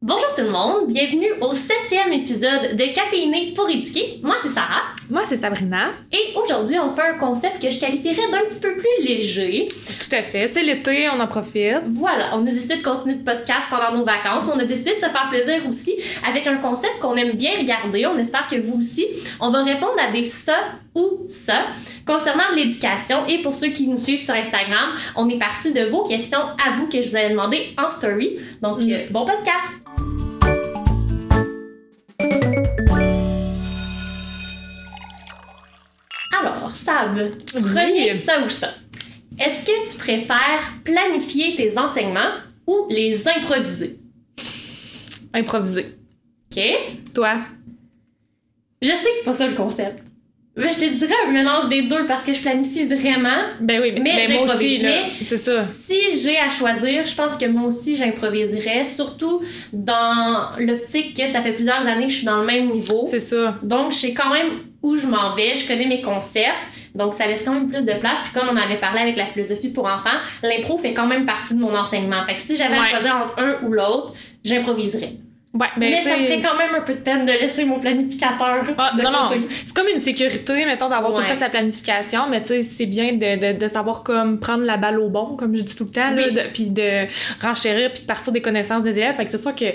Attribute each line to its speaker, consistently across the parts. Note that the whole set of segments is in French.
Speaker 1: Bonjour tout le monde, bienvenue au septième épisode de Caféiné pour éduquer. Moi c'est Sarah
Speaker 2: Moi, c'est Sabrina.
Speaker 1: et aujourd'hui on fait un concept que je qualifierais d'un petit peu plus léger.
Speaker 2: Tout à fait. C'est l'été, on en profite.
Speaker 1: Voilà, on a décidé de continuer le podcast pendant nos vacances, on a décidé de se faire plaisir aussi avec un concept qu'on aime bien regarder, on espère que vous aussi. On va répondre à des ça ou ça concernant l'éducation et pour ceux qui nous suivent sur Instagram, on est parti de vos questions à vous que je vous avais demandé en story. Donc
Speaker 2: Mhm.
Speaker 1: euh, bon podcast. Alors, Sab, premier ça ou ça. Est-ce que tu préfères planifier tes enseignements ou les improviser?
Speaker 2: Improvisé.
Speaker 1: OK?
Speaker 2: Toi?
Speaker 1: Je sais que c'est pas ça le concept. Mais je te dirais un mélange des deux parce que je planifie vraiment.
Speaker 2: Ben oui, mais,
Speaker 1: Mais
Speaker 2: ben moi aussi,
Speaker 1: j'improvise,
Speaker 2: là.
Speaker 1: mais-
Speaker 2: C'est ça.
Speaker 1: Si j'ai à choisir, je pense que moi aussi j'improviserais, surtout dans l'optique que ça fait plusieurs années que je suis dans le même niveau.
Speaker 2: C'est ça.
Speaker 1: Donc, je sais quand même où je m'en vais, je connais mes concepts, donc ça laisse quand même plus de place. Puis comme on avait parlé avec la philosophie pour enfants, l'impro fait quand même partie de mon enseignement. Fait que si j'avais à
Speaker 2: Ouais.
Speaker 1: choisir entre un ou l'autre, j'improviserais.
Speaker 2: Ouais, ben
Speaker 1: Mais ça me
Speaker 2: t'sais-
Speaker 1: fait quand même un peu de peine de laisser mon planificateur.
Speaker 2: Ah,
Speaker 1: de
Speaker 2: non,
Speaker 1: côté.
Speaker 2: non. C'est comme une sécurité, mettons, d'avoir tout
Speaker 1: Ouais.
Speaker 2: le temps sa planification, mais tu sais, c'est bien de, de, de savoir comme prendre la balle au bon, comme je dis tout le temps, là,
Speaker 1: Oui.
Speaker 2: de- puis de renchérir, puis de partir des connaissances des élèves. Fait que c'est sûr que.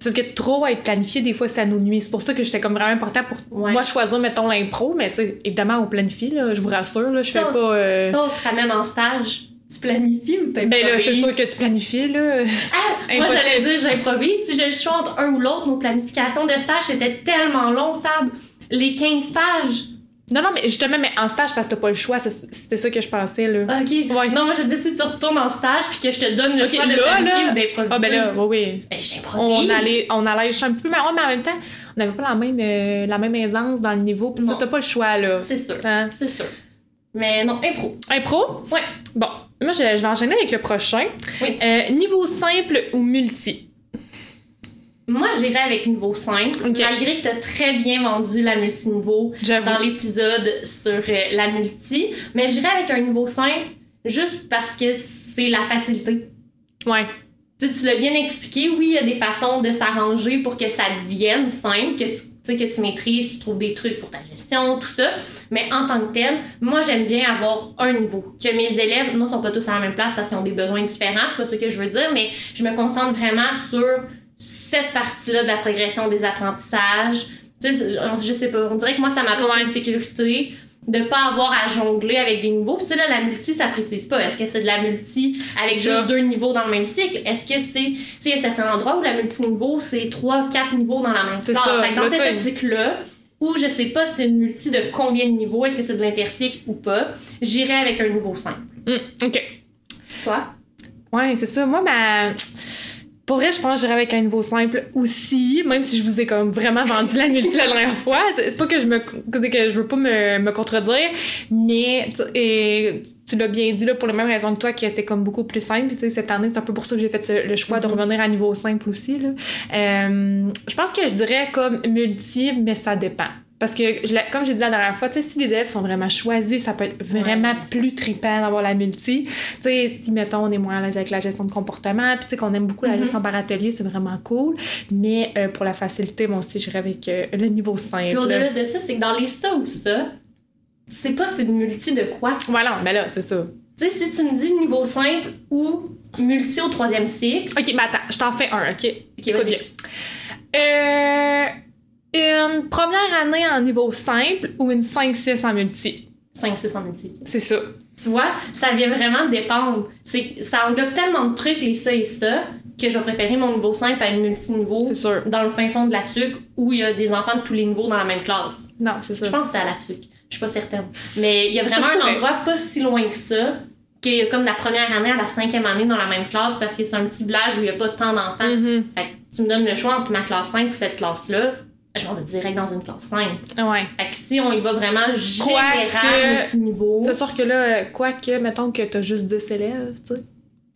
Speaker 2: C'est parce que trop être planifié, des fois, ça nous nuit. C'est pour ça que j'étais comme vraiment important pour
Speaker 1: Ouais.
Speaker 2: moi choisir, mettons, l'impro, mais tu sais, évidemment, on planifie, là, je vous rassure, là, je fais
Speaker 1: Ça,
Speaker 2: pas. euh,
Speaker 1: Ça, on te ramène en stage. Tu planifies ou t'improvises?
Speaker 2: Ben là, c'est sûr que tu planifies, là.
Speaker 1: Ah, moi, j'allais dire j'improvise. Si j'ai le choix entre un ou l'autre, nos planifications de stage, c'était tellement long, Sab. Les 15 pages.
Speaker 2: Non, non, mais justement, mais en stage, parce que t'as pas le choix, c'est- c'était ça que je pensais, là.
Speaker 1: Ah, OK.
Speaker 2: Ouais.
Speaker 1: Non, moi, je dis si tu retournes en stage puis que je te donne le
Speaker 2: Ok,
Speaker 1: choix de
Speaker 2: là,
Speaker 1: planifier
Speaker 2: là.
Speaker 1: ou d'improviser.
Speaker 2: Ah, ben là, oui, oui.
Speaker 1: Ben,
Speaker 2: On
Speaker 1: j'improvise.
Speaker 2: allait, on allait juste un petit peu, mais, ouais, mais en même temps, on n'avait pas la même, euh, la même aisance dans le niveau, pis ça,
Speaker 1: Non.
Speaker 2: t'as pas le choix, là.
Speaker 1: C'est sûr.
Speaker 2: Hein?
Speaker 1: C'est sûr. Mais non, impro.
Speaker 2: Impro?
Speaker 1: Ouais.
Speaker 2: Bon, moi, je, je vais enchaîner avec le prochain.
Speaker 1: Oui.
Speaker 2: Euh, niveau simple ou multi?
Speaker 1: Moi, j'irai avec niveau 5,
Speaker 2: Ok.
Speaker 1: malgré que t'as très bien vendu la multiniveau. dans
Speaker 2: J'avoue.
Speaker 1: l'épisode sur euh, la multi, mais j'irai avec un niveau 5 juste parce que c'est la facilité.
Speaker 2: Ouais.
Speaker 1: Tu sais, tu l'as bien expliqué, oui, il y a des façons de s'arranger pour que ça devienne simple, que tu, tu sais, que tu maîtrises, tu trouves des trucs pour ta gestion, tout ça. Mais en tant que tel, moi, j'aime bien avoir un niveau. Que mes élèves, non, sont pas tous à la même place parce qu'ils ont des besoins différents, c'est pas ce que je veux dire, mais je me concentre vraiment sur cette partie-là de la progression des apprentissages. Tu sais, c'est- on- je sais pas, on dirait que moi, ça m'apporte une sécurité de pas avoir à jongler avec des niveaux. Puis tu sais, là, la multi, ça précise pas. Est-ce que c'est de la multi avec
Speaker 2: C'est ça.
Speaker 1: juste deux niveaux dans le même cycle? Est-ce que c'est... Tu sais, il y a certains endroits où la multiniveau, c'est trois, quatre niveaux dans la même
Speaker 2: C'est
Speaker 1: classe.
Speaker 2: ça.
Speaker 1: Fait que dans
Speaker 2: Là, tu
Speaker 1: cette
Speaker 2: sais-
Speaker 1: optique-là, où je sais pas si c'est une multi de combien de niveaux, est-ce que c'est de l'intercycle ou pas, j'irai avec un niveau 5.
Speaker 2: Hmm, OK.
Speaker 1: Toi?
Speaker 2: Ouais, c'est ça. Moi, ma. Pour vrai, je pense que j'irai avec un niveau simple aussi, même si je vous ai comme vraiment vendu la multi la dernière fois. C'est c'est pas que je me que je veux pas me, me contredire, mais tu- et tu l'as bien dit là pour les mêmes raisons que toi que c'est comme beaucoup plus simple. Puis, Tu sais, cette année, c'est un peu pour ça que j'ai fait ce- le choix de
Speaker 1: Mhm.
Speaker 2: revenir à niveau simple aussi. Là. Euh, je pense que je dirais comme multi, mais ça dépend. Parce que, je l'ai- comme j'ai dit la dernière fois, tu sais, si les élèves sont vraiment choisis, ça peut être vraiment plus trippant d'avoir la multi tu sais, si, mettons, on est moins à l'aise avec la gestion de comportement, puis tu sais, qu'on aime beaucoup la
Speaker 1: Mhm.
Speaker 2: gestion par atelier, c'est vraiment cool. Mais euh, pour la facilité, moi aussi, j'irais avec euh, le niveau
Speaker 1: Puis
Speaker 2: simple.
Speaker 1: au-delà de ça, c'est que dans les ça ou ça, tu sais pas c'est une multi de quoi.
Speaker 2: Voilà, mais là, c'est ça.
Speaker 1: Tu sais, si tu me dis niveau simple ou multi au troisième cycle,
Speaker 2: OK, mais attends, je t'en fais un, OK?
Speaker 1: ok,
Speaker 2: Écoute
Speaker 1: vas-y.
Speaker 2: bien. Euh, une première année en niveau simple ou une 5-6 en multi?
Speaker 1: 5, 6 en multi.
Speaker 2: C'est ça.
Speaker 1: Tu vois, ça vient vraiment dépendre. C'est, ça englobe tellement de trucs, les ça et ça, que je vais préférer mon niveau simple à une multiniveau
Speaker 2: C'est sûr.
Speaker 1: dans le fin fond de la tuque où il y a des enfants de tous les niveaux dans la même classe.
Speaker 2: Non, c'est ça.
Speaker 1: Je pense que c'est à la tuque. Je suis pas certaine. Mais il y a
Speaker 2: Ça
Speaker 1: vraiment
Speaker 2: se
Speaker 1: un
Speaker 2: pourrait.
Speaker 1: endroit pas si loin que ça, qu'il y a comme la première année à la cinquième année dans la même classe parce que c'est un petit village où il y a pas tant d'enfants.
Speaker 2: Mhm.
Speaker 1: Fait que tu me donnes le choix entre ma classe 5 ou cette classe-là, je m'en vais direct dans une classe 5.
Speaker 2: Ouais.
Speaker 1: Fait que si on y va vraiment général,
Speaker 2: Quoique-
Speaker 1: petit niveau.
Speaker 2: C'est sûr que là, quoi que, mettons que t'as juste 10 élèves, tu sais.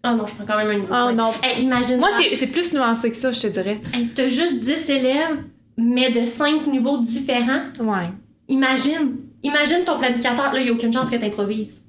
Speaker 1: Ah non, je prends quand même un niveau
Speaker 2: Ah
Speaker 1: 5.
Speaker 2: non.
Speaker 1: Hey, imagine.
Speaker 2: Moi,
Speaker 1: ça.
Speaker 2: c'est- c'est plus nuancé que ça, je te dirais.
Speaker 1: Hey, t'as juste 10 élèves, mais de 5 niveaux différents.
Speaker 2: Ouais.
Speaker 1: Imagine. Imagine ton planificateur. Là, il n'y a aucune chance que t'improvises.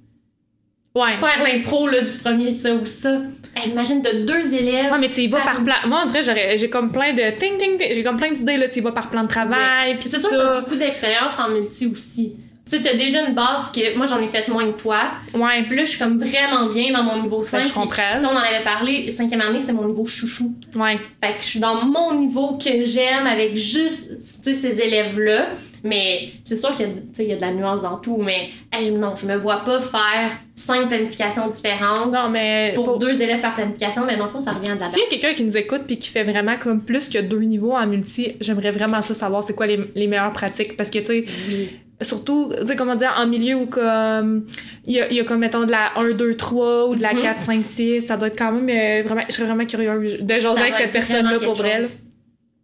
Speaker 2: Ouais.
Speaker 1: Faire l'impro là, du premier ça ou ça. Hey, imagine de deux élèves.
Speaker 2: Ouais, mais tu y vas
Speaker 1: Par-
Speaker 2: par plan. Moi, on dirait, j'aurais- j'ai comme plein de ting, ting, ting. J'ai comme plein d'idées, là. Tu y vas par plan de travail, puis
Speaker 1: C'est
Speaker 2: tout
Speaker 1: sûr que t'as
Speaker 2: ça.
Speaker 1: beaucoup d'expérience en multi aussi. Tu sais, t'as déjà une base que moi j'en ai fait moins que toi.
Speaker 2: Ouais.
Speaker 1: Puis là, je suis comme vraiment bien dans mon niveau
Speaker 2: Ça,
Speaker 1: 5.
Speaker 2: je comprends.
Speaker 1: Tu sais, on en avait parlé, cinquième année, c'est mon niveau chouchou.
Speaker 2: Ouais.
Speaker 1: Fait que je suis dans mon niveau que j'aime avec juste tu sais, ces élèves-là. Mais c'est sûr qu'il y, a de- tu sais, il y a de la nuance dans tout, mais hey, non, je me vois pas faire cinq planifications différentes
Speaker 2: Non, mais.
Speaker 1: pour,
Speaker 2: Euh, pour-
Speaker 1: deux élèves par planification, mais dans le fond, ça revient à de la
Speaker 2: S'il y a quelqu'un qui nous écoute puis qui fait vraiment comme plus que deux niveaux en multi, j'aimerais vraiment ça savoir c'est quoi les, les meilleures pratiques. Parce que, tu sais,
Speaker 1: Oui.
Speaker 2: surtout, tu sais, comment dire, en milieu où comme. Il y a, il y a comme, mettons, de la 1, 2, 3 ou de la
Speaker 1: Mhm.
Speaker 2: 4, 5, 6. Ça doit être quand même. euh, vraiment, je serais vraiment curieuse de
Speaker 1: Ça
Speaker 2: jaser avec
Speaker 1: va
Speaker 2: cette
Speaker 1: être vraiment
Speaker 2: personne-là
Speaker 1: quelque
Speaker 2: pour vrai. là.
Speaker 1: chose.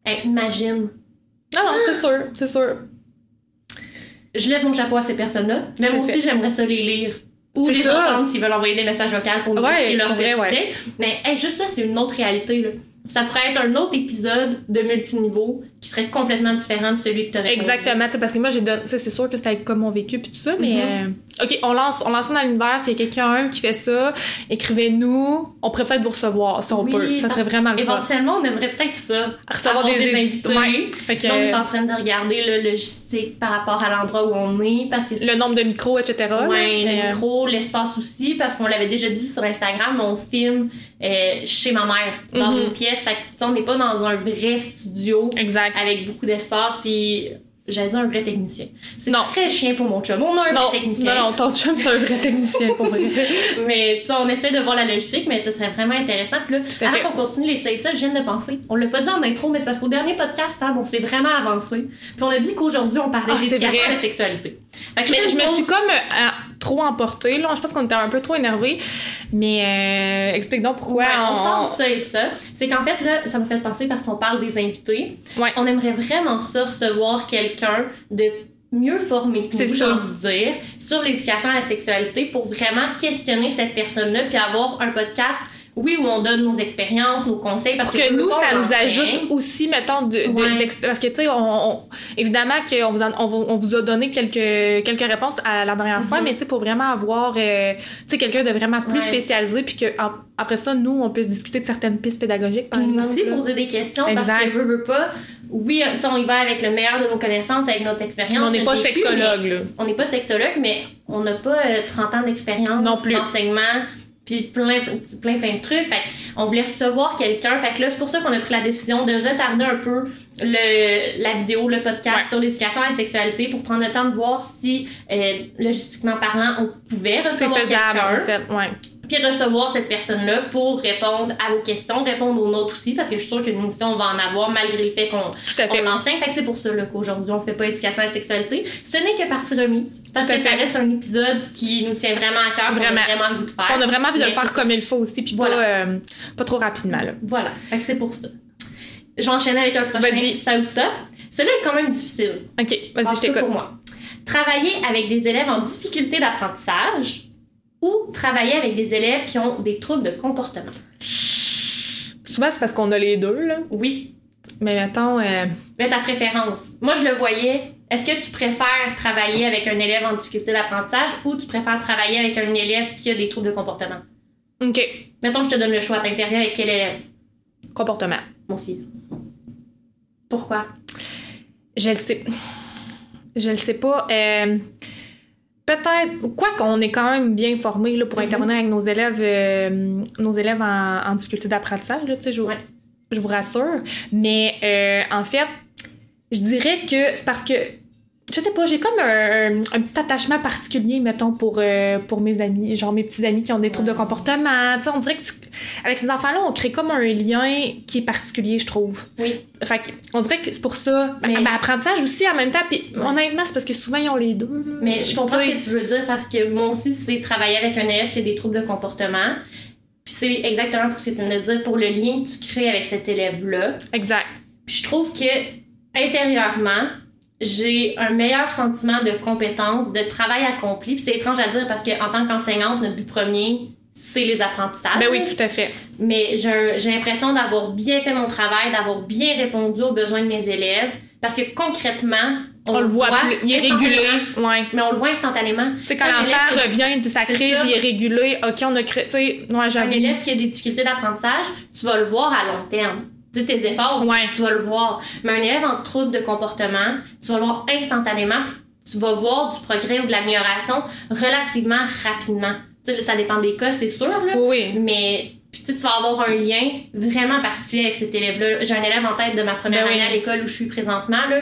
Speaker 1: Hey, imagine.
Speaker 2: Non, non, c'est sûr, c'est sûr.
Speaker 1: Je lève mon chapeau à ces personnes-là.
Speaker 2: à
Speaker 1: Mais moi
Speaker 2: fait.
Speaker 1: aussi, j'aimerais ça les lire. Ou
Speaker 2: C'est
Speaker 1: les
Speaker 2: ça.
Speaker 1: entendre s'ils veulent envoyer des messages vocaux pour nous dire
Speaker 2: Ouais,
Speaker 1: ce qui leur
Speaker 2: pour vrai, ouais.
Speaker 1: quotidien. Mais hey, juste ça, c'est une autre réalité. Là. Ça pourrait être un autre épisode de multiniveau qui serait complètement différent de celui que tu aurais
Speaker 2: Exactement, tu sais, parce que moi, j'ai don- tu sais, c'est sûr que c'était comme mon vécu puis tout ça, mais
Speaker 1: Mm-hmm.
Speaker 2: euh, ok, on lance, on lance ça dans l'univers. S'il y a quelqu'un qui fait ça, écrivez-nous. On pourrait peut-être vous recevoir si on
Speaker 1: Oui,
Speaker 2: peut. Ça
Speaker 1: parce-
Speaker 2: serait vraiment le fun.
Speaker 1: Éventuellement, on aimerait peut-être ça.
Speaker 2: Recevoir
Speaker 1: avoir
Speaker 2: des,
Speaker 1: des
Speaker 2: invités.
Speaker 1: invités.
Speaker 2: Ouais. Fait que
Speaker 1: Là, on est en train de regarder le logistique par rapport à l'endroit où on est, parce que
Speaker 2: le nombre de micros, etc.
Speaker 1: Ouais,
Speaker 2: Mais,
Speaker 1: le
Speaker 2: euh,
Speaker 1: micro, l'espace aussi, parce qu'on l'avait déjà dit sur Instagram, on filme euh, chez ma mère, dans
Speaker 2: Mhm.
Speaker 1: une pièce. Fait que, tu sais, on n'est pas dans un vrai studio
Speaker 2: Exact.
Speaker 1: avec beaucoup d'espace, puis j'allais dire un vrai technicien. C'est
Speaker 2: Non.
Speaker 1: très chien pour mon chum. On a un
Speaker 2: Non,
Speaker 1: vrai technicien.
Speaker 2: non, non, ton chum, c'est un vrai technicien, pour vrai.
Speaker 1: Mais tu sais, on essaie de voir la logistique, mais ce serait vraiment intéressant. Puis là,
Speaker 2: à
Speaker 1: avant
Speaker 2: fait.
Speaker 1: qu'on continue l'essayer ça, je viens de penser. On l'a pas dit en intro, mais c'est parce qu'au dernier podcast, Sab, on s'est vraiment avancé. Puis on a dit qu'aujourd'hui, on parlait
Speaker 2: Ah, c'est
Speaker 1: d'éducation
Speaker 2: vrai.
Speaker 1: à la sexualité. Fait que
Speaker 2: Mais
Speaker 1: fais
Speaker 2: je me
Speaker 1: une
Speaker 2: suis
Speaker 1: pause.
Speaker 2: comme euh, à- trop emportée, là. Je pense qu'on était un peu trop énervés. Mais euh, explique donc pourquoi.
Speaker 1: Ouais, on sort ça et ça. C'est qu'en fait, là, ça m'a fait penser parce qu'on parle des invités.
Speaker 2: Ouais.
Speaker 1: On aimerait vraiment ça recevoir quelqu'un de mieux formé que
Speaker 2: C'est
Speaker 1: nous, j'ai
Speaker 2: ça.
Speaker 1: envie de dire, sur l'éducation à la sexualité pour vraiment questionner cette personne-là puis avoir un podcast, oui, où on donne nos expériences, nos conseils. Parce
Speaker 2: Parce que
Speaker 1: je veux
Speaker 2: nous,
Speaker 1: pas
Speaker 2: ça nous
Speaker 1: l'enseigne.
Speaker 2: ajoute aussi, mettons, de, de-
Speaker 1: Ouais.
Speaker 2: de l'expé- parce que, tu sais, on, on- évidemment qu'on vous, en- on vous, on vous a donné quelques, quelques réponses à la dernière fois,
Speaker 1: Mhm.
Speaker 2: mais tu sais, pour vraiment avoir, euh, tu sais, quelqu'un de vraiment plus
Speaker 1: Ouais.
Speaker 2: spécialisé, puis que en- après ça, nous, on puisse discuter de certaines pistes pédagogiques, par
Speaker 1: Puis nous
Speaker 2: exemple.
Speaker 1: aussi
Speaker 2: là.
Speaker 1: poser des questions parce
Speaker 2: Exact.
Speaker 1: que veut, veut pas. Oui, euh, tu sais, on y va avec le meilleur de nos connaissances, avec notre
Speaker 2: Mais
Speaker 1: expérience.
Speaker 2: on n'est
Speaker 1: notre
Speaker 2: pas
Speaker 1: vécu,
Speaker 2: sexologue, là.
Speaker 1: on n'est pas sexologue, mais on n'a pas euh, 30 ans d'expérience
Speaker 2: Non plus.
Speaker 1: d'enseignement, puis plein, plein, plein de trucs. Fait on voulait recevoir quelqu'un. Fait que là, c'est pour ça qu'on a pris la décision de retarder un peu le, la vidéo, le podcast
Speaker 2: Ouais.
Speaker 1: sur l'éducation à la sexualité pour prendre le temps de voir si, euh, logistiquement parlant, on pouvait
Speaker 2: C'est
Speaker 1: recevoir
Speaker 2: faisable,
Speaker 1: quelqu'un.
Speaker 2: en fait, ouais.
Speaker 1: Puis recevoir cette personne-là pour répondre à vos questions, répondre aux nôtres aussi, parce que je suis sûre que nous aussi, on va en avoir malgré le fait qu'on
Speaker 2: Tout à
Speaker 1: on
Speaker 2: fait.
Speaker 1: l'enseigne. Fait que c'est pour ça là, qu'aujourd'hui, on fait pas éducation à la sexualité. Ce n'est que partie remise. Parce
Speaker 2: Tout à
Speaker 1: que ça
Speaker 2: fait.
Speaker 1: reste un épisode qui nous tient vraiment à cœur. qu'on a
Speaker 2: Vraiment.
Speaker 1: vraiment le goût de faire.
Speaker 2: On a vraiment envie de le
Speaker 1: Mais
Speaker 2: faire comme il faut aussi, puis
Speaker 1: Voilà.
Speaker 2: pas, euh, pas trop rapidement, là.
Speaker 1: Voilà. Fait que c'est pour ça. J'enchaîne avec un prochain
Speaker 2: Vas-y.
Speaker 1: ça ou ça. Celui-là est quand même difficile.
Speaker 2: OK, vas-y,
Speaker 1: En tout
Speaker 2: je
Speaker 1: cas,
Speaker 2: t'écoute.
Speaker 1: pour moi. Travailler avec des élèves en difficulté d'apprentissage ou travailler avec des élèves qui ont des troubles de comportement.
Speaker 2: Souvent, c'est parce qu'on a les deux, là.
Speaker 1: Oui,
Speaker 2: Mais mettons... euh,
Speaker 1: Mais Ben, ta préférence. Moi, je le voyais. Est-ce que tu préfères travailler avec un élève en difficulté d'apprentissage ou tu préfères travailler avec un élève qui a des troubles de comportement?
Speaker 2: OK,
Speaker 1: Mettons, je te donne le choix d'intérieur avec quel élève?
Speaker 2: comportement.
Speaker 1: Moi aussi. Pourquoi?
Speaker 2: Je le sais. Je le sais pas. Euh, Peut-être, quoi qu'on est quand même bien formé là, pour
Speaker 1: Mhm.
Speaker 2: intervenir avec nos élèves, euh, nos élèves en, en difficulté d'apprentissage, là, tu sais, je, vous-
Speaker 1: Ouais.
Speaker 2: je vous rassure. Mais euh, en fait, je dirais que c'est parce que, je sais pas, j'ai comme un, un- un petit attachement particulier, mettons, pour, euh, pour mes amis, genre mes petits amis qui ont des troubles de comportement. Tu sais, on dirait que tu- avec ces enfants-là, on crée comme un lien qui est particulier, je trouve.
Speaker 1: Oui.
Speaker 2: Fait que, on dirait que c'est pour ça.
Speaker 1: Mais-
Speaker 2: Mais... apprentissage aussi en même temps. Puis honnêtement, c'est parce que souvent, ils ont les deux. là.
Speaker 1: Mais je comprends
Speaker 2: Tu
Speaker 1: ce
Speaker 2: sais,
Speaker 1: que tu veux dire parce que moi aussi, c'est travailler avec un élève qui a des troubles de comportement. Puis c'est exactement pour ce que tu viens de dire, pour le lien que tu crées avec cet élève-là.
Speaker 2: Exact.
Speaker 1: Puis je trouve que intérieurement, j'ai un meilleur sentiment de compétence, de travail accompli. Puis c'est étrange à dire parce qu'en tant qu'enseignante, notre but premier, c'est les apprentissages.
Speaker 2: ben oui, tout à fait.
Speaker 1: Mais j'ai j'ai l'impression d'avoir bien fait mon travail, d'avoir bien répondu aux besoins de mes élèves. Parce que concrètement,
Speaker 2: on, le voit plus. Il est régulé.
Speaker 1: instantanément.
Speaker 2: Ouais.
Speaker 1: Mais on le voit instantanément.
Speaker 2: Tu sais, quand
Speaker 1: Un
Speaker 2: l'enfant
Speaker 1: élève qui-
Speaker 2: revient de sa
Speaker 1: C'est
Speaker 2: crise,
Speaker 1: ça.
Speaker 2: il est régulé. OK, on a créé. Tu sais, ouais,
Speaker 1: un
Speaker 2: j'avoue.
Speaker 1: élève qui a des difficultés d'apprentissage, tu vas le voir à long terme. Tu sais, tes efforts,
Speaker 2: Ouais.
Speaker 1: tu vas le voir. Mais un élève en trouble de comportement, tu vas le voir instantanément, puis tu vas voir du progrès ou de l'amélioration relativement rapidement. Tu sais, ça dépend des cas, c'est sûr, là.
Speaker 2: Oui, oui.
Speaker 1: Mais puis, tu sais, tu vas avoir un lien vraiment particulier avec cet élève-là. J'ai un élève en tête de ma première
Speaker 2: Ben oui.
Speaker 1: année à l'école où je suis présentement, là,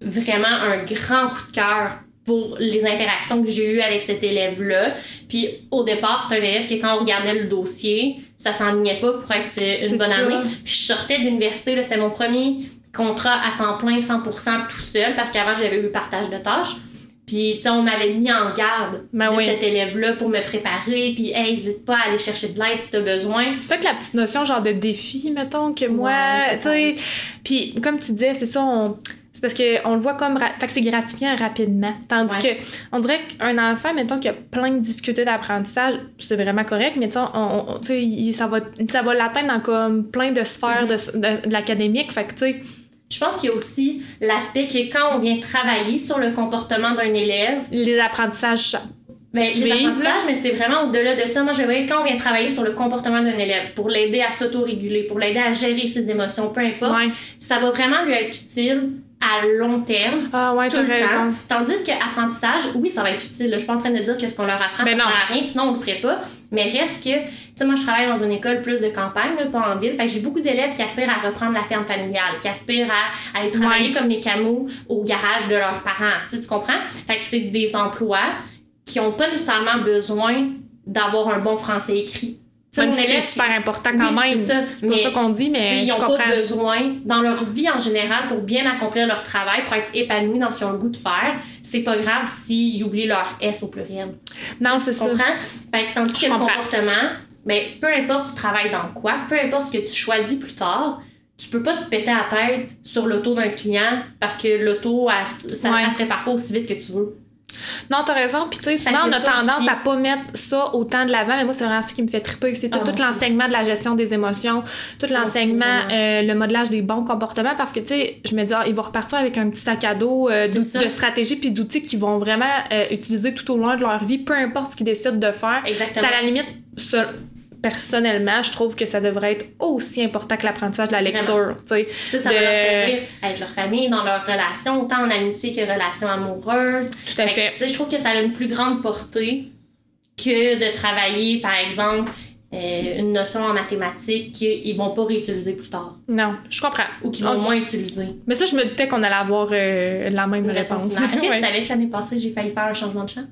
Speaker 1: vraiment un grand coup de cœur pour les interactions que j'ai eues avec cet élève-là. Puis au départ, c'est un élève que quand on regardait le dossier, ça s'enlignait pas pour être euh, une
Speaker 2: C'est
Speaker 1: bonne
Speaker 2: ça.
Speaker 1: année. Puis je sortais d'université, là, c'était mon premier contrat à temps plein 100% tout seul parce qu'avant j'avais eu partage de tâches. Puis tu sais, on m'avait mis en garde
Speaker 2: Ben
Speaker 1: de
Speaker 2: oui.
Speaker 1: cet élève-là pour me préparer, puis hey, hésite pas à aller chercher de l'aide si t'as besoin.
Speaker 2: Peut-être la petite notion genre de défi, mettons, que moi,
Speaker 1: Ouais,
Speaker 2: tu sais. Puis comme tu disais, c'est ça, on- c'est parce qu'on le voit comme... ra- Fait que c'est gratifiant rapidement. Tandis
Speaker 1: Ouais.
Speaker 2: que on dirait qu'un enfant, mettons, qui a plein de difficultés d'apprentissage, c'est vraiment correct, mais tu sais, on- on- tu sais, il- ça va, ça va l'atteindre dans comme plein de sphères de,
Speaker 1: Mm-hmm.
Speaker 2: de- de l'académique. Fait que, tu sais,
Speaker 1: Je pense qu'il y a aussi l'aspect que quand on vient travailler sur le comportement d'un élève,
Speaker 2: les apprentissages...
Speaker 1: ben, les
Speaker 2: Suivre,
Speaker 1: apprentissages, mais c'est vraiment au-delà de ça. Moi, je voyais quand on vient travailler sur le comportement d'un élève pour l'aider à s'autoréguler, pour l'aider à gérer ses émotions, peu importe,
Speaker 2: Ouais.
Speaker 1: ça va vraiment lui être utile à long terme.
Speaker 2: Ah ouais,
Speaker 1: tout
Speaker 2: t'as
Speaker 1: le
Speaker 2: raison.
Speaker 1: temps. Tandis que apprentissage, oui, ça va être utile. là. Je suis pas en train de dire que ce qu'on leur apprend,
Speaker 2: Ben
Speaker 1: ça
Speaker 2: non.
Speaker 1: sert à rien, sinon on le ferait pas. Mais reste que, tu sais, moi, je travaille dans une école plus de campagne, là, pas en ville. Fait que j'ai beaucoup d'élèves qui aspirent à reprendre la ferme familiale, qui aspirent à, à aller travailler comme les canaux au garage de leurs parents. Tu sais, tu comprends? Fait que c'est des emplois qui ont pas nécessairement besoin d'avoir un bon français écrit. Tu sais,
Speaker 2: Même
Speaker 1: mon
Speaker 2: si c'est
Speaker 1: élève,
Speaker 2: super important
Speaker 1: oui,
Speaker 2: quand même.
Speaker 1: c'est ça.
Speaker 2: C'est pas
Speaker 1: Mais-
Speaker 2: ça qu'on dit,
Speaker 1: T'sais,
Speaker 2: mais
Speaker 1: ils
Speaker 2: Euh, je
Speaker 1: n'ont
Speaker 2: comprends.
Speaker 1: pas besoin, dans leur vie en général, pour bien accomplir leur travail, pour être épanouis dans ce qu'ils ont le goût de faire, c'est pas grave s'ils oublient leur S au pluriel.
Speaker 2: Non, Ah, c'est
Speaker 1: Tu
Speaker 2: ça.
Speaker 1: comprends? Fait que tandis
Speaker 2: Je
Speaker 1: que le
Speaker 2: comprends.
Speaker 1: comportement, ben, peu importe tu travailles dans quoi, peu importe ce que tu choisis plus tard, tu peux pas te péter la tête sur l'auto d'un client parce que l'auto, elle, s- ça
Speaker 2: Ouais.
Speaker 1: elle se répare pas aussi vite que tu veux.
Speaker 2: Non, t'as raison. Puis, tu sais,
Speaker 1: Fait
Speaker 2: souvent,
Speaker 1: que
Speaker 2: on a
Speaker 1: ça
Speaker 2: tendance
Speaker 1: aussi.
Speaker 2: à pas mettre ça autant de l'avant, mais moi, c'est vraiment ça qui me fait triper. C'est tout,
Speaker 1: Ah,
Speaker 2: tout
Speaker 1: moi
Speaker 2: l'enseignement de la gestion des émotions, tout l'enseignement,
Speaker 1: aussi,
Speaker 2: euh, le modelage des bons comportements, parce que, tu sais, je me dis, ah, ils vont repartir avec un petit sac à dos euh,
Speaker 1: C'est
Speaker 2: d'out-
Speaker 1: ça.
Speaker 2: de stratégies puis d'outils qu'ils vont vraiment euh, utiliser tout au long de leur vie, peu importe ce qu'ils décident de faire.
Speaker 1: Exactement.
Speaker 2: Ça, à la limite, ça, personnellement, je trouve que ça devrait être aussi important que l'apprentissage de la lecture. tu sais.
Speaker 1: Tu sais, ça
Speaker 2: de-
Speaker 1: va leur servir avec leur famille, dans leurs relations, autant en amitié que relations amoureuses.
Speaker 2: Tout à
Speaker 1: Fait que,
Speaker 2: fait.
Speaker 1: tu sais, Je trouve que ça a une plus grande portée que de travailler, par exemple, euh, une notion en mathématiques qu'ils vont pas réutiliser plus tard
Speaker 2: Non, je comprends.
Speaker 1: ou qu'ils vont
Speaker 2: Ok.
Speaker 1: moins utiliser.
Speaker 2: Mais ça, je me doutais qu'on allait avoir euh, la même
Speaker 1: Une
Speaker 2: réponse.
Speaker 1: réponse similaire. Est-ce que
Speaker 2: Ouais.
Speaker 1: tu savais que l'année passée, j'ai failli faire un changement de champ?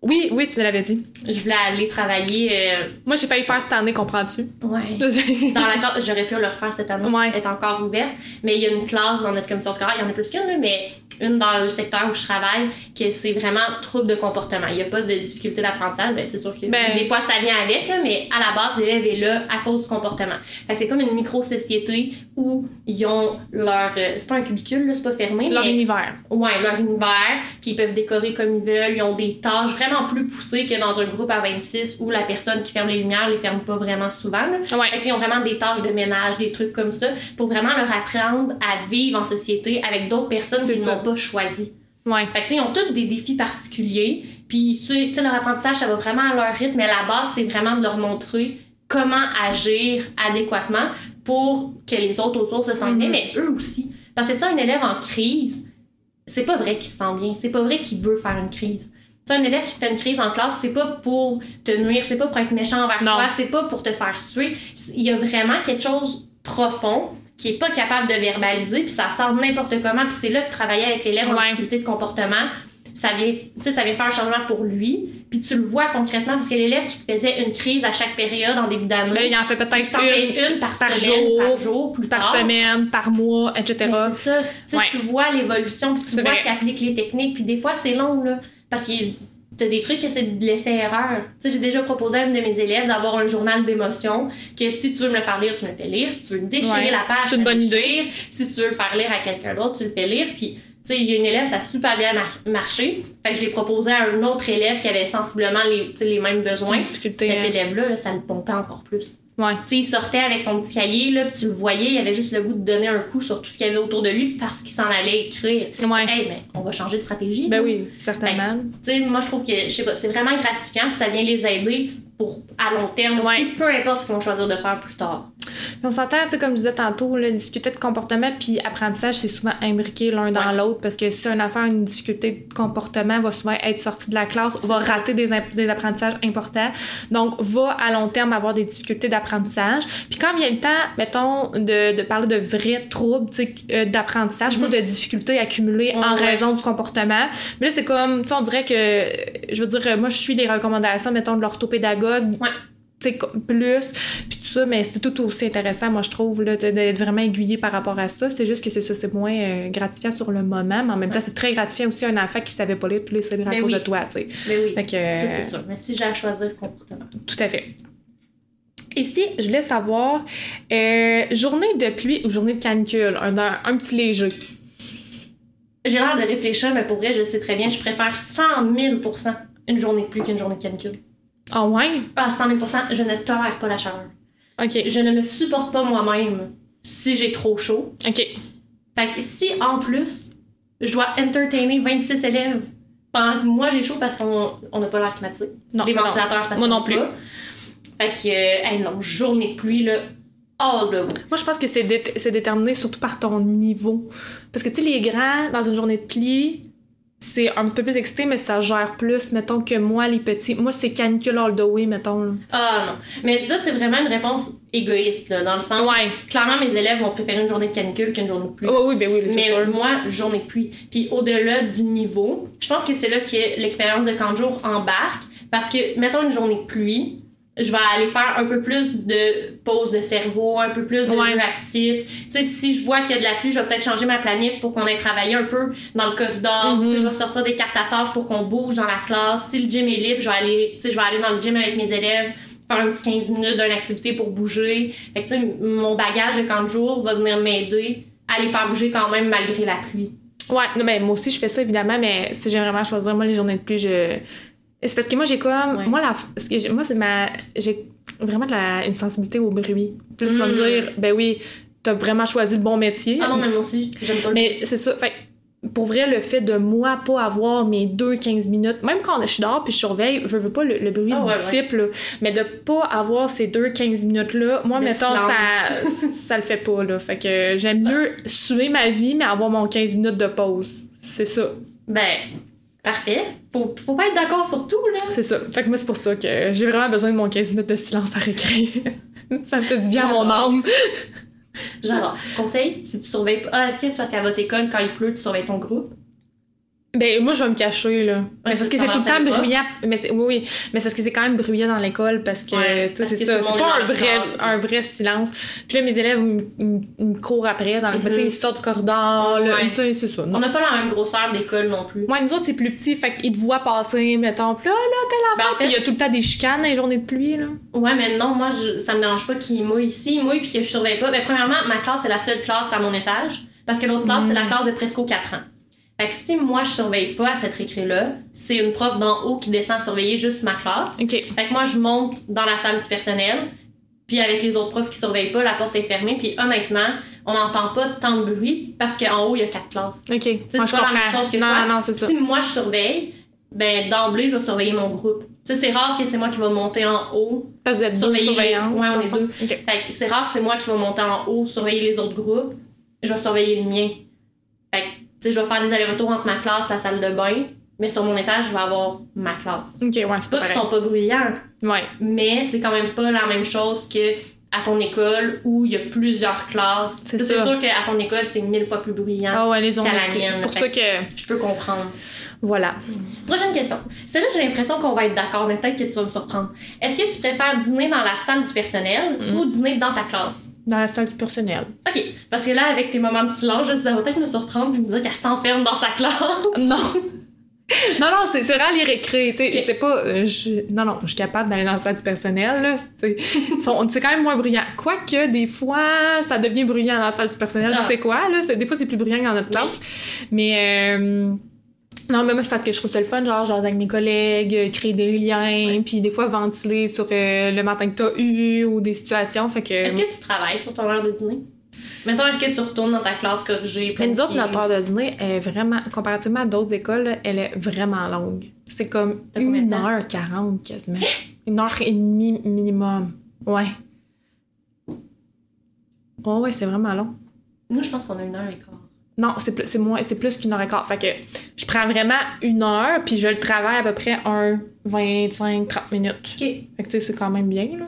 Speaker 2: Oui, oui, tu me l'avais dit.
Speaker 1: Je voulais aller travailler. euh,
Speaker 2: Moi, j'ai failli faire cette année, comprends-tu?
Speaker 1: ouais. Dans
Speaker 2: ouais,
Speaker 1: la classe- j'aurais pu le refaire cette année,
Speaker 2: Ouais.
Speaker 1: être encore ouverte. Mais il y a une classe dans notre commission scolaire, il y en a plus qu'une, là, mais une dans le secteur où je travaille, que c'est vraiment trouble de comportement. Il n'y a pas de difficulté d'apprentissage, ben, c'est sûr que
Speaker 2: Ben-
Speaker 1: des fois ça vient avec, là, mais à la base, l'élève est là à cause du comportement. Fait que c'est comme une micro-société où ils ont leur. euh, c'est pas un cubicule, là, c'est pas fermé.
Speaker 2: leur
Speaker 1: mais-
Speaker 2: univers.
Speaker 1: Ouais, leur univers, qu'ils peuvent décorer comme ils veulent, ils ont des tâches vraiment plus poussées que dans un groupe à 26 où la personne qui ferme les lumières les ferme pas vraiment souvent. là.
Speaker 2: Ouais.
Speaker 1: Fait qu'ils ont vraiment des tâches de ménage, des trucs comme ça, pour vraiment leur apprendre à vivre en société avec d'autres personnes
Speaker 2: C'est
Speaker 1: qu'ils
Speaker 2: ça.
Speaker 1: n'ont pas choisies.
Speaker 2: Ouais.
Speaker 1: Fait que, tu sais, ils ont tous des défis particuliers, puis ceux- tu sais, leur apprentissage, ça va vraiment à leur rythme, mais à la base, c'est vraiment de leur montrer comment agir adéquatement pour que les autres autour se sentent bien,
Speaker 2: Mhm.
Speaker 1: mais eux aussi. Parce que, tu sais, un élève en crise, c'est pas vrai qu'il se sent bien, c'est pas vrai qu'il veut faire une crise. Tu sais, un élève qui te fait une crise en classe, c'est pas pour te nuire, c'est pas pour être méchant envers
Speaker 2: Non.
Speaker 1: toi, c'est pas pour te faire suer. Il y a vraiment quelque chose de profond qui est pas capable de verbaliser, puis ça sort n'importe comment, puis c'est là que travailler avec l'élève en
Speaker 2: Ouais.
Speaker 1: difficulté de comportement, ça vient, tu sais, ça vient faire un changement pour lui, puis tu le vois concrètement, parce que l'élève qui te faisait une crise à chaque période en début
Speaker 2: Là,
Speaker 1: d'année,
Speaker 2: Ben, il en fait
Speaker 1: tu t'en fais
Speaker 2: peut-être une
Speaker 1: une, par, semaine,
Speaker 2: par jour,
Speaker 1: par jour, plus
Speaker 2: par
Speaker 1: tard.
Speaker 2: semaine, par mois,
Speaker 1: Ah. Mais
Speaker 2: etc.
Speaker 1: c'est ça. Tu sais,
Speaker 2: Ouais.
Speaker 1: Tu vois l'évolution, puis tu
Speaker 2: C'est
Speaker 1: vois
Speaker 2: vrai.
Speaker 1: qu'il applique les techniques, puis des fois, c'est long, là. Parce que t'as des trucs que c'est de l'essai-erreur. Tu sais, j'ai déjà proposé à une de mes élèves d'avoir un journal d'émotions, que si tu veux me le faire lire, tu me le fais lire. Si tu veux déchirer
Speaker 2: Ouais.
Speaker 1: la page,
Speaker 2: C'est une
Speaker 1: tu me le
Speaker 2: bonne
Speaker 1: fais lire. Si tu veux le faire lire à quelqu'un d'autre, tu le fais lire. Puis, tu sais, il y a une élève, ça a super bien mar- marché. Fait que je l'ai proposé à un autre élève qui avait sensiblement les, tu sais, les mêmes besoins.
Speaker 2: Difficulté,
Speaker 1: Cet
Speaker 2: hein.
Speaker 1: élève-là, là, ça le pompait encore plus.
Speaker 2: Ouais.
Speaker 1: Tu sais, il sortait avec son petit cahier, là, puis tu le voyais, il avait juste le goût de donner un coup sur tout ce qu'il y avait autour de lui parce qu'il s'en allait écrire.
Speaker 2: Ouais.
Speaker 1: Hey, mais on va changer de stratégie.
Speaker 2: Ben
Speaker 1: là.
Speaker 2: oui, certainement.
Speaker 1: Tu sais, moi, je trouve que, je sais pas, c'est vraiment gratifiant, puis ça vient les aider pour, à long terme
Speaker 2: Ouais.
Speaker 1: aussi, peu importe ce qu'ils vont choisir de faire plus tard.
Speaker 2: Puis on s'entend, tu sais, comme je disais tantôt, là, discuter de comportement puis apprentissage, c'est souvent imbriqué l'un dans
Speaker 1: Ouais.
Speaker 2: l'autre parce que si une affaire, une difficulté de comportement va souvent être sortie de la classe, va rater des, imp- des apprentissages importants. Donc, va à long terme avoir des difficultés d'apprentissage. Puis quand vient le temps, mettons, de, de parler de vrais troubles, tu sais, euh, d'apprentissage,
Speaker 1: Mhm.
Speaker 2: pas de difficultés accumulées en
Speaker 1: Ouais.
Speaker 2: raison du comportement, mais là, c'est comme, tu sais, on dirait que, euh, je veux dire, euh, moi, je suis les recommandations, mettons, de l'orthopédagogue.
Speaker 1: Ouais.
Speaker 2: tu sais, com- plus, puis tout ça, mais c'est tout aussi intéressant, moi, je trouve, là, de- d'être vraiment aiguillé par rapport à ça. C'est juste que c'est ça, c'est moins euh, gratifiant sur le moment, mais en même temps, c'est très gratifiant aussi à un enfant qui savait pas lire, puis là, c'est à
Speaker 1: Ben
Speaker 2: cause
Speaker 1: oui.
Speaker 2: de toi, tu sais.
Speaker 1: Mais oui.
Speaker 2: Ben Fait que, euh,
Speaker 1: Ça, c'est sûr. Mais si j'ai à choisir comportement.
Speaker 2: tout à fait. Ici, je voulais savoir, euh, journée de pluie ou journée de canicule, un, un, un petit léger.
Speaker 1: J'ai l'air de réfléchir, mais pour vrai, je sais très bien, je préfère 100 000 une journée de pluie qu'une journée de canicule.
Speaker 2: Ah ouais?
Speaker 1: Ah, 100 000 je ne tolère pas la chaleur.
Speaker 2: OK.
Speaker 1: Je ne me supporte pas moi-même si j'ai trop chaud.
Speaker 2: OK.
Speaker 1: Fait que si, en plus, je dois entertainer 26 élèves pendant que moi j'ai chaud parce qu'on on n'a pas l'air climatisé.
Speaker 2: Non,
Speaker 1: Les
Speaker 2: non.
Speaker 1: ventilateurs, ça
Speaker 2: Moi non
Speaker 1: fonctionne pas. Fait que, euh, hey, non, journée de pluie, là, all the way.
Speaker 2: Moi, je pense que c'est dé- c'est déterminé surtout par ton niveau. Parce que, tu sais, les grands, dans une journée de pli, c'est un peu plus excité, mais ça gère plus, mettons, que moi, les petits. Moi, c'est canicule all the way, mettons. là.
Speaker 1: Ah non. Mais ça, c'est vraiment une réponse égoïste, là, dans le sens.
Speaker 2: Ouais.
Speaker 1: Clairement, mes élèves vont préférer une journée de canicule qu'une journée de pluie.
Speaker 2: Ouais, oui, ben oui, c'est
Speaker 1: Mais
Speaker 2: sûr.
Speaker 1: moi, journée de pluie. Puis au-delà du niveau, je pense que c'est là que l'expérience de camp de jour embarque. Parce que, mettons une journée de pluie, je vais aller faire un peu plus de pause de cerveau, un peu plus de
Speaker 2: Ouais.
Speaker 1: jeux actifs. Tu sais, si je vois qu'il y a de la pluie, je vais peut-être changer ma planif pour qu'on aille travailler un peu dans le corridor.
Speaker 2: Mhm.
Speaker 1: Tu sais, je vais sortir des cartes à tâches pour qu'on bouge dans la classe. Si le gym est libre, je vais aller, tu sais, je vais aller dans le gym avec mes élèves faire un petit 15 minutes d'une activité pour bouger. Fait que, tu sais, mon bagage de camp de jour va venir m'aider à les faire bouger quand même malgré la pluie.
Speaker 2: Ouais, non, mais moi aussi, je fais ça, évidemment, mais si j'ai vraiment à choisir, moi, les journées de pluie, je. C'est parce que moi, j'ai comme.
Speaker 1: Ouais.
Speaker 2: Moi, la... parce que j'ai- moi c'est ma. J'ai vraiment de la... une sensibilité au bruit. Puis là, tu vas
Speaker 1: Mm.
Speaker 2: me dire, ben oui, t'as vraiment choisi le bon métier.
Speaker 1: Ah non, mais moi aussi, j'aime pas le
Speaker 2: Mais c'est ça. Fait que, pour vrai, le fait de moi pas avoir mes deux 15 minutes, même quand je suis dehors puis je surveille, je veux pas le, le bruit
Speaker 1: Ah
Speaker 2: se
Speaker 1: ouais,
Speaker 2: dissipe, là. mais de pas avoir ces deux 15 minutes-là, moi,
Speaker 1: Le
Speaker 2: mettons, ça,
Speaker 1: silence.
Speaker 2: ça le fait pas. Là. Fait que j'aime mieux suer ma vie, mais avoir mon 15 minutes de pause. C'est ça,
Speaker 1: Ben, parfait. Faut, faut pas être d'accord sur tout, là.
Speaker 2: c'est ça. Fait que moi, c'est pour ça que j'ai vraiment besoin de mon 15 minutes de silence à récré. ça me fait du bien à mon âme.
Speaker 1: J'adore. Conseil, si tu surveilles pas. Ah, est-ce que c'est parce qu'à votre école, quand il pleut, tu surveilles ton groupe?
Speaker 2: Ben, moi, je vais me cacher, là. Mais
Speaker 1: ça,
Speaker 2: parce que
Speaker 1: ça
Speaker 2: c'est tout le temps
Speaker 1: m'enseigne pas.
Speaker 2: bruyant. Mais c'est- oui, oui. Mais c'est parce que c'est quand même bruyant dans l'école parce que,
Speaker 1: Ouais,
Speaker 2: tu sais,
Speaker 1: parce
Speaker 2: c'est
Speaker 1: que tout
Speaker 2: ça.
Speaker 1: le monde
Speaker 2: C'est pas
Speaker 1: est
Speaker 2: un
Speaker 1: dans la
Speaker 2: vrai,
Speaker 1: classe.
Speaker 2: un vrai silence. Puis là, mes élèves me- me me courent après dans le,
Speaker 1: Mhm.
Speaker 2: tu sais, ils sortent du corridor, là.
Speaker 1: Ouais.
Speaker 2: Tu sais, c'est ça.
Speaker 1: On
Speaker 2: Non.
Speaker 1: n'a pas la même grosseur d'école non plus.
Speaker 2: Moi, nous autres, c'est plus petit, fait qu'ils te voient passer, mettons, puis là, là, t'es
Speaker 1: Ben,
Speaker 2: l'enfant.
Speaker 1: en fait-
Speaker 2: Puis il y a tout le temps des chicanes dans les journées de pluie, là.
Speaker 1: Ouais, mais non, moi, je, ça me dérange pas qu'ils mouillent. S'ils mouillent puis que je surveille pas, ben, premièrement, ma classe est la seule classe à mon étage. Parce que l'autre classe, c'est la
Speaker 2: Mm.
Speaker 1: classe de presque 4 ans. Fait que si moi, je surveille pas à cette récré-là, c'est une prof d'en haut qui descend surveiller juste ma classe.
Speaker 2: OK.
Speaker 1: Fait que moi, je monte dans la salle du personnel, puis avec les autres profs qui surveillent pas, la porte est fermée, puis honnêtement, on n'entend pas tant de bruit parce qu'en haut, il y a quatre classes.
Speaker 2: OK.
Speaker 1: c'est
Speaker 2: Moi, je
Speaker 1: pas la
Speaker 2: comprends.
Speaker 1: même chose que
Speaker 2: non,
Speaker 1: toi.
Speaker 2: non, c'est ça.
Speaker 1: Si moi, je surveille, ben d'emblée, je vais surveiller mon groupe. Tu sais, c'est rare que c'est moi qui va monter en haut
Speaker 2: Parce que vous êtes deux
Speaker 1: surveiller-
Speaker 2: surveillants.
Speaker 1: Ouais, on
Speaker 2: dans le
Speaker 1: est
Speaker 2: fond.
Speaker 1: deux.
Speaker 2: OK.
Speaker 1: fait que c'est rare que c'est moi qui vais monter en haut, surveiller les autres groupes. Je vais surveiller le mien. Fait que, tu sais, je vais faire des allers-retours entre ma classe, la salle de bain, mais sur mon étage, je vais avoir ma classe.
Speaker 2: OK, ouais, c'est
Speaker 1: Pas
Speaker 2: pas
Speaker 1: qu'ils
Speaker 2: pareil.
Speaker 1: sont pas bruyants,
Speaker 2: Ouais.
Speaker 1: mais c'est quand même pas la même chose que à ton école où il y a plusieurs classes.
Speaker 2: C'est
Speaker 1: Tu sais,
Speaker 2: ça.
Speaker 1: sûr qu'à ton école, c'est mille fois plus bruyant.
Speaker 2: Ah ouais, les journées
Speaker 1: Qu'à la
Speaker 2: de pluie.
Speaker 1: mienne,
Speaker 2: C'est pour
Speaker 1: fait
Speaker 2: ça que...
Speaker 1: Je peux comprendre.
Speaker 2: Voilà.
Speaker 1: Prochaine question. Celle-là, j'ai l'impression qu'on va être d'accord, mais peut-être que tu vas me surprendre. Est-ce que tu préfères dîner dans la salle du personnel
Speaker 2: Mm.
Speaker 1: ou dîner dans ta classe?
Speaker 2: Dans la salle du personnel.
Speaker 1: OK, parce que là, avec tes moments de silence, je ça va peut-être me surprendre et me dire qu'elle s'enferme dans sa classe.
Speaker 2: Non. Non, non, c'est c'est vraiment les récré. tu sais,
Speaker 1: Ok.
Speaker 2: C'est pas. euh, je- non, non, je suis capable d'aller dans le salle du personnel. là, tu sais. Ils sont- C'est quand même moins bruyant. Quoique, des fois, ça devient bruyant dans la salle du personnel.
Speaker 1: Ah.
Speaker 2: Tu sais quoi, là? c'est- Des fois, c'est plus bruyant que dans notre classe. Mais. euh, Non, mais moi, je pense que je trouve ça le fun, genre, genre avec mes collègues, euh, créer des liens, puis des fois ventiler sur euh, le matin que t'as eu ou des situations. Fait que.
Speaker 1: Est-ce que tu travailles sur ton heure de dîner? Mettons, est-ce que tu retournes dans ta classe corrigée?
Speaker 2: Mais nous
Speaker 1: planifiée?
Speaker 2: autres, notre heure de dîner est vraiment, comparativement à d'autres écoles, là, elle est vraiment longue. C'est comme
Speaker 1: T'as combien de temps?
Speaker 2: 1h40 quasiment. Une heure et demie minimum. Ouais. Oh ouais, c'est vraiment long.
Speaker 1: Nous, je pense qu'on a une heure et quart.
Speaker 2: Non, c'est plus, c'est moins, c'est plus qu'une heure et quart. Fait que je prends vraiment une heure, puis je le travaille à peu près un 25, 30 minutes.
Speaker 1: OK.
Speaker 2: Fait que tu sais, c'est quand même bien, là.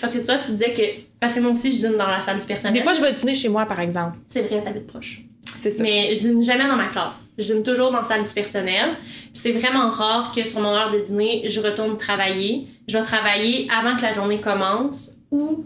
Speaker 1: Parce que toi, tu disais que. Parce que moi aussi, je dîne dans la salle du personnel.
Speaker 2: Des fois, je vais dîner chez moi, par exemple.
Speaker 1: C'est vrai, t'habites proche.
Speaker 2: C'est ça.
Speaker 1: Mais je dîne jamais dans ma classe. Je dîne toujours dans la salle du personnel. C'est vraiment rare que sur mon heure de dîner, je retourne travailler. Je vais travailler avant que la journée commence ou.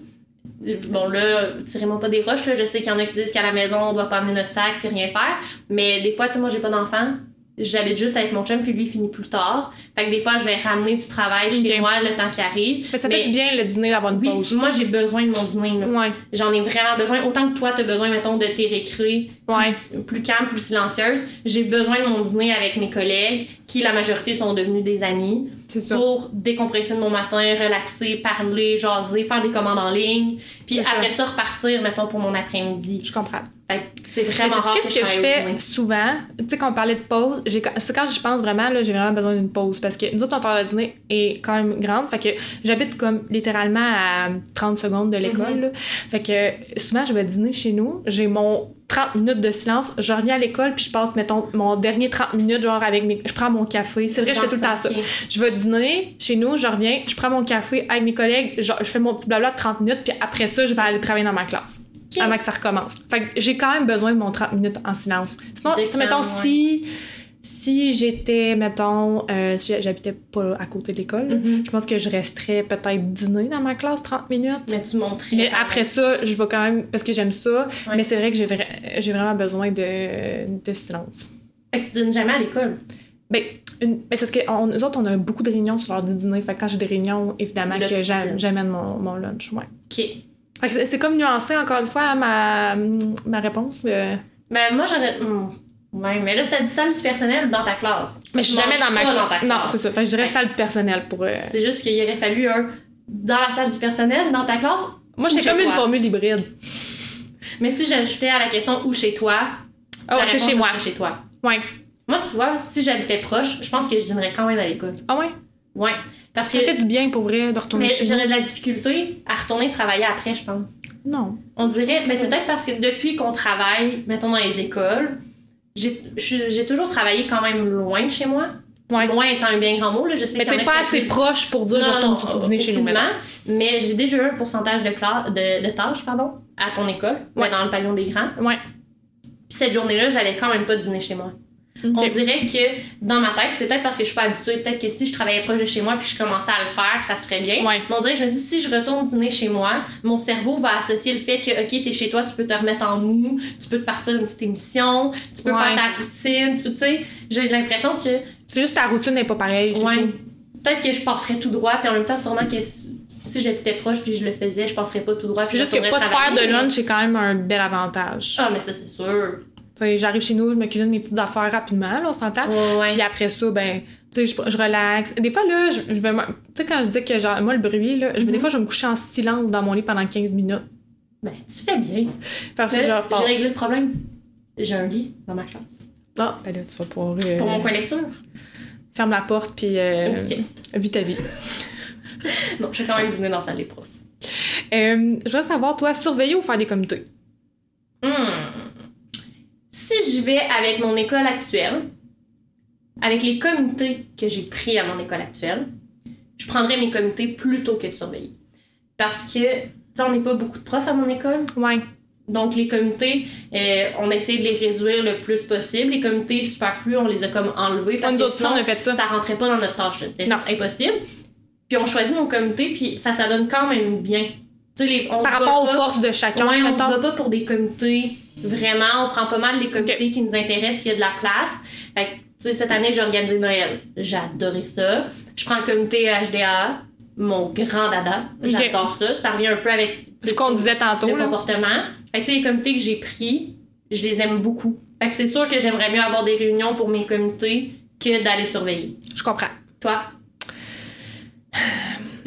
Speaker 1: Bon, là, tirez-moi pas des roches. Là. Je sais qu'il y en a qui disent qu'à la maison, on doit pas amener notre sac puis rien faire. Mais des fois, tu sais, moi, j'ai pas d'enfant. J'habite juste avec mon chum puis lui il finit plus tard. Fait que des fois, je vais ramener du travail chez
Speaker 2: Ok.
Speaker 1: moi le temps qu'il arrive.
Speaker 2: Mais ça
Speaker 1: Mais-
Speaker 2: fait du bien, le dîner, d'avoir une
Speaker 1: Oui,
Speaker 2: pause.
Speaker 1: moi, j'ai besoin de mon dîner. là.
Speaker 2: Ouais.
Speaker 1: J'en ai vraiment besoin. Autant que toi, t'as besoin, mettons, de tes récrés
Speaker 2: Ouais.
Speaker 1: plus calme, plus silencieuse. J'ai besoin de mon dîner avec mes collègues, qui la majorité sont devenus des amis,
Speaker 2: C'est ça.
Speaker 1: pour décompresser de mon matin, relaxer, parler, jaser, faire des commandes en ligne, puis
Speaker 2: C'est ça.
Speaker 1: après ça. repartir, mettons, pour mon après-midi.
Speaker 2: Je comprends.
Speaker 1: Fait que c'est
Speaker 2: Mais
Speaker 1: vraiment
Speaker 2: c'est
Speaker 1: rare
Speaker 2: qu'est-ce que, je
Speaker 1: travaille au
Speaker 2: fais
Speaker 1: dîner.
Speaker 2: souvent. Tu sais, quand on parlait de pause, j'ai, c'est quand je pense vraiment, là, j'ai vraiment besoin d'une pause parce que nous autres, notre heure de dîner est quand même grande. Fait que j'habite comme littéralement à 30 secondes de l'école.
Speaker 1: Mhm.
Speaker 2: là. Fait que souvent, je vais dîner chez nous. J'ai mon 30 minutes de silence. Je reviens à l'école puis je passe, mettons, mon dernier 30 minutes, genre avec mes. Je prends mon café. C'est vrai, je fais tout le temps ça.
Speaker 1: Ok.
Speaker 2: Je vais dîner chez nous, je reviens, je prends mon café avec mes collègues, je, je fais mon petit blabla de 30 minutes, puis après ça, je vais aller travailler dans ma classe.
Speaker 1: Ok.
Speaker 2: Avant que ça recommence. Fait que j'ai quand même besoin de mon 30 minutes en silence. Sinon,
Speaker 1: De
Speaker 2: tu sais, mettons,
Speaker 1: calme, ouais.
Speaker 2: si, si j'étais, mettons, euh, si j'habitais pas à côté de l'école,
Speaker 1: Mhm.
Speaker 2: je pense que je resterais peut-être dîner dans ma classe 30 minutes.
Speaker 1: Mais tu montrais.
Speaker 2: Mais
Speaker 1: quand même.
Speaker 2: après ça, je vais quand même, parce que j'aime ça,
Speaker 1: Ouais.
Speaker 2: mais c'est vrai que j'ai vra- j'ai vraiment besoin de, de silence.
Speaker 1: Fait que tu dînes jamais à l'école.
Speaker 2: Ben, une- ben, c'est parce que on- nous autres, on a beaucoup de réunions sur l'heure du dîner. Fait que quand j'ai des réunions, évidemment
Speaker 1: Là, tu
Speaker 2: que j'a-
Speaker 1: cuisines.
Speaker 2: j'amène mon, mon lunch. Ouais.
Speaker 1: OK.
Speaker 2: Fait que c'est- c'est comme nuancé, encore une fois, à ma, ma réponse. euh.
Speaker 1: Mais moi, j'aurais. hmm. Ouais, mais là, ça dit ça du personnel dans ta classe.
Speaker 2: Mais je suis
Speaker 1: Tu
Speaker 2: jamais
Speaker 1: manges
Speaker 2: dans ma
Speaker 1: pas
Speaker 2: classe.
Speaker 1: ta
Speaker 2: Non,
Speaker 1: classe.
Speaker 2: c'est ça. Fait que je reste salle du personnel pour. euh,
Speaker 1: C'est juste qu'il aurait fallu un dans la salle du personnel, dans ta classe.
Speaker 2: Moi, j'ai
Speaker 1: Chez
Speaker 2: comme une
Speaker 1: toi.
Speaker 2: formule hybride.
Speaker 1: Mais si j'ajoutais à la question où chez toi, la
Speaker 2: Ah ouais, c'est
Speaker 1: réponse,
Speaker 2: chez
Speaker 1: ça
Speaker 2: moi.
Speaker 1: serait chez toi.
Speaker 2: Ouais.
Speaker 1: Moi, tu vois, si j'habitais proche, je pense que je dînerais quand même à l'école.
Speaker 2: Ah ouais?
Speaker 1: Ouais. Parce
Speaker 2: Ça
Speaker 1: que
Speaker 2: fait du bien pour vrai de
Speaker 1: mais
Speaker 2: retourner chez moi.
Speaker 1: j'aurais de la difficulté à retourner travailler après, je pense.
Speaker 2: Non.
Speaker 1: On dirait, mais c'est peut-être parce que depuis qu'on travaille, mettons dans les écoles, j'ai je- j'ai toujours travaillé quand même loin de chez moi.
Speaker 2: Ouais.
Speaker 1: Loin étant un bien grand mot, là, je sais
Speaker 2: Mais
Speaker 1: qu'il y en
Speaker 2: t'es
Speaker 1: a
Speaker 2: pas
Speaker 1: qui-
Speaker 2: assez proche pour dire
Speaker 1: Non,
Speaker 2: je
Speaker 1: non,
Speaker 2: retourne
Speaker 1: non,
Speaker 2: dîner chez nous
Speaker 1: aucunement,
Speaker 2: maintenant.
Speaker 1: Mais j'ai déjà eu un pourcentage de, cla- de, de tâches pardon, à ton école, mais
Speaker 2: Ouais.
Speaker 1: dans le pavillon des grands.
Speaker 2: Ouais.
Speaker 1: Puis cette journée-là, j'allais quand même pas dîner chez moi. On
Speaker 2: Ok.
Speaker 1: dirait que dans ma tête, c'est peut-être parce que je suis pas habituée, peut-être que si je travaillais proche de chez moi puis je commençais à le faire, ça se ferait bien.
Speaker 2: Ouais.
Speaker 1: Mais on dirait que je me dis si je retourne dîner chez moi, mon cerveau va associer le fait que OK, t'es chez toi, tu peux te remettre en mou, tu peux te partir une petite émission, tu peux
Speaker 2: Ouais.
Speaker 1: faire ta routine, tu peux tu sais, j'ai l'impression que
Speaker 2: C'est juste ta routine n'est pas pareille. c'est
Speaker 1: ouais,
Speaker 2: tout.
Speaker 1: peut-être que je passerais tout droit puis en même temps sûrement que si si j'habitais proche puis je le faisais, je passerais pas tout droit. puis
Speaker 2: C'est
Speaker 1: je
Speaker 2: juste que pas
Speaker 1: retournerais
Speaker 2: se faire de
Speaker 1: travailler.
Speaker 2: lunch, c'est quand même un bel avantage.
Speaker 1: Ah mais ça c'est sûr.
Speaker 2: Tu sais, J'arrive chez nous, je me cuisine mes petites affaires rapidement, là, on s'entend.
Speaker 1: Ouais, ouais.
Speaker 2: Puis après ça, ben, tu sais, je, je relaxe. Des fois, là, je, je vais. me- Tu sais, quand je dis que, genre, moi, le bruit, là, je,
Speaker 1: Mhm.
Speaker 2: des fois, je vais me coucher en silence dans mon lit pendant 15 minutes.
Speaker 1: Ben, tu fais bien.
Speaker 2: Parce que,
Speaker 1: Mais
Speaker 2: genre,
Speaker 1: J'ai réglé le problème. J'ai un lit dans ma classe.
Speaker 2: ah, ben là, tu vas pouvoir. euh,
Speaker 1: Pour mon coin lecture,
Speaker 2: ferme la porte, puis. euh,
Speaker 1: une sieste.
Speaker 2: vis ta vie.
Speaker 1: Non, je vais quand même dîner dans la salle des profs.
Speaker 2: Euh, je voudrais savoir, toi, surveiller ou faire des comités?
Speaker 1: Hmm. Si je vais avec mon école actuelle, avec les comités que j'ai pris à mon école actuelle, je prendrais mes comités plutôt que de surveiller. Parce que, tu sais, on n'est pas beaucoup de profs à mon école.
Speaker 2: Ouais.
Speaker 1: Donc, les comités, euh, on essaie de les réduire le plus possible. Les comités superflus, on les a comme enlevés parce
Speaker 2: Nous
Speaker 1: que
Speaker 2: autres, ça,
Speaker 1: sinon,
Speaker 2: on a fait ça.
Speaker 1: ça rentrait pas dans notre tâche. là. C'était
Speaker 2: Non.
Speaker 1: juste impossible. Puis on choisit nos comités, puis ça, ça donne quand même bien. Tu sais, les, on
Speaker 2: Par
Speaker 1: se bat
Speaker 2: rapport aux
Speaker 1: pas-
Speaker 2: forces de chacun,
Speaker 1: Ouais, on ne
Speaker 2: mettons.
Speaker 1: va pas pour des comités. Vraiment, on prend pas mal les comités qui nous intéressent, qui a de la place. Fait que, tu sais, cette année, j'ai organisé Noël. J'ai adoré ça. Je prends le comité HDA, mon grand dada.
Speaker 2: Ok.
Speaker 1: J'adore ça. Ça revient un peu avec
Speaker 2: C'est ce qu'on disait tantôt,
Speaker 1: le
Speaker 2: là.
Speaker 1: comportement. Fait que, tu sais, les comités que j'ai pris, je les aime beaucoup. Fait que c'est sûr que j'aimerais mieux avoir des réunions pour mes comités que d'aller surveiller.
Speaker 2: Je comprends.
Speaker 1: Toi,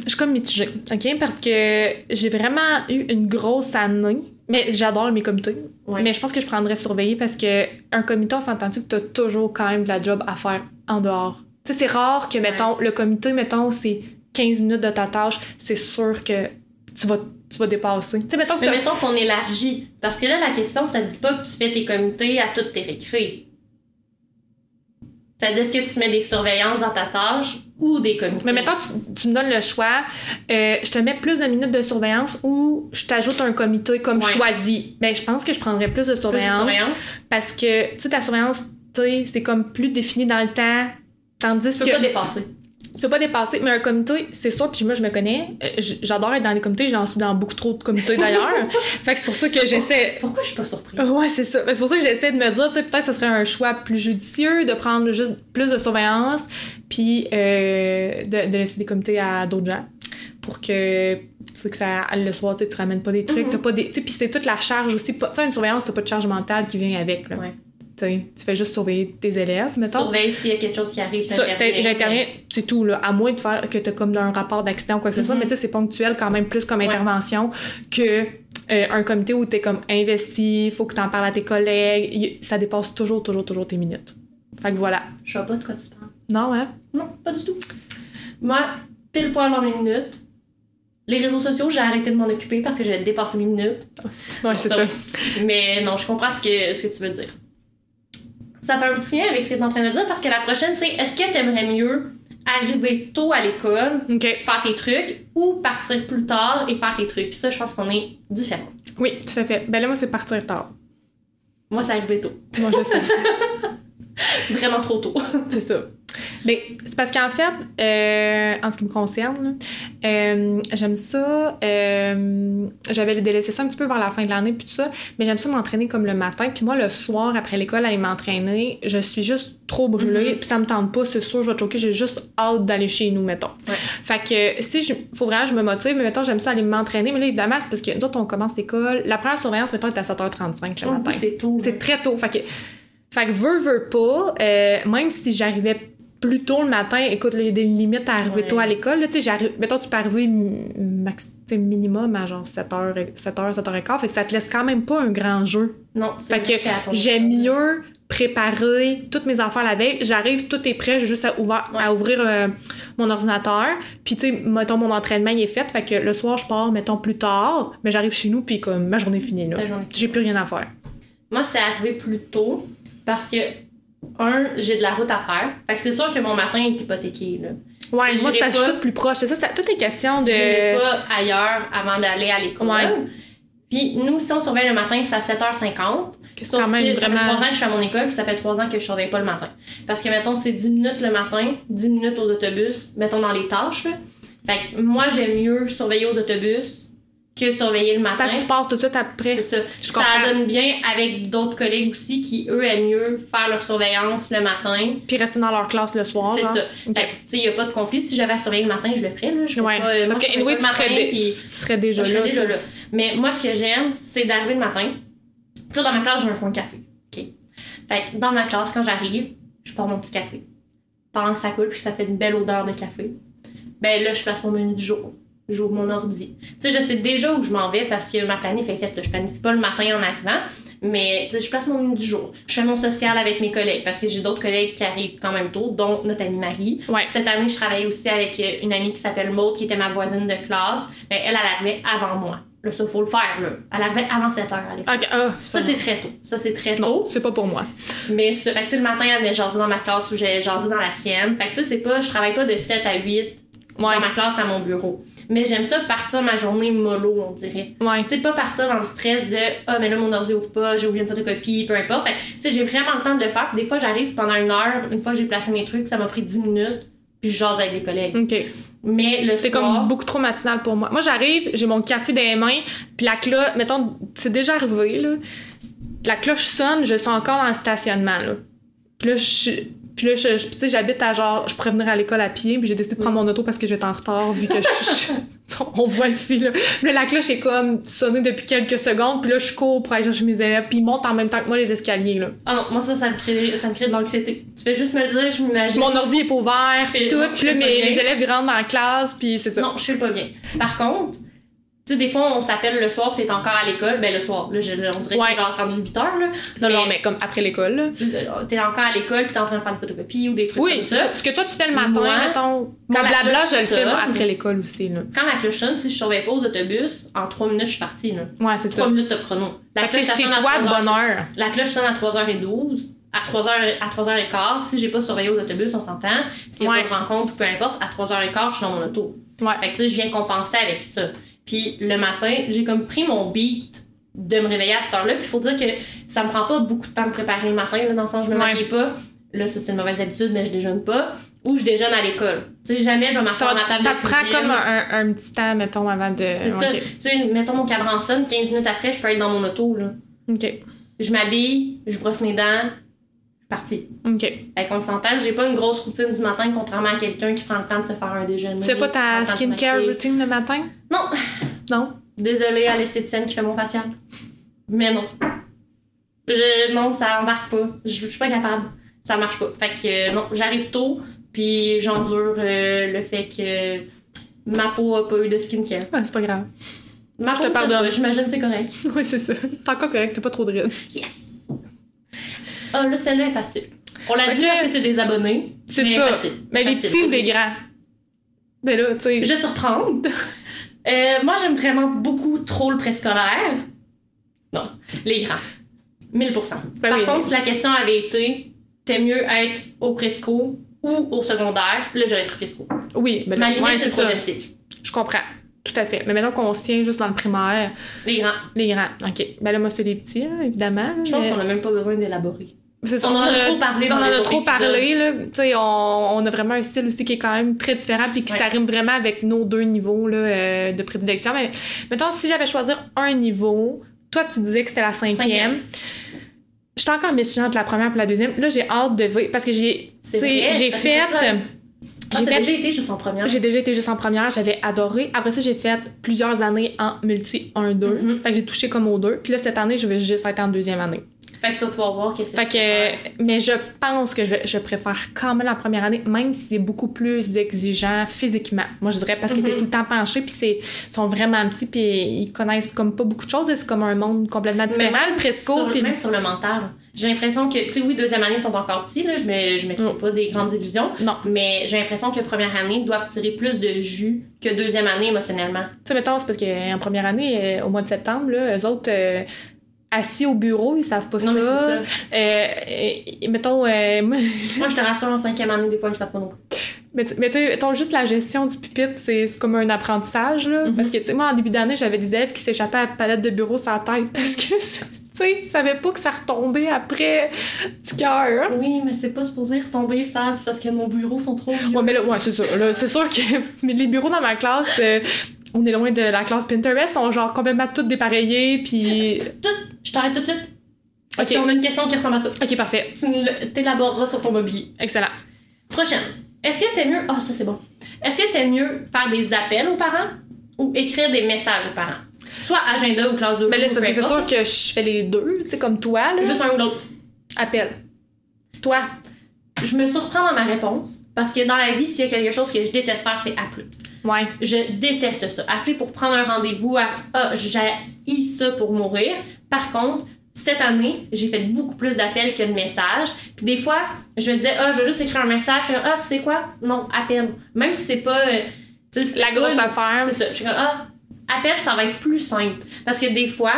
Speaker 2: Je suis comme mitigée, OK? Parce que j'ai vraiment eu une grosse année. Mais j'adore mes comités.
Speaker 1: Ouais.
Speaker 2: Mais je pense que je prendrais surveiller parce que un comité, on s'entend que t'as toujours quand même de la job à faire en dehors. Tu sais, c'est rare que, mettons, le comité, mettons, c'est 15 minutes de ta tâche, c'est sûr que tu vas, tu vas dépasser. Tu sais, mettons que
Speaker 1: mais
Speaker 2: t'as-
Speaker 1: mettons qu'on élargit. Parce que là, la question, ça dit pas que tu fais tes comités à toutes tes récrés. Ça dit est-ce que tu mets des surveillances dans ta tâche ou des comités?
Speaker 2: Mais mettons, tu, tu me donnes le choix, euh, je te mets plus de minutes de surveillance ou je t'ajoute un comité comme
Speaker 1: Ouais.
Speaker 2: choisi. Ben, je pense que je prendrais plus de
Speaker 1: Plus de
Speaker 2: surveillance parce que, tu sais, ta surveillance, tu sais, c'est comme plus défini dans le temps. Tandis
Speaker 1: Tu peux
Speaker 2: que
Speaker 1: pas dépasser.
Speaker 2: tu peux pas dépasser, mais un comité, c'est sûr, puis moi, je me connais. euh, j- J'adore être dans les comités, j'en suis dans beaucoup trop de comités d'ailleurs. fait que c'est pour ça que j'essaie.
Speaker 1: Pourquoi je suis pas surprise?
Speaker 2: Ouais, c'est ça. Ben, C'est pour ça que j'essaie de me dire, tu sais, peut-être que ce serait un choix plus judicieux de prendre juste plus de surveillance, puis euh, de, de laisser des comités à d'autres gens pour que, tu sais, que ça, le soir, tu sais, tu ramènes pas des trucs,
Speaker 1: Mhm.
Speaker 2: t'as pas des. Tu sais, puis c'est toute la charge aussi. pas- Tu sais, une surveillance, t'as pas de charge mentale qui vient avec, là.
Speaker 1: Ouais.
Speaker 2: Tu sais, tu fais juste surveiller tes élèves, mettons.
Speaker 1: Surveille s'il y a quelque chose qui arrive.
Speaker 2: Ça, euh, t'in-
Speaker 1: t'interviens.
Speaker 2: J'interviens, c'est tout, là, à moins de faire que t'as comme un rapport d'accident ou quoi que ce soit,
Speaker 1: Mhm.
Speaker 2: mais tu sais, c'est ponctuel quand même plus comme
Speaker 1: Ouais.
Speaker 2: intervention que euh, un comité où t'es comme investi, faut que t'en parles à tes collègues, y- ça dépasse toujours, toujours, toujours tes minutes. Fait que voilà.
Speaker 1: Je vois pas de quoi tu parles.
Speaker 2: Non, hein?
Speaker 1: Non, pas du tout. Moi, pile poil dans mes minutes. Les réseaux sociaux, j'ai arrêté de m'en occuper parce que j'avais dépassé mes minutes.
Speaker 2: Ouais, c'est ça.
Speaker 1: ça. Ah, Mais non, je comprends ce que, ce que tu veux dire. Ça fait un petit lien avec ce que tu es en train de dire parce que la prochaine, c'est est-ce que tu aimerais mieux arriver tôt à l'école,
Speaker 2: OK.
Speaker 1: faire tes trucs, ou partir plus tard et faire tes trucs? Ça, je pense qu'on est différents.
Speaker 2: Oui, tout à fait. Ben là, moi, c'est partir tard.
Speaker 1: Moi, c'est arriver tôt.
Speaker 2: Moi, je sais.
Speaker 1: Vraiment trop tôt.
Speaker 2: C'est ça. Mais c'est parce qu'en fait, euh, en ce qui me concerne, là, euh, j'aime ça. euh, J'avais délaissé ça un petit peu vers la fin de l'année, puis tout ça. Mais j'aime ça m'entraîner comme le matin. Puis moi, le soir, après l'école, aller m'entraîner, je suis juste trop brûlée.
Speaker 1: Mhm.
Speaker 2: Puis ça me tente pas, c'est sûr, je vais choquer. J'ai juste hâte d'aller chez nous, mettons.
Speaker 1: Ouais.
Speaker 2: Fait que si je. Faut vraiment que je me motive. Mais mettons, j'aime ça aller m'entraîner. Mais là, évidemment, c'est parce que nous autres, on commence l'école. La première surveillance, mettons, est à 7h35 le
Speaker 1: On
Speaker 2: matin.
Speaker 1: dit c'est tôt.
Speaker 2: C'est très tôt. Fait que, fait que veux, veux pas, euh, même si j'arrivais plus tôt le matin, écoute, là, il y a des limites à arriver
Speaker 1: Ouais.
Speaker 2: tôt à l'école. là, Tu sais, j'arrive- mettons, tu peux arriver m- max, tu sais, minimum à genre 7h, 7h, 7h15. Fait que ça te laisse quand même pas un grand jeu.
Speaker 1: Non,
Speaker 2: Fait
Speaker 1: c'est
Speaker 2: que
Speaker 1: vrai à ton
Speaker 2: j'aime
Speaker 1: école.
Speaker 2: mieux préparer toutes mes affaires la veille. J'arrive, tout est prêt, j'ai juste à, ouvert- à ouvrir euh, mon ordinateur. Puis, tu sais, mettons, mon entraînement, il est fait. Fait que le soir, je pars, mettons, plus tard. Mais j'arrive chez nous, puis comme ma journée est finie, là.
Speaker 1: Ta journée.
Speaker 2: J'ai plus rien à faire.
Speaker 1: Moi, c'est arrivé plus tôt parce que, un, j'ai de la route à faire. Fait que c'est sûr que mon matin est hypothéqué. Là.
Speaker 2: Ouais,
Speaker 1: Je
Speaker 2: moi, c'est
Speaker 1: dirais
Speaker 2: parce que je suis
Speaker 1: pas-
Speaker 2: toute plus proche. C'est ça, ça- toutes les questions de.
Speaker 1: Je n'ai pas ailleurs avant d'aller à l'école.
Speaker 2: Ouais.
Speaker 1: Puis nous, si on surveille le matin, c'est à 7h50.
Speaker 2: C'est
Speaker 1: Sauf
Speaker 2: quand même
Speaker 1: que ça fait
Speaker 2: vraiment.
Speaker 1: 3 ans que je suis à mon école, puis ça fait 3 ans que je surveille pas le matin. Parce que, mettons, c'est 10 minutes le matin, 10 minutes aux autobus, mettons dans les tâches. là. Fait que moi, j'aime mieux surveiller aux autobus que surveiller le matin.
Speaker 2: Parce que tu pars tout de suite
Speaker 1: C'est
Speaker 2: après.
Speaker 1: ça.
Speaker 2: Je
Speaker 1: ça
Speaker 2: comprends.
Speaker 1: donne bien avec d'autres collègues aussi qui, eux, aiment mieux faire leur surveillance le matin.
Speaker 2: Puis rester dans leur classe le soir.
Speaker 1: C'est
Speaker 2: genre.
Speaker 1: ça.
Speaker 2: hein. Ok.
Speaker 1: Fait que, tu sais, il n'y a pas de conflit. Si j'avais à surveiller le matin, je le ferais. Là. Je fais
Speaker 2: Ouais.
Speaker 1: pas, euh, moi,
Speaker 2: Parce
Speaker 1: je
Speaker 2: que, anyway,
Speaker 1: surveille
Speaker 2: tu
Speaker 1: pas le
Speaker 2: serais,
Speaker 1: matin,
Speaker 2: dé-
Speaker 1: puis-
Speaker 2: tu serais déjà
Speaker 1: je serais
Speaker 2: là.
Speaker 1: déjà
Speaker 2: tu-
Speaker 1: là. Mais moi, ce que j'aime, c'est d'arriver le matin. Puis là, dans ma classe, j'ai un coin de café. OK? Fait que dans ma classe, quand j'arrive, je prends mon petit café. Pendant que ça coule, puis que ça fait une belle odeur de café, ben là, je place mon menu du jour. J'ouvre mon ordi. Tu sais, je sais déjà où je m'en vais parce que ma planif est faite. là. Je planifie pas le matin en arrivant, mais tu sais, je place mon menu du jour. Je fais mon social avec mes collègues parce que j'ai d'autres collègues qui arrivent quand même tôt, dont notre amie Marie.
Speaker 2: Ouais.
Speaker 1: Cette année, je travaillais aussi avec euh, une amie qui s'appelle Maud, qui était ma voisine de classe. Ben, elle, elle arrivait avant moi. Là, ça, faut le faire, là. Elle arrivait avant 7 heures à l'école.
Speaker 2: Ok, ah,
Speaker 1: Ça, c'est très tôt. Ça, c'est très
Speaker 2: Non,
Speaker 1: tôt.
Speaker 2: c'est pas pour moi.
Speaker 1: Mais ça, fait que, tu sais, le matin, elle venait jaser dans ma classe ou j'ai jasé dans la sienne. Fait que, tu sais, c'est pas, je travaille pas de 7 à 8 dans ma classe à mon bureau. Mais j'aime ça partir ma journée mollo, on dirait.
Speaker 2: Ouais.
Speaker 1: Tu sais, pas partir dans le stress de Ah, mais là, mon ordi ouvre pas, j'ai oublié une photocopie, peu importe. Fait que, tu sais, j'ai vraiment le temps de le faire. Puis des fois, j'arrive pendant une heure, une fois que j'ai placé mes trucs, ça m'a pris 10 minutes, puis je jase avec des collègues.
Speaker 2: Ok.
Speaker 1: Mais le
Speaker 2: C'est
Speaker 1: soir,
Speaker 2: comme beaucoup trop matinal pour moi. Moi, j'arrive, j'ai mon café dans les mains, puis la cloche, mettons, c'est déjà arrivé, là. La cloche sonne, je suis encore dans le stationnement, là. Puis là, je suis- puis Puis là, je, je- tu sais, j'habite à genre, je pourrais venir à l'école à pied, puis j'ai décidé de prendre mon auto parce que j'étais en retard, vu que je, je- on voit ici, là. Mais la cloche est comme sonnée depuis quelques secondes, puis là, je cours pour aller chercher mes élèves, puis ils montent en même temps que moi les escaliers, là.
Speaker 1: Ah non, moi ça, ça me crée, ça me crée de l'anxiété. Tu fais juste me le dire, je m'imagine.
Speaker 2: Mon ordi est pas ouvert, puis
Speaker 1: Je fais- je
Speaker 2: tout, puis là,
Speaker 1: fais pas
Speaker 2: mes,
Speaker 1: bien.
Speaker 2: les élèves, ils rentrent dans la classe, puis c'est ça.
Speaker 1: Non, je suis pas bien. Par contre, tu sais, des fois, on s'appelle le soir, pis t'es encore à l'école. Ben, le soir, là, je- on dirait
Speaker 2: Ouais.
Speaker 1: que genre rendu 8 heures, là.
Speaker 2: non, non, mais comme après l'école, là.
Speaker 1: Tu- euh, T'es encore à l'école, pis t'es en train de faire une photocopie ou des trucs
Speaker 2: Oui,
Speaker 1: comme
Speaker 2: c'est
Speaker 1: ça.
Speaker 2: ça. Ce que toi, tu fais le matin,
Speaker 1: Moi,
Speaker 2: mettons. Mon
Speaker 1: quand la
Speaker 2: blabla,
Speaker 1: cloche
Speaker 2: je le fais moi,
Speaker 1: sonne-
Speaker 2: après l'école aussi, là.
Speaker 1: Quand la cloche sonne, si je surveille pas aux autobus, en 3 minutes, je suis partie, là.
Speaker 2: Ouais, c'est
Speaker 1: 3
Speaker 2: ça.
Speaker 1: minutes de pronom. La
Speaker 2: Fait que t'es
Speaker 1: cloche, ça
Speaker 2: chez
Speaker 1: sonne à
Speaker 2: toi de
Speaker 1: 3 heures.
Speaker 2: bonne heure.
Speaker 1: La cloche sonne à 3h12. À 3h, à 3h15, si j'ai pas surveillé aux autobus, on s'entend. S'il y a
Speaker 2: Ouais.
Speaker 1: pas de rencontre, peu importe, à 3h15, je suis dans mon auto.
Speaker 2: Ouais.
Speaker 1: Fait que tu sais, je viens compenser avec ça. Puis le matin, j'ai comme pris mon beat de me réveiller à cette heure-là. Puis il faut dire que ça me prend pas beaucoup de temps de préparer le matin, là, dans le sens où je me
Speaker 2: Ouais.
Speaker 1: maquille pas. Là, ça c'est une mauvaise habitude, mais je déjeune pas. Ou je déjeune à l'école. Tu sais, jamais je vais
Speaker 2: Ça,
Speaker 1: m'asseoir à ma table
Speaker 2: ça
Speaker 1: de
Speaker 2: te prend
Speaker 1: cuisine.
Speaker 2: comme un, un petit temps, mettons, avant de.
Speaker 1: C'est ça.
Speaker 2: Ok.
Speaker 1: Tu sais, mettons mon cadran sonne, 15 minutes après, je peux être dans mon auto, là.
Speaker 2: Ok.
Speaker 1: Je m'habille, je brosse mes dents, je suis partie.
Speaker 2: Ok.
Speaker 1: Fait qu'on s'entend, j'ai pas une grosse routine du matin, contrairement à quelqu'un qui prend le temps de se faire un déjeuner.
Speaker 2: Tu fais pas
Speaker 1: qui prend
Speaker 2: ta
Speaker 1: le temps de se
Speaker 2: skincare
Speaker 1: maquiller.
Speaker 2: routine le matin?
Speaker 1: Non,
Speaker 2: Non.
Speaker 1: Désolée à l'esthéticienne qui fait mon facial. Mais non. Je, non, ça embarque pas. Je, je suis pas capable. Ça marche pas. Fait que euh, non, j'arrive tôt, puis j'endure euh, le fait que ma peau a pas eu de skincare.
Speaker 2: Ah, c'est pas grave.
Speaker 1: Ma
Speaker 2: Je
Speaker 1: peau,
Speaker 2: te pardonne.
Speaker 1: ça va, J'imagine que c'est correct.
Speaker 2: oui, c'est ça. T'es encore correct, t'as pas trop de rides.
Speaker 1: Yes! Ah, là, celle-là est facile. On l'a
Speaker 2: Ouais,
Speaker 1: dit
Speaker 2: là-
Speaker 1: parce que c'est des abonnés.
Speaker 2: C'est
Speaker 1: mais
Speaker 2: ça.
Speaker 1: facile.
Speaker 2: Mais les
Speaker 1: Facile,
Speaker 2: petits ou
Speaker 1: facile.
Speaker 2: des grands? Mais là, tu sais.
Speaker 1: Je vais te reprendre. Euh, moi, j'aime vraiment beaucoup trop le préscolaire. Non, les grands. 1000
Speaker 2: Ben
Speaker 1: Par
Speaker 2: oui.
Speaker 1: contre, si la question avait été t'aimes mieux être au presco ou au secondaire, là, j'aurais pris presco.
Speaker 2: Oui, mais
Speaker 1: Ma
Speaker 2: là,
Speaker 1: limite,
Speaker 2: Ben,
Speaker 1: c'est
Speaker 2: ouais, c'est
Speaker 1: le
Speaker 2: ça.
Speaker 1: troisième cycle.
Speaker 2: Je comprends. Tout à fait. Mais maintenant qu'on se tient juste dans le primaire,
Speaker 1: Les grands.
Speaker 2: les grands. OK. Ben là, moi, c'est les petits, hein, évidemment.
Speaker 1: Je pense
Speaker 2: mais-
Speaker 1: qu'on a même pas besoin d'élaborer.
Speaker 2: C'est ça,
Speaker 1: On en a trop parlé
Speaker 2: On
Speaker 1: dans
Speaker 2: en
Speaker 1: les
Speaker 2: a
Speaker 1: autres
Speaker 2: trop
Speaker 1: épisodes.
Speaker 2: parlé, là. Tu sais, on, on a vraiment un style aussi qui est quand même très différent puis qui
Speaker 1: Ouais.
Speaker 2: s'arrime vraiment avec nos deux niveaux là, euh, de prédilection. Mais mettons, si j'avais choisi un niveau, toi, tu disais que c'était la cinquième.
Speaker 1: Cinquième.
Speaker 2: J'étais encore méchante entre la première et la deuxième. Là, j'ai hâte de voir parce que j'ai, tu
Speaker 1: C'est
Speaker 2: sais,
Speaker 1: vrai,
Speaker 2: j'ai
Speaker 1: parce
Speaker 2: fait.
Speaker 1: que toi,
Speaker 2: J'ai
Speaker 1: J'ai
Speaker 2: fait
Speaker 1: Ah, déjà été juste en première.
Speaker 2: j'ai déjà été juste en première, j'avais adoré. Après ça, j'ai fait plusieurs années en multi 1-2.
Speaker 1: Mhm.
Speaker 2: Fait que j'ai touché comme aux deux. Puis là, cette année, je vais juste être en deuxième année.
Speaker 1: Fait que tu vas pouvoir voir qu'est-ce
Speaker 2: Fait
Speaker 1: que
Speaker 2: que, mais je pense que je, vais- je préfère quand même la première année, même si c'est beaucoup plus exigeant physiquement. Moi, je dirais parce qu'ils
Speaker 1: Mhm.
Speaker 2: étaient tout le temps penchés, puis c'est ils sont vraiment petits, puis ils connaissent comme pas beaucoup de choses, et c'est comme un monde complètement différent, le
Speaker 1: sur,
Speaker 2: presco, puis
Speaker 1: Même sur le mental. J'ai l'impression que, tu sais, oui, deuxième année, ils sont encore petits, là. Je me, je me crée pas des grandes illusions.
Speaker 2: non.
Speaker 1: Mais j'ai l'impression que première année doivent tirer plus de jus que deuxième année émotionnellement.
Speaker 2: Tu sais, mettons, c'est parce qu'en première année, euh, au mois de septembre, là, eux autres, euh, assis au bureau, ils savent pas
Speaker 1: Non, mais
Speaker 2: ça.
Speaker 1: c'est ça.
Speaker 2: Euh, euh, mettons, euh, moi,
Speaker 1: Moi, je te rassure, en cinquième année, des fois, ils savent pas non plus.
Speaker 2: Mais tu mais tu sais, mettons, juste la gestion du pupitre, c'est c'est comme un apprentissage, là.
Speaker 1: Mhm.
Speaker 2: Parce que, tu sais, moi, en début d'année, j'avais des élèves qui s'échappaient à la palette de bureau sans tête parce que, tu sais, ils savaient pas que ça retombait après du cœur. hein.
Speaker 1: Oui, mais c'est pas supposé retomber, ça, c'est parce que nos bureaux sont trop vieux.
Speaker 2: Ouais, mais là, ouais, c'est ça. là. C'est sûr que mais les bureaux dans ma classe, euh, on est loin de la classe Pinterest, sont genre complètement toutes dépareillées, puis.
Speaker 1: Tout, je t'arrête tout de suite. Parce
Speaker 2: Ok.
Speaker 1: qu'on a une question qui ressemble à ça.
Speaker 2: Ok, parfait.
Speaker 1: Tu nous le- t'élaboreras sur ton mobilier.
Speaker 2: Excellent.
Speaker 1: Prochaine. Est-ce que t'es mieux. Ah, ça, c'est bon. Est-ce que t'es mieux faire des appels aux parents ou écrire des messages aux parents? Soit agenda ou classe de
Speaker 2: Mais là, c'est
Speaker 1: jour,
Speaker 2: parce que
Speaker 1: peu
Speaker 2: Ben, c'est sûr
Speaker 1: importe.
Speaker 2: que je fais les deux, tu sais, comme toi, là.
Speaker 1: Juste un ou l'autre.
Speaker 2: appel.
Speaker 1: Toi, je me surprends dans ma réponse parce que dans la vie, s'il y a quelque chose que je déteste faire, c'est appeler.
Speaker 2: Ouais.
Speaker 1: Je déteste ça. Appeler pour prendre un rendez-vous, à... ah, j'haïs ça pour mourir. Par contre, cette année, j'ai fait beaucoup plus d'appels que de messages. Puis des fois, je me disais, ah, je veux juste écrire un message. Je fais, ah, tu sais quoi? Non, appelle. Même si c'est pas. euh, tu sais, c'est
Speaker 2: La grosse
Speaker 1: pas-
Speaker 2: affaire.
Speaker 1: C'est ça. Je suis comme, ah, appel, ça va être plus simple. Parce que des fois,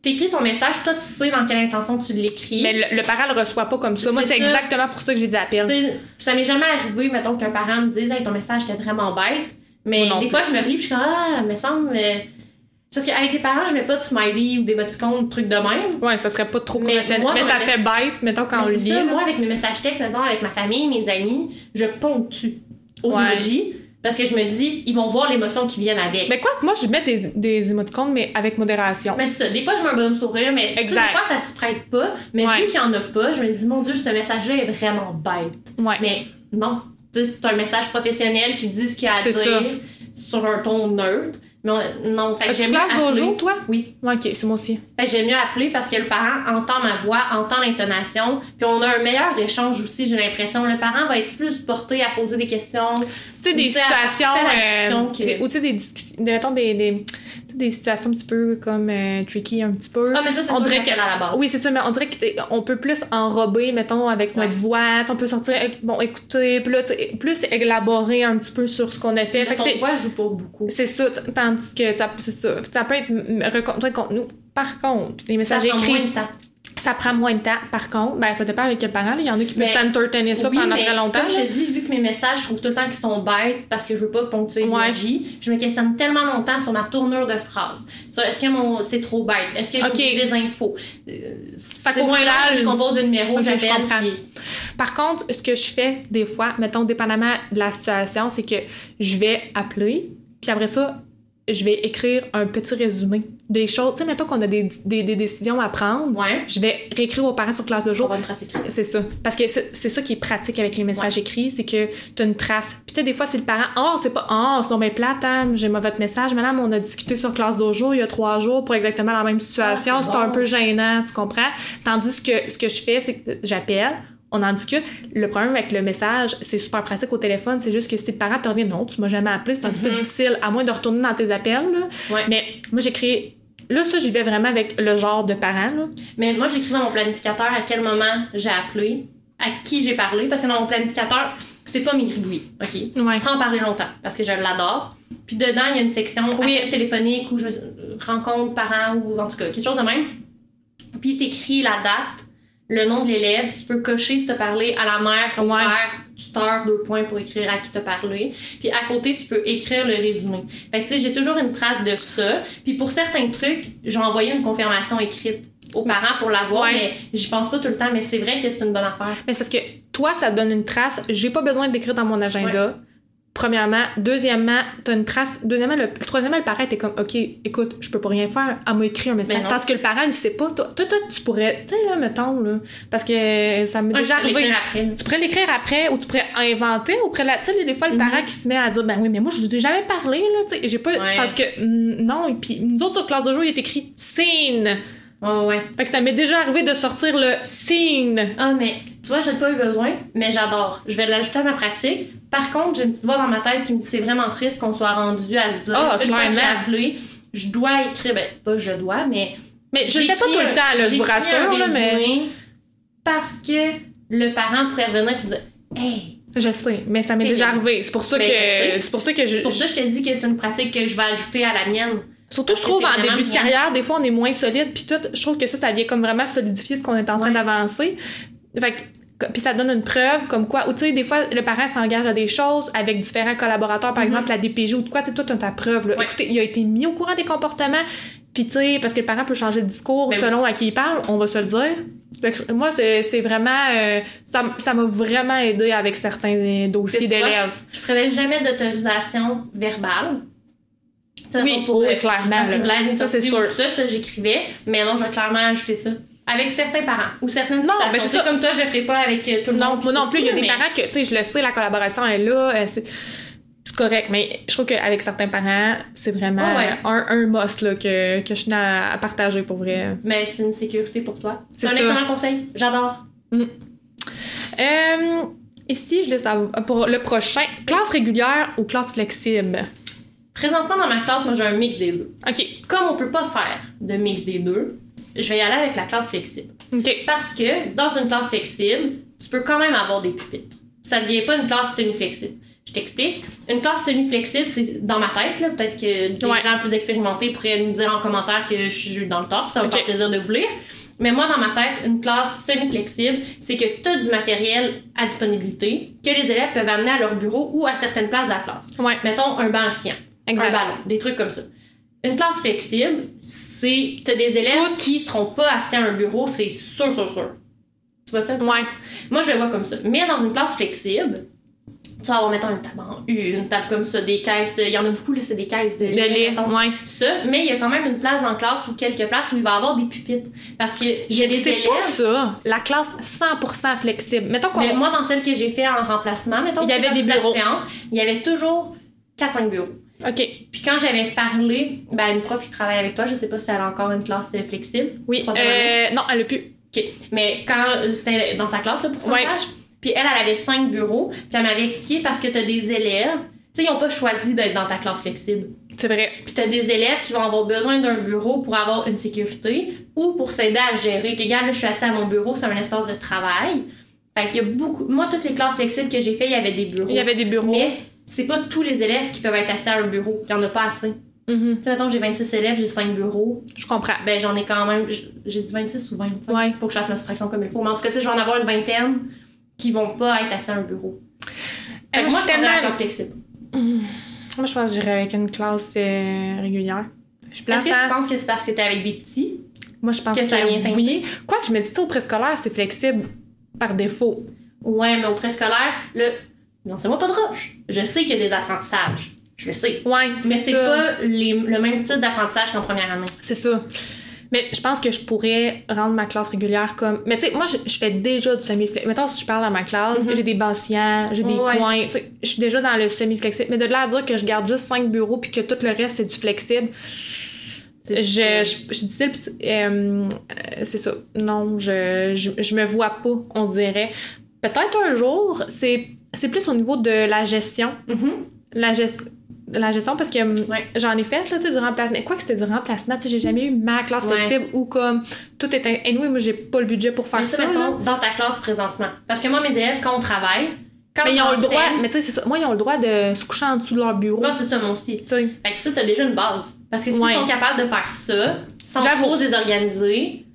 Speaker 1: t'écris ton message, toi, tu sais dans quelle intention tu l'écris.
Speaker 2: Mais le, le parent le reçoit pas comme ça. Moi,
Speaker 1: C'est
Speaker 2: c'est
Speaker 1: ça.
Speaker 2: exactement pour ça que j'ai dit appel.
Speaker 1: Tu sais, ça m'est jamais arrivé, mettons, qu'un parent me dise Hey, ton message était vraiment bête. Mais
Speaker 2: Moi non
Speaker 1: des fois, je me relis puis je suis comme Ah, me semble. euh, Parce qu'avec des parents, je mets pas de smiley ou d'émoticônes, de trucs de même.
Speaker 2: Ouais, ça serait pas trop
Speaker 1: Mais
Speaker 2: professionnel.
Speaker 1: moi,
Speaker 2: mais
Speaker 1: mon
Speaker 2: ça
Speaker 1: message-
Speaker 2: fait bête, mettons, quand on
Speaker 1: Mais
Speaker 2: le
Speaker 1: c'est
Speaker 2: lit.
Speaker 1: ça,
Speaker 2: là.
Speaker 1: moi, avec mes messages textes, mettons, avec ma famille, mes amis, je ponctue aux
Speaker 2: Ouais.
Speaker 1: emojis. Parce que je me dis, ils vont voir l'émotion qui vient avec.
Speaker 2: Mais quoi que moi, je mets des, des émoticônes, mais avec modération.
Speaker 1: Mais c'est ça, des fois je mets un bonhomme sourire, mais tu sais,
Speaker 2: Exact.
Speaker 1: des fois ça se prête pas. Mais
Speaker 2: Ouais.
Speaker 1: vu qu'il y en a pas, je me dis, mon Dieu, ce message-là est vraiment bête.
Speaker 2: Ouais.
Speaker 1: Mais non, tu sais, c'est un message professionnel qui dit ce qu'il y a à
Speaker 2: C'est
Speaker 1: dire
Speaker 2: ça.
Speaker 1: sur un ton neutre. Mais on- non, fait que
Speaker 2: tu
Speaker 1: j'aime mieux
Speaker 2: classes dojo,
Speaker 1: appeler.
Speaker 2: toi?
Speaker 1: Oui.
Speaker 2: Ok, c'est moi aussi.
Speaker 1: Fait que j'aime mieux appeler parce que le parent entend ma voix, entend l'intonation, puis on a un meilleur échange aussi, j'ai l'impression. Le parent va être plus porté à poser des questions.
Speaker 2: Tu sais, des
Speaker 1: Tu sais, à
Speaker 2: situations.
Speaker 1: participer à la
Speaker 2: euh,
Speaker 1: discussion que-
Speaker 2: des- Ou tu sais, des, discus- des, mettons, des, des, des situations un petit peu comme euh, tricky, un petit peu.
Speaker 1: Ah, mais ça, c'est
Speaker 2: On
Speaker 1: sûr
Speaker 2: dirait
Speaker 1: qu'elle a la barre.
Speaker 2: Oui, c'est ça, mais on dirait qu'on peut plus enrober, mettons, avec notre
Speaker 1: Ouais.
Speaker 2: voix. Tu sais, On peut sortir, euh, bon, écouter, puis là, tu sais, plus élaborer un petit peu sur ce qu'on a fait.
Speaker 1: Fait
Speaker 2: Fait que
Speaker 1: ton
Speaker 2: c'est-
Speaker 1: voix joue pas beaucoup.
Speaker 2: c'est ça, t- tandis que ça- c'est ça, ça peut être mm, reconstruit contre nous. Par contre, les messages
Speaker 1: prend
Speaker 2: écrits,
Speaker 1: moins de temps.
Speaker 2: ça prend moins de temps. Par contre, ben, ça dépend avec quel parent. là. Il y en a qui peuvent
Speaker 1: Mais-
Speaker 2: t'entertainer ça
Speaker 1: Oui,
Speaker 2: pendant
Speaker 1: mais
Speaker 2: très longtemps.
Speaker 1: Comme je te dis, vu que mes messages, je trouve tout le temps qu'ils sont bêtes parce que je veux pas ponctuer
Speaker 2: Ouais.
Speaker 1: l'énergie, je me questionne tellement longtemps sur ma tournure de phrase. Sur Est-ce que mon c'est trop bête? Est-ce que j'ai
Speaker 2: Ok.
Speaker 1: oublié des infos? Euh, c'est
Speaker 2: qu'au
Speaker 1: moins
Speaker 2: final-
Speaker 1: long, je compose le numéro,
Speaker 2: Ok, je
Speaker 1: j'appelle.
Speaker 2: comprends.
Speaker 1: puis-
Speaker 2: Par contre, ce que je fais des fois, mettons, dépendamment de la situation, c'est que je vais appeler, puis après ça, je vais écrire un petit résumé des choses. Tu sais, mettons qu'on a des, des- des décisions à prendre,
Speaker 1: Ouais.
Speaker 2: je vais réécrire aux parents sur classe de
Speaker 1: On
Speaker 2: jour.
Speaker 1: va une trace écrite.
Speaker 2: C'est ça. Parce que c'est c'est ça qui est pratique avec les messages écrits, c'est que t'as une trace. Puis tu sais, des fois, c'est le parent, oh, c'est pas, oh, c'est donc bien plate, hein, j'ai mauvais message. Madame, on a discuté sur classe d'au jour il y a trois jours pour exactement la même situation.
Speaker 1: Ah, c'est
Speaker 2: c'est
Speaker 1: bon.
Speaker 2: un peu gênant, tu comprends? Tandis que ce que je fais, c'est que j'appelle. On en discute. Le problème avec le message, c'est super pratique au téléphone. C'est juste que si le parent te revient, non, tu m'as jamais appelé, c'est un petit peu
Speaker 1: Mhm.
Speaker 2: difficile, à moins de retourner dans tes appels. là.
Speaker 1: Ouais.
Speaker 2: Mais moi, j'écris. Là, ça, j'y vais vraiment avec le genre de parent. là.
Speaker 1: Mais moi, j'écris dans mon planificateur à quel moment j'ai appelé, à qui j'ai parlé, parce que dans mon planificateur, c'est pas mes gribouillis, OK?
Speaker 2: Ouais.
Speaker 1: Je prends en parler longtemps, parce que je l'adore. Puis dedans, il y a une section
Speaker 2: Oui.
Speaker 1: appel téléphonique où je euh, rencontre parents ou en tout cas, quelque chose de même. Puis t'écris la date, le nom de l'élève, tu peux cocher si t'as parlé à la mère, au
Speaker 2: Ouais.
Speaker 1: père, tuteur, deux points pour écrire à qui t'as parlé. Puis à côté, tu peux écrire le résumé. Fait que tu sais, j'ai toujours une trace de ça. Puis pour certains trucs, j'ai envoyé une confirmation écrite aux parents pour l'avoir,
Speaker 2: Ouais.
Speaker 1: mais j'y pense pas tout le temps. Mais c'est vrai que c'est une bonne affaire.
Speaker 2: Mais c'est parce que toi, ça te donne une trace. J'ai pas besoin de l'écrire dans mon agenda. Premièrement. Deuxièmement, t'as une trace. Deuxièmement, le, le troisièmement, le parent était comme, OK, écoute, je peux pas rien faire. Elle m'a écrit un message.
Speaker 1: Ben non.
Speaker 2: Parce que le parent, il sait pas. Toi, toi, toi, tu pourrais, tu sais, là, mettons, là. Parce que ça m'est
Speaker 1: Ouais,
Speaker 2: déjà
Speaker 1: je peux
Speaker 2: Ah, arrivé.
Speaker 1: l'écrire après.
Speaker 2: Tu pourrais l'écrire après ou tu pourrais inventer ou pourrais la... Tu sais, des fois, le
Speaker 1: Mhm.
Speaker 2: parent qui se met à dire, ben oui, mais moi, je vous ai jamais parlé, là, tu sais, j'ai pas...
Speaker 1: Ouais.
Speaker 2: Parce que, mm, non, et puis nous autres, sur classe de jour, il est écrit « signe
Speaker 1: Ouais, ouais. ».
Speaker 2: Fait que ça m'est déjà arrivé de sortir le « signe
Speaker 1: Ah, mais tu vois, j'ai pas eu besoin, mais j'adore. Je vais l'ajouter à ma pratique. Par contre, j'ai une petite voix dans ma tête qui me dit c'est vraiment triste qu'on soit rendu à se dire
Speaker 2: Ah,
Speaker 1: une fois que j'ai
Speaker 2: clairement.
Speaker 1: appelé, je dois écrire. Ben, pas je dois, mais. ».
Speaker 2: Mais je le fais pas tout le temps, là, je vous rassure, là, mais...
Speaker 1: Parce que le parent pourrait revenir et dire Hey,
Speaker 2: Je sais, mais ça m'est
Speaker 1: T'es
Speaker 2: déjà
Speaker 1: bien.
Speaker 2: arrivé. C'est pour ça
Speaker 1: Ben, je
Speaker 2: que
Speaker 1: sais.
Speaker 2: c'est pour ça que je,
Speaker 1: c'est pour ça que je te dis que c'est une pratique que je vais ajouter à la mienne.
Speaker 2: surtout je
Speaker 1: que
Speaker 2: trouve
Speaker 1: c'est
Speaker 2: en
Speaker 1: vraiment
Speaker 2: début de
Speaker 1: bien.
Speaker 2: carrière, des fois on est moins solide puis tout, je trouve que ça ça vient comme vraiment solidifier ce qu'on est en train
Speaker 1: Ouais.
Speaker 2: d'avancer. Fait que- puis ça donne une preuve comme quoi ou tu sais des fois le parent s'engage à des choses avec différents collaborateurs par
Speaker 1: Mhm.
Speaker 2: exemple la DPJ ou de quoi tu sais toi t'as ta preuve là.
Speaker 1: Ouais.
Speaker 2: écoutez il a été mis au courant des comportements puis tu sais parce que le parent peut changer de discours
Speaker 1: Ben oui.
Speaker 2: selon à qui il parle on va se le dire Fait que moi c'est c'est vraiment euh, ça m- ça m'a vraiment aidé avec certains euh, dossiers
Speaker 1: Puis tu vois,
Speaker 2: d'élèves
Speaker 1: Je prenais jamais d'autorisation verbale. Tu sais,
Speaker 2: oui
Speaker 1: mettons, pour, euh,
Speaker 2: clairement
Speaker 1: un
Speaker 2: là.
Speaker 1: privilège, une
Speaker 2: Ça, c'est
Speaker 1: sortie
Speaker 2: sûr.
Speaker 1: ou tout Ça, ça, j'écrivais, mais non, je vais clairement ajouter ça. Avec certains parents ou certaines
Speaker 2: Non,
Speaker 1: situations.
Speaker 2: mais c'est
Speaker 1: Tu sais,
Speaker 2: ça.
Speaker 1: comme toi, je le ferai pas avec euh, tout le
Speaker 2: Non,
Speaker 1: monde.
Speaker 2: moi non plus, il y a des
Speaker 1: Mais-
Speaker 2: parents que, tu sais, je le sais, la collaboration est là, euh, c'est c'est correct, mais je trouve qu'avec certains parents, c'est vraiment
Speaker 1: Ah ouais.
Speaker 2: euh, un, un must là, que, que je tenais à, à partager pour vrai.
Speaker 1: Mais c'est une sécurité pour toi.
Speaker 2: C'est
Speaker 1: C'est un
Speaker 2: ça.
Speaker 1: excellent conseil. J'adore.
Speaker 2: Euh, ici, je laisse savoir pour le prochain, classe régulière ou classe flexible?
Speaker 1: Présentement, dans ma classe, moi, j'ai un mix des deux.
Speaker 2: OK,
Speaker 1: Comme on peut pas faire de mix des deux, je vais y aller avec la classe flexible.
Speaker 2: OK,
Speaker 1: Parce que dans une classe flexible, tu peux quand même avoir des pupitres. Ça ne devient pas une classe semi-flexible. Je t'explique. Une classe semi-flexible, c'est dans ma tête. là. Peut-être que des
Speaker 2: Ouais.
Speaker 1: gens plus expérimentés pourraient nous dire en commentaire que je suis dans le tort. puis Ça va
Speaker 2: Ok.
Speaker 1: me faire plaisir de vous lire. Mais moi, dans ma tête, une classe semi-flexible, c'est que tu as du matériel à disponibilité que les élèves peuvent amener à leur bureau ou à certaines places de la classe.
Speaker 2: ouais,
Speaker 1: Mettons un banc chiant un
Speaker 2: exact.
Speaker 1: ballon, des trucs comme ça. Une classe flexible, c'est t'as des élèves qui seront pas assis à un bureau, c'est sûr, sûr, sûr. Tu vois ça? tu-
Speaker 2: Ouais,
Speaker 1: Moi, je le vois comme ça. Mais dans une classe flexible, tu vas avoir, mettons, une table en U, une table comme ça, des caisses. Il y en a beaucoup, là, c'est des caisses de
Speaker 2: Le
Speaker 1: lait.
Speaker 2: lait,
Speaker 1: mettons.
Speaker 2: ouais.
Speaker 1: Ça, mais il y a quand même une place dans la classe ou quelques places où il va y avoir des pupitres. Parce que j'ai des
Speaker 2: C'est
Speaker 1: élèves.
Speaker 2: pas ça. La classe 100% flexible. Mettons qu'on.
Speaker 1: Mais moi, dans celle que j'ai fait en remplacement, mettons,
Speaker 2: Il y
Speaker 1: c'est
Speaker 2: avait
Speaker 1: parce
Speaker 2: des
Speaker 1: que la
Speaker 2: bureaux.
Speaker 1: séance, Il y avait toujours 4-5 bureaux.
Speaker 2: OK.
Speaker 1: Puis quand j'avais parlé ben, à une prof qui travaille avec toi, je sais pas si elle a encore une classe euh, flexible.
Speaker 2: Oui.
Speaker 1: Troisième année.
Speaker 2: euh, non, elle a pu.
Speaker 1: OK. Mais quand euh, c'était dans sa classe, le pourcentage, puis elle, elle avait 5 bureaux, puis elle m'avait expliqué parce que t'as des élèves, tu sais, ils ont pas choisi d'être dans ta classe flexible.
Speaker 2: C'est vrai.
Speaker 1: Puis t'as des élèves qui vont avoir besoin d'un bureau pour avoir une sécurité ou pour s'aider à gérer. Que, regarde, là, je suis assise à mon bureau, c'est un espace de travail. Fait qu'il y a beaucoup. Moi, toutes les classes flexibles que j'ai fait, il y avait des bureaux.
Speaker 2: Il y avait des bureaux.
Speaker 1: Mais c'est pas tous les élèves qui peuvent être assis à un bureau. Il y en a pas assez.
Speaker 2: Mhm.
Speaker 1: Tu sais, mettons, j'ai 26 élèves, j'ai 5 bureaux.
Speaker 2: Je comprends.
Speaker 1: Ben, j'en ai quand même. J'ai dit 26 ou 20.
Speaker 2: Ouais.
Speaker 1: Pour que je fasse ma soustraction comme il faut. Mais en tout cas, tu sais, je vais en avoir une vingtaine qui vont pas être assis à un bureau. Fait
Speaker 2: Euh,
Speaker 1: que moi,
Speaker 2: je
Speaker 1: je suis
Speaker 2: t'aime
Speaker 1: la
Speaker 2: la-
Speaker 1: classe flexible.
Speaker 2: Moi, je pense que j'irais avec une classe euh, régulière. Je
Speaker 1: Est-ce
Speaker 2: place
Speaker 1: que
Speaker 2: à-
Speaker 1: tu penses que c'est parce que t'es avec des petits?
Speaker 2: Moi, je pense
Speaker 1: que
Speaker 2: que,
Speaker 1: ça vient teinter?
Speaker 2: oui. Quoi que je me dis, tu sais, au préscolaire, c'est flexible par défaut.
Speaker 1: Ouais, mais au préscolaire, le. Non, c'est moi pas de roche. Je sais qu'il y a des apprentissages. Je le sais.
Speaker 2: Ouais,
Speaker 1: Mais c'est
Speaker 2: ça.
Speaker 1: pas les- le même type d'apprentissage qu'en première année.
Speaker 2: C'est ça. Mais je pense que je pourrais rendre ma classe régulière comme. Mais tu sais, moi, je, je fais déjà du semi-flexible. Mettons, si je parle à ma classe,
Speaker 1: Mhm.
Speaker 2: j'ai des bassiens, j'ai des
Speaker 1: Ouais.
Speaker 2: coins. Tu sais, je suis déjà dans le semi-flexible. Mais de là à dire que je garde juste cinq bureaux puis que tout le reste, c'est du flexible, je,
Speaker 1: C'est-
Speaker 2: je, je suis difficile. puis, euh, euh, c'est ça. Non, je, je, je me vois pas, on dirait. Peut-être un jour, c'est c'est plus au niveau de la gestion.
Speaker 1: Mhm.
Speaker 2: La, gest- la gestion, parce que hum,
Speaker 1: Ouais.
Speaker 2: j'en ai fait là, tu sais, du remplacement. Quoi que c'était du remplacement, tu sais, j'ai jamais eu ma classe
Speaker 1: Ouais.
Speaker 2: flexible ou comme tout est. Et anyway, moi, j'ai pas le budget pour faire
Speaker 1: Mais ça,
Speaker 2: ça.
Speaker 1: mettons,
Speaker 2: là.
Speaker 1: dans ta classe présentement. Parce que moi, mes élèves, quand on travaille, quand
Speaker 2: Mais ils ont le droit,
Speaker 1: j'enseigne-
Speaker 2: mais tu sais, c'est ça. Moi, ils ont le droit de se coucher en dessous de leur bureau.
Speaker 1: Moi, c'est ça, mon aussi.
Speaker 2: tu sais.
Speaker 1: Fait que tu sais, t'as déjà une base. Parce que s'ils
Speaker 2: Ouais.
Speaker 1: sont capables de faire ça, sans
Speaker 2: J'avoue.
Speaker 1: trop se désorganiser,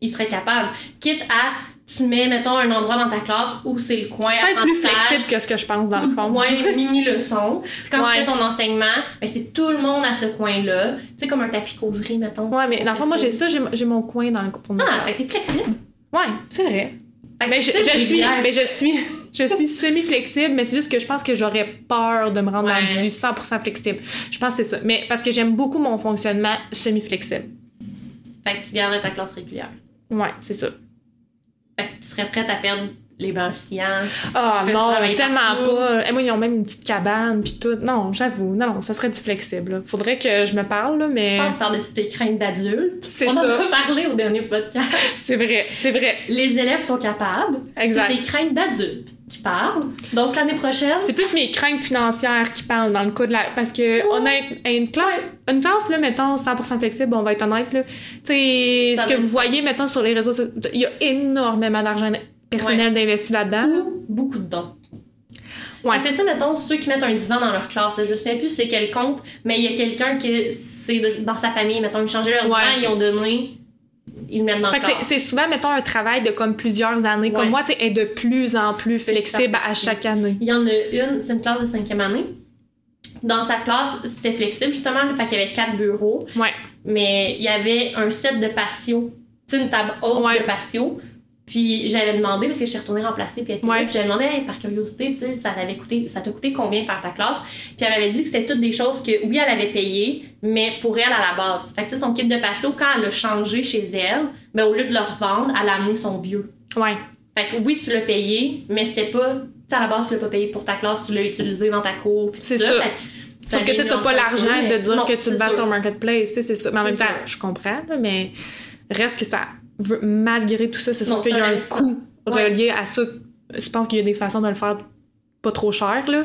Speaker 1: ils seraient capables. Quitte à, tu mets, mettons, un endroit dans ta classe où c'est le coin
Speaker 2: Je suis peut-être plus
Speaker 1: apprentissage,
Speaker 2: flexible que ce que je pense dans le fond.
Speaker 1: coin mini leçon. Puis quand
Speaker 2: Ouais.
Speaker 1: tu fais ton enseignement, ben c'est tout le monde à ce coin-là. Tu sais, comme un tapis causerie, mettons.
Speaker 2: Ouais, mais dans le fond, moi, j'ai ça, j'ai j'ai mon coin dans le fond de mon
Speaker 1: Ah, fait que t'es flexible.
Speaker 2: Ouais, c'est vrai.
Speaker 1: Fait que
Speaker 2: Mais je,
Speaker 1: tu sais,
Speaker 2: je
Speaker 1: les
Speaker 2: suis,
Speaker 1: élèves-
Speaker 2: mais je suis, je suis semi-flexible, mais c'est juste que je pense que j'aurais peur de me rendre
Speaker 1: Ouais.
Speaker 2: dans du 100% flexible. Je pense que c'est ça. Mais parce que j'aime beaucoup mon fonctionnement semi-flexible.
Speaker 1: Fait que tu gardes ta classe régulière.
Speaker 2: Ouais, c'est ça.
Speaker 1: Fait que tu serais prête à perdre les banciens.
Speaker 2: Ah
Speaker 1: Tu peux
Speaker 2: non,
Speaker 1: travailler
Speaker 2: tellement
Speaker 1: partout.
Speaker 2: pas. Et moi, ils ont même une petite cabane puis tout. Non, j'avoue. Non, non, ça serait du flexible. là. Faudrait que je me parle, là, mais
Speaker 1: Passe par-dessus tes craintes d'adulte.
Speaker 2: c'est
Speaker 1: On en
Speaker 2: ça.
Speaker 1: a parlé au dernier podcast.
Speaker 2: C'est vrai, c'est vrai.
Speaker 1: Les élèves sont capables. C'est
Speaker 2: Exact.
Speaker 1: tes craintes d'adulte qui parlent. Donc l'année prochaine,
Speaker 2: C'est plus mes craintes financières qui parlent dans le cas de la. Parce que,
Speaker 1: Ouais.
Speaker 2: honnête, une classe, une classe, là, mettons, 100% flexible, on va être honnête, là. Tu sais,
Speaker 1: Ça
Speaker 2: ce que
Speaker 1: va être
Speaker 2: vous
Speaker 1: ça.
Speaker 2: voyez, mettons, sur les réseaux sociaux, il y a énormément d'argent personnel d'investi là-dedans.
Speaker 1: ou beaucoup de dons.
Speaker 2: Ouais.
Speaker 1: Ouais. C'est ça, mettons, ceux qui mettent un divan dans leur classe. là, Je sais plus c'est quel compte, mais il y a quelqu'un que c'est de- dans sa famille, mettons, ils changeaient leur
Speaker 2: Ouais.
Speaker 1: divan, ils ont donné, ils le mettent dans
Speaker 2: Fait
Speaker 1: le
Speaker 2: que c'est-
Speaker 1: classe.
Speaker 2: c'est souvent, mettons, un travail de comme plusieurs années. Comme
Speaker 1: Ouais.
Speaker 2: moi, tu sais, est de plus en plus
Speaker 1: C'est
Speaker 2: flexible
Speaker 1: ça.
Speaker 2: à chaque année.
Speaker 1: Il y en a une, c'est une classe de cinquième année. Dans sa classe, c'était flexible justement, là, fait qu'il y avait quatre bureaux,
Speaker 2: Ouais.
Speaker 1: mais il y avait un set de patio, tu sais, une table haute
Speaker 2: Ouais.
Speaker 1: de patio. Puis j'avais demandé, parce que je suis retournée remplacer, puis elle était là,
Speaker 2: Ouais.
Speaker 1: puis j'avais demandé, Hey, par curiosité, tu sais, ça t'avait coûté, ça t'a coûté combien faire ta classe? Puis elle m'avait dit que c'était toutes des choses que, oui, elle avait payées, mais pour elle, à la base. Fait que, tu sais, son kit de patio, quand elle l'a changé chez elle, ben, au lieu de le revendre, elle a amené son vieux.
Speaker 2: Ouais.
Speaker 1: Fait que, oui, tu l'as payé, mais c'était pas, tu sais, à la base, tu l'as pas payé pour ta classe, tu l'as utilisé dans ta cour, puis tout
Speaker 2: C'est
Speaker 1: ça.
Speaker 2: ça.
Speaker 1: Fait que ça
Speaker 2: Sauf que tu
Speaker 1: vient
Speaker 2: n'as
Speaker 1: dans
Speaker 2: pas
Speaker 1: ta cour,
Speaker 2: l'argent de
Speaker 1: mais-
Speaker 2: dire
Speaker 1: Non,
Speaker 2: que tu le
Speaker 1: c'est
Speaker 2: bats
Speaker 1: sûr.
Speaker 2: sur Marketplace, tu sais, c'est ça. Mais en
Speaker 1: C'est
Speaker 2: même temps,
Speaker 1: sûr.
Speaker 2: je comprends, là, mais reste que ça veut, malgré tout ça, c'est sûr
Speaker 1: Non,
Speaker 2: qu'il y
Speaker 1: ça
Speaker 2: a un
Speaker 1: reste.
Speaker 2: coût
Speaker 1: Ouais.
Speaker 2: relié à ça. Je pense qu'il y a des façons de le faire pas trop cher, là.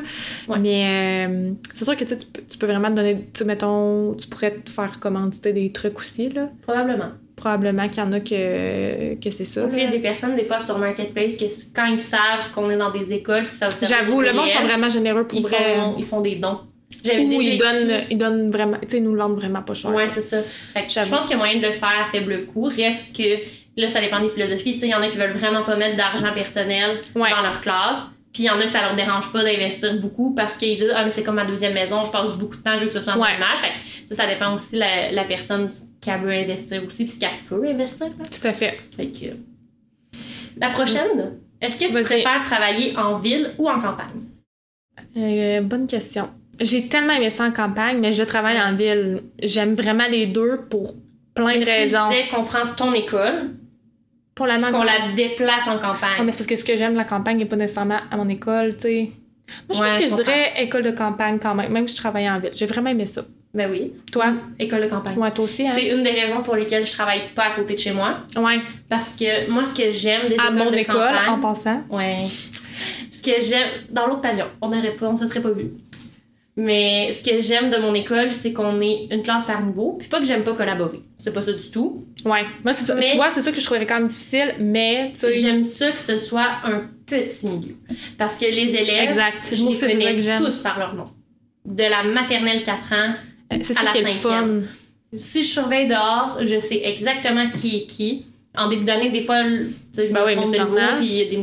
Speaker 1: Ouais.
Speaker 2: Mais euh, c'est sûr que tu, sais, tu peux, tu peux vraiment te donner, tu sais, mettons, tu pourrais te faire commanditer des trucs aussi, là.
Speaker 1: Probablement.
Speaker 2: Probablement qu'il y en a que, que c'est ça.
Speaker 1: Ou tu sais, il y
Speaker 2: là.
Speaker 1: a des personnes, des fois, sur Marketplace, que c- quand ils savent qu'on est dans des écoles, puis que ça va servir
Speaker 2: J'avoue,
Speaker 1: aux
Speaker 2: le monde
Speaker 1: élèves,
Speaker 2: sont vraiment généreux pour
Speaker 1: ils
Speaker 2: vrai.
Speaker 1: font, ils font des dons. J'avais
Speaker 2: Ou
Speaker 1: déjà
Speaker 2: ils donnent,
Speaker 1: écrit-
Speaker 2: ils donnent vraiment, tu sais, ils nous le vendent vraiment pas cher.
Speaker 1: Ouais, c'est ça. Fait que je
Speaker 2: J'avoue.
Speaker 1: pense qu'il y a moyen de le faire à faible coût. Reste que, là, ça dépend des philosophies. Tu sais, il y en a qui veulent vraiment pas mettre d'argent personnel
Speaker 2: Ouais.
Speaker 1: dans leur classe. Puis il y en a que ça leur dérange pas d'investir beaucoup parce qu'ils disent Ah, mais c'est comme ma deuxième maison, je passe beaucoup de temps, je veux que ce soit à mon
Speaker 2: Ouais.
Speaker 1: image. Fait que ça, ça dépend aussi la, la personne qui veut investir aussi, puis ce qu'elle peut investir. là.
Speaker 2: Tout à fait.
Speaker 1: Fait que- euh, La prochaine, est-ce que tu
Speaker 2: Vas-y.
Speaker 1: préfères travailler en ville ou en campagne?
Speaker 2: Euh, bonne question. J'ai tellement aimé ça en campagne, mais je travaille en ville. J'aime vraiment les deux pour plein de
Speaker 1: Mais si
Speaker 2: raisons.
Speaker 1: je disais qu'on prend ton école,
Speaker 2: pour la
Speaker 1: qu'on
Speaker 2: manque
Speaker 1: la déplace en campagne.
Speaker 2: Ouais, mais c'est parce que ce que j'aime de la campagne n'est pas nécessairement à mon école, tu sais. Moi, je
Speaker 1: Ouais,
Speaker 2: pense que
Speaker 1: je
Speaker 2: je dirais école de campagne quand même, même si je travaillais en ville. J'ai vraiment aimé ça.
Speaker 1: Ben oui,
Speaker 2: Toi,
Speaker 1: école de campagne.
Speaker 2: moi, toi aussi, hein?
Speaker 1: C'est une des raisons pour lesquelles je travaille pas à côté de chez moi.
Speaker 2: Ouais.
Speaker 1: Parce que moi, ce que j'aime des
Speaker 2: À
Speaker 1: écoles
Speaker 2: mon
Speaker 1: de
Speaker 2: école,
Speaker 1: campagne-
Speaker 2: en passant.
Speaker 1: Ouais. Ce que j'aime. Dans l'autre pavillon, on n'aurait pas, on se serait pas vu. Mais ce que j'aime de mon école, c'est qu'on est une classe par niveau. Puis pas que j'aime pas collaborer. C'est pas ça du tout.
Speaker 2: Ouais. Moi, c'est ça.
Speaker 1: Mais-
Speaker 2: Tu vois, c'est ça que je trouverais quand même difficile, mais, tu sais.
Speaker 1: J'aime ça que ce soit un petit milieu. Parce que les élèves,
Speaker 2: Exact. Je
Speaker 1: je
Speaker 2: trouve
Speaker 1: les
Speaker 2: que c'est ça que
Speaker 1: connais
Speaker 2: j'aime.
Speaker 1: tous par leur nom. De la maternelle 4 ans.
Speaker 2: Euh, C'est
Speaker 1: à
Speaker 2: ça
Speaker 1: la
Speaker 2: qui est le fun.
Speaker 1: cinquième. Si je surveille dehors, je sais exactement qui est qui. En début d'année, des fois, le- tu sais, je
Speaker 2: Ben
Speaker 1: me
Speaker 2: oui,
Speaker 1: trompe
Speaker 2: mais c'est
Speaker 1: de niveau,
Speaker 2: normal.
Speaker 1: puis il y a des...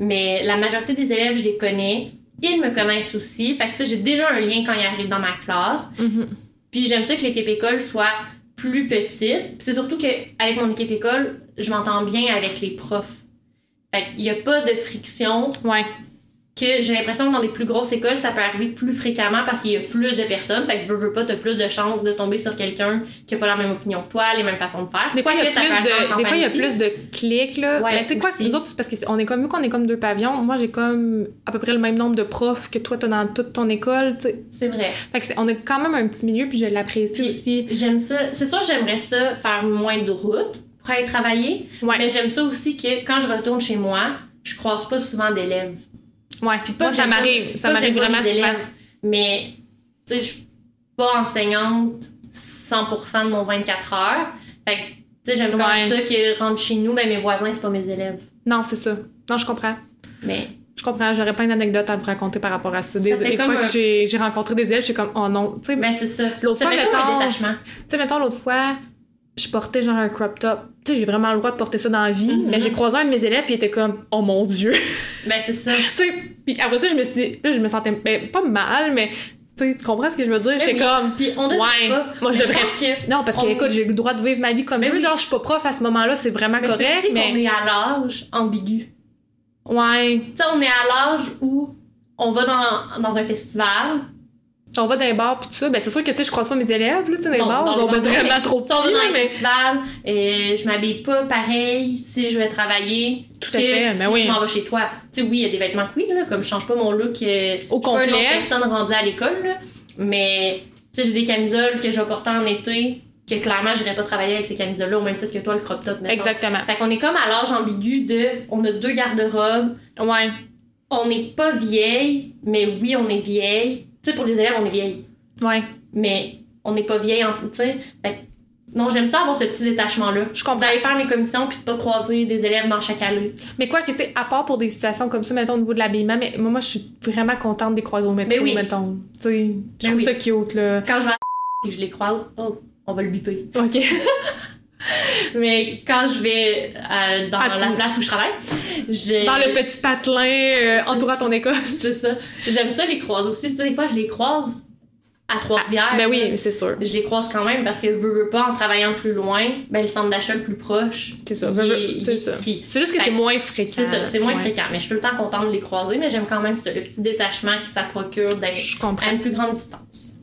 Speaker 1: Mais la majorité des élèves, je les connais. Ils me connaissent aussi. Fait que, tu sais, j'ai déjà un lien quand ils arrivent dans ma classe.
Speaker 2: Mhm.
Speaker 1: Puis j'aime ça que l'équipe école soit plus petite. Puis C'est surtout qu'avec mon équipe école, je m'entends bien avec les profs. Fait qu'il n'y a pas de friction
Speaker 2: Ouais.
Speaker 1: que j'ai l'impression que dans les plus grosses écoles, ça peut arriver plus fréquemment parce qu'il y a plus de personnes. Fait que veux, veux pas, t'as plus de chances de tomber sur quelqu'un qui a pas la même opinion que toi, les mêmes façons de faire.
Speaker 2: Des fois, il y a
Speaker 1: Quoique, ça peut
Speaker 2: plus
Speaker 1: arriver en
Speaker 2: de, des fois, il y a
Speaker 1: campagne
Speaker 2: plus de clics, là.
Speaker 1: Ouais,
Speaker 2: mais tu sais quoi,
Speaker 1: aussi.
Speaker 2: nous autres, c'est parce que c'est- on est comme, vu qu'on est comme deux pavillons, moi, j'ai comme à peu près le même nombre de profs que toi, t'as dans toute ton école, tu sais.
Speaker 1: aussi. C'est vrai.
Speaker 2: Fait que c'est- on a quand même un petit milieu, puis je l'apprécie
Speaker 1: Puis-
Speaker 2: aussi.
Speaker 1: J'aime ça. C'est sûr, j'aimerais ça faire moins de route pour aller travailler.
Speaker 2: Ouais.
Speaker 1: Mais j'aime ça aussi que quand je retourne chez moi, je croise pas souvent d'élèves.
Speaker 2: Ouais, puis
Speaker 1: Pas
Speaker 2: pas
Speaker 1: que
Speaker 2: ça
Speaker 1: j'aime
Speaker 2: m'arrive,
Speaker 1: Pas
Speaker 2: ça
Speaker 1: que
Speaker 2: m'arrive
Speaker 1: j'aime pas
Speaker 2: vraiment
Speaker 1: les
Speaker 2: souvent.
Speaker 1: élèves, Mais, tu sais, je suis pas enseignante 100% de mon 24 heures. Fait que, tu sais, j'aime quand même
Speaker 2: Ouais.
Speaker 1: ça que rentre chez nous, ben mes voisins, c'est pas mes élèves.
Speaker 2: Non, c'est ça. Non, je comprends.
Speaker 1: Mais,
Speaker 2: Je comprends, j'aurais plein d'anecdotes à vous raconter par rapport à ça. Des,
Speaker 1: Ça fait
Speaker 2: des
Speaker 1: comme
Speaker 2: fois que
Speaker 1: un-
Speaker 2: j'ai j'ai rencontré des élèves, je suis comme, oh non. Tu sais,
Speaker 1: ben c'est ça.
Speaker 2: L'autre
Speaker 1: ça
Speaker 2: fois,
Speaker 1: fait comme un
Speaker 2: mettons-
Speaker 1: détachement.
Speaker 2: tu sais, mettons, l'autre fois, je portais genre un crop top. Tu sais, j'ai vraiment le droit de porter ça dans la vie,
Speaker 1: Mhm.
Speaker 2: mais j'ai croisé un de mes élèves, puis il était comme, oh mon Dieu.
Speaker 1: Ben c'est ça.
Speaker 2: tu sais, puis après ça, je me suis dit, là, je me sentais ben, pas mal, mais tu sais, tu comprends ce que je veux dire? J'étais
Speaker 1: oui.
Speaker 2: comme,
Speaker 1: Puis on ne
Speaker 2: Ouais.
Speaker 1: pas.
Speaker 2: Moi, je
Speaker 1: Mais
Speaker 2: devrais-
Speaker 1: pense que.
Speaker 2: Eh non, parce que,
Speaker 1: On-
Speaker 2: écoute, j'ai le droit de vivre ma vie comme
Speaker 1: Mais
Speaker 2: je veux.
Speaker 1: oui.
Speaker 2: Genre, je suis pas prof à ce moment-là, c'est vraiment
Speaker 1: Mais c'est
Speaker 2: correct,
Speaker 1: aussi qu'on
Speaker 2: mais.
Speaker 1: est à l'âge ambigu.
Speaker 2: Ouais.
Speaker 1: Tu sais, on est à l'âge où on va dans, dans un festival.
Speaker 2: On va dans les bars pis tout ça, ben c'est sûr que tu sais, je croise pas mes élèves, là, tu sais, dans les
Speaker 1: Non,
Speaker 2: bars,
Speaker 1: dans
Speaker 2: ils
Speaker 1: les
Speaker 2: ont
Speaker 1: bars,
Speaker 2: vraiment
Speaker 1: mais-
Speaker 2: trop
Speaker 1: Tu sais, on va
Speaker 2: petits,
Speaker 1: dans
Speaker 2: là,
Speaker 1: un
Speaker 2: mais...
Speaker 1: festival. Et je m'habille pas pareil si je vais travailler.
Speaker 2: Tout
Speaker 1: que
Speaker 2: à fait,
Speaker 1: si
Speaker 2: mais oui.
Speaker 1: je m'en vais chez toi. Tu sais, oui, il y a des vêtements que oui, là, comme je change pas mon look euh,
Speaker 2: Au
Speaker 1: je suis pas une autre
Speaker 2: complet.
Speaker 1: personne rendue à l'école, là, mais tu sais, j'ai des camisoles que je vais porter en été, que clairement, j'irais pas travailler avec ces camisoles-là, au même titre que toi, le crop top. mettons.
Speaker 2: Exactement.
Speaker 1: Fait qu'on est comme à l'âge ambigu de, on a deux garde-robes,
Speaker 2: Ouais.
Speaker 1: on n'est pas vieille, mais oui, on est vieille. Tu sais, pour les élèves, on est vieille,
Speaker 2: Ouais.
Speaker 1: mais on n'est pas vieille, en- tu sais. Fait que, non, j'aime ça avoir ce petit détachement-là.
Speaker 2: Je comprends.
Speaker 1: D'aller faire mes commissions puis de pas croiser des élèves dans chaque allée.
Speaker 2: Mais quoi que, tu sais, à part pour des situations comme ça, mettons, au niveau de l'habillement, mais moi, moi, je suis vraiment contente des croiser au métro,
Speaker 1: Mais oui.
Speaker 2: mettons. Tu sais, je trouve
Speaker 1: oui.
Speaker 2: ça cute, là.
Speaker 1: Quand je vais à et que je les croise, oh, on va le biper.
Speaker 2: OK.
Speaker 1: Mais quand je vais euh, dans
Speaker 2: Ah,
Speaker 1: la
Speaker 2: oui.
Speaker 1: place où je travaille, j'ai.
Speaker 2: dans le petit patelin euh,
Speaker 1: C'est
Speaker 2: entourant ton école.
Speaker 1: C'est ça. J'aime ça les croiser aussi. Tu sais, des fois, je les croise à Trois-Rivières.
Speaker 2: ben oui,
Speaker 1: là.
Speaker 2: mais c'est sûr.
Speaker 1: Je les croise quand même parce que, veux, veux pas, en travaillant plus loin, ben le centre d'achat le plus proche.
Speaker 2: C'est ça.
Speaker 1: il
Speaker 2: veux-
Speaker 1: est-
Speaker 2: veux-
Speaker 1: il
Speaker 2: C'est
Speaker 1: est
Speaker 2: ça.
Speaker 1: ici.
Speaker 2: C'est juste que
Speaker 1: Fait-
Speaker 2: c'est moins fréquent.
Speaker 1: C'est ça, c'est moins
Speaker 2: Ouais.
Speaker 1: fréquent. Mais je suis tout le temps contente de les croiser, mais j'aime quand même ça, le petit détachement que ça procure d'être
Speaker 2: Je comprends.
Speaker 1: à une plus grande distance.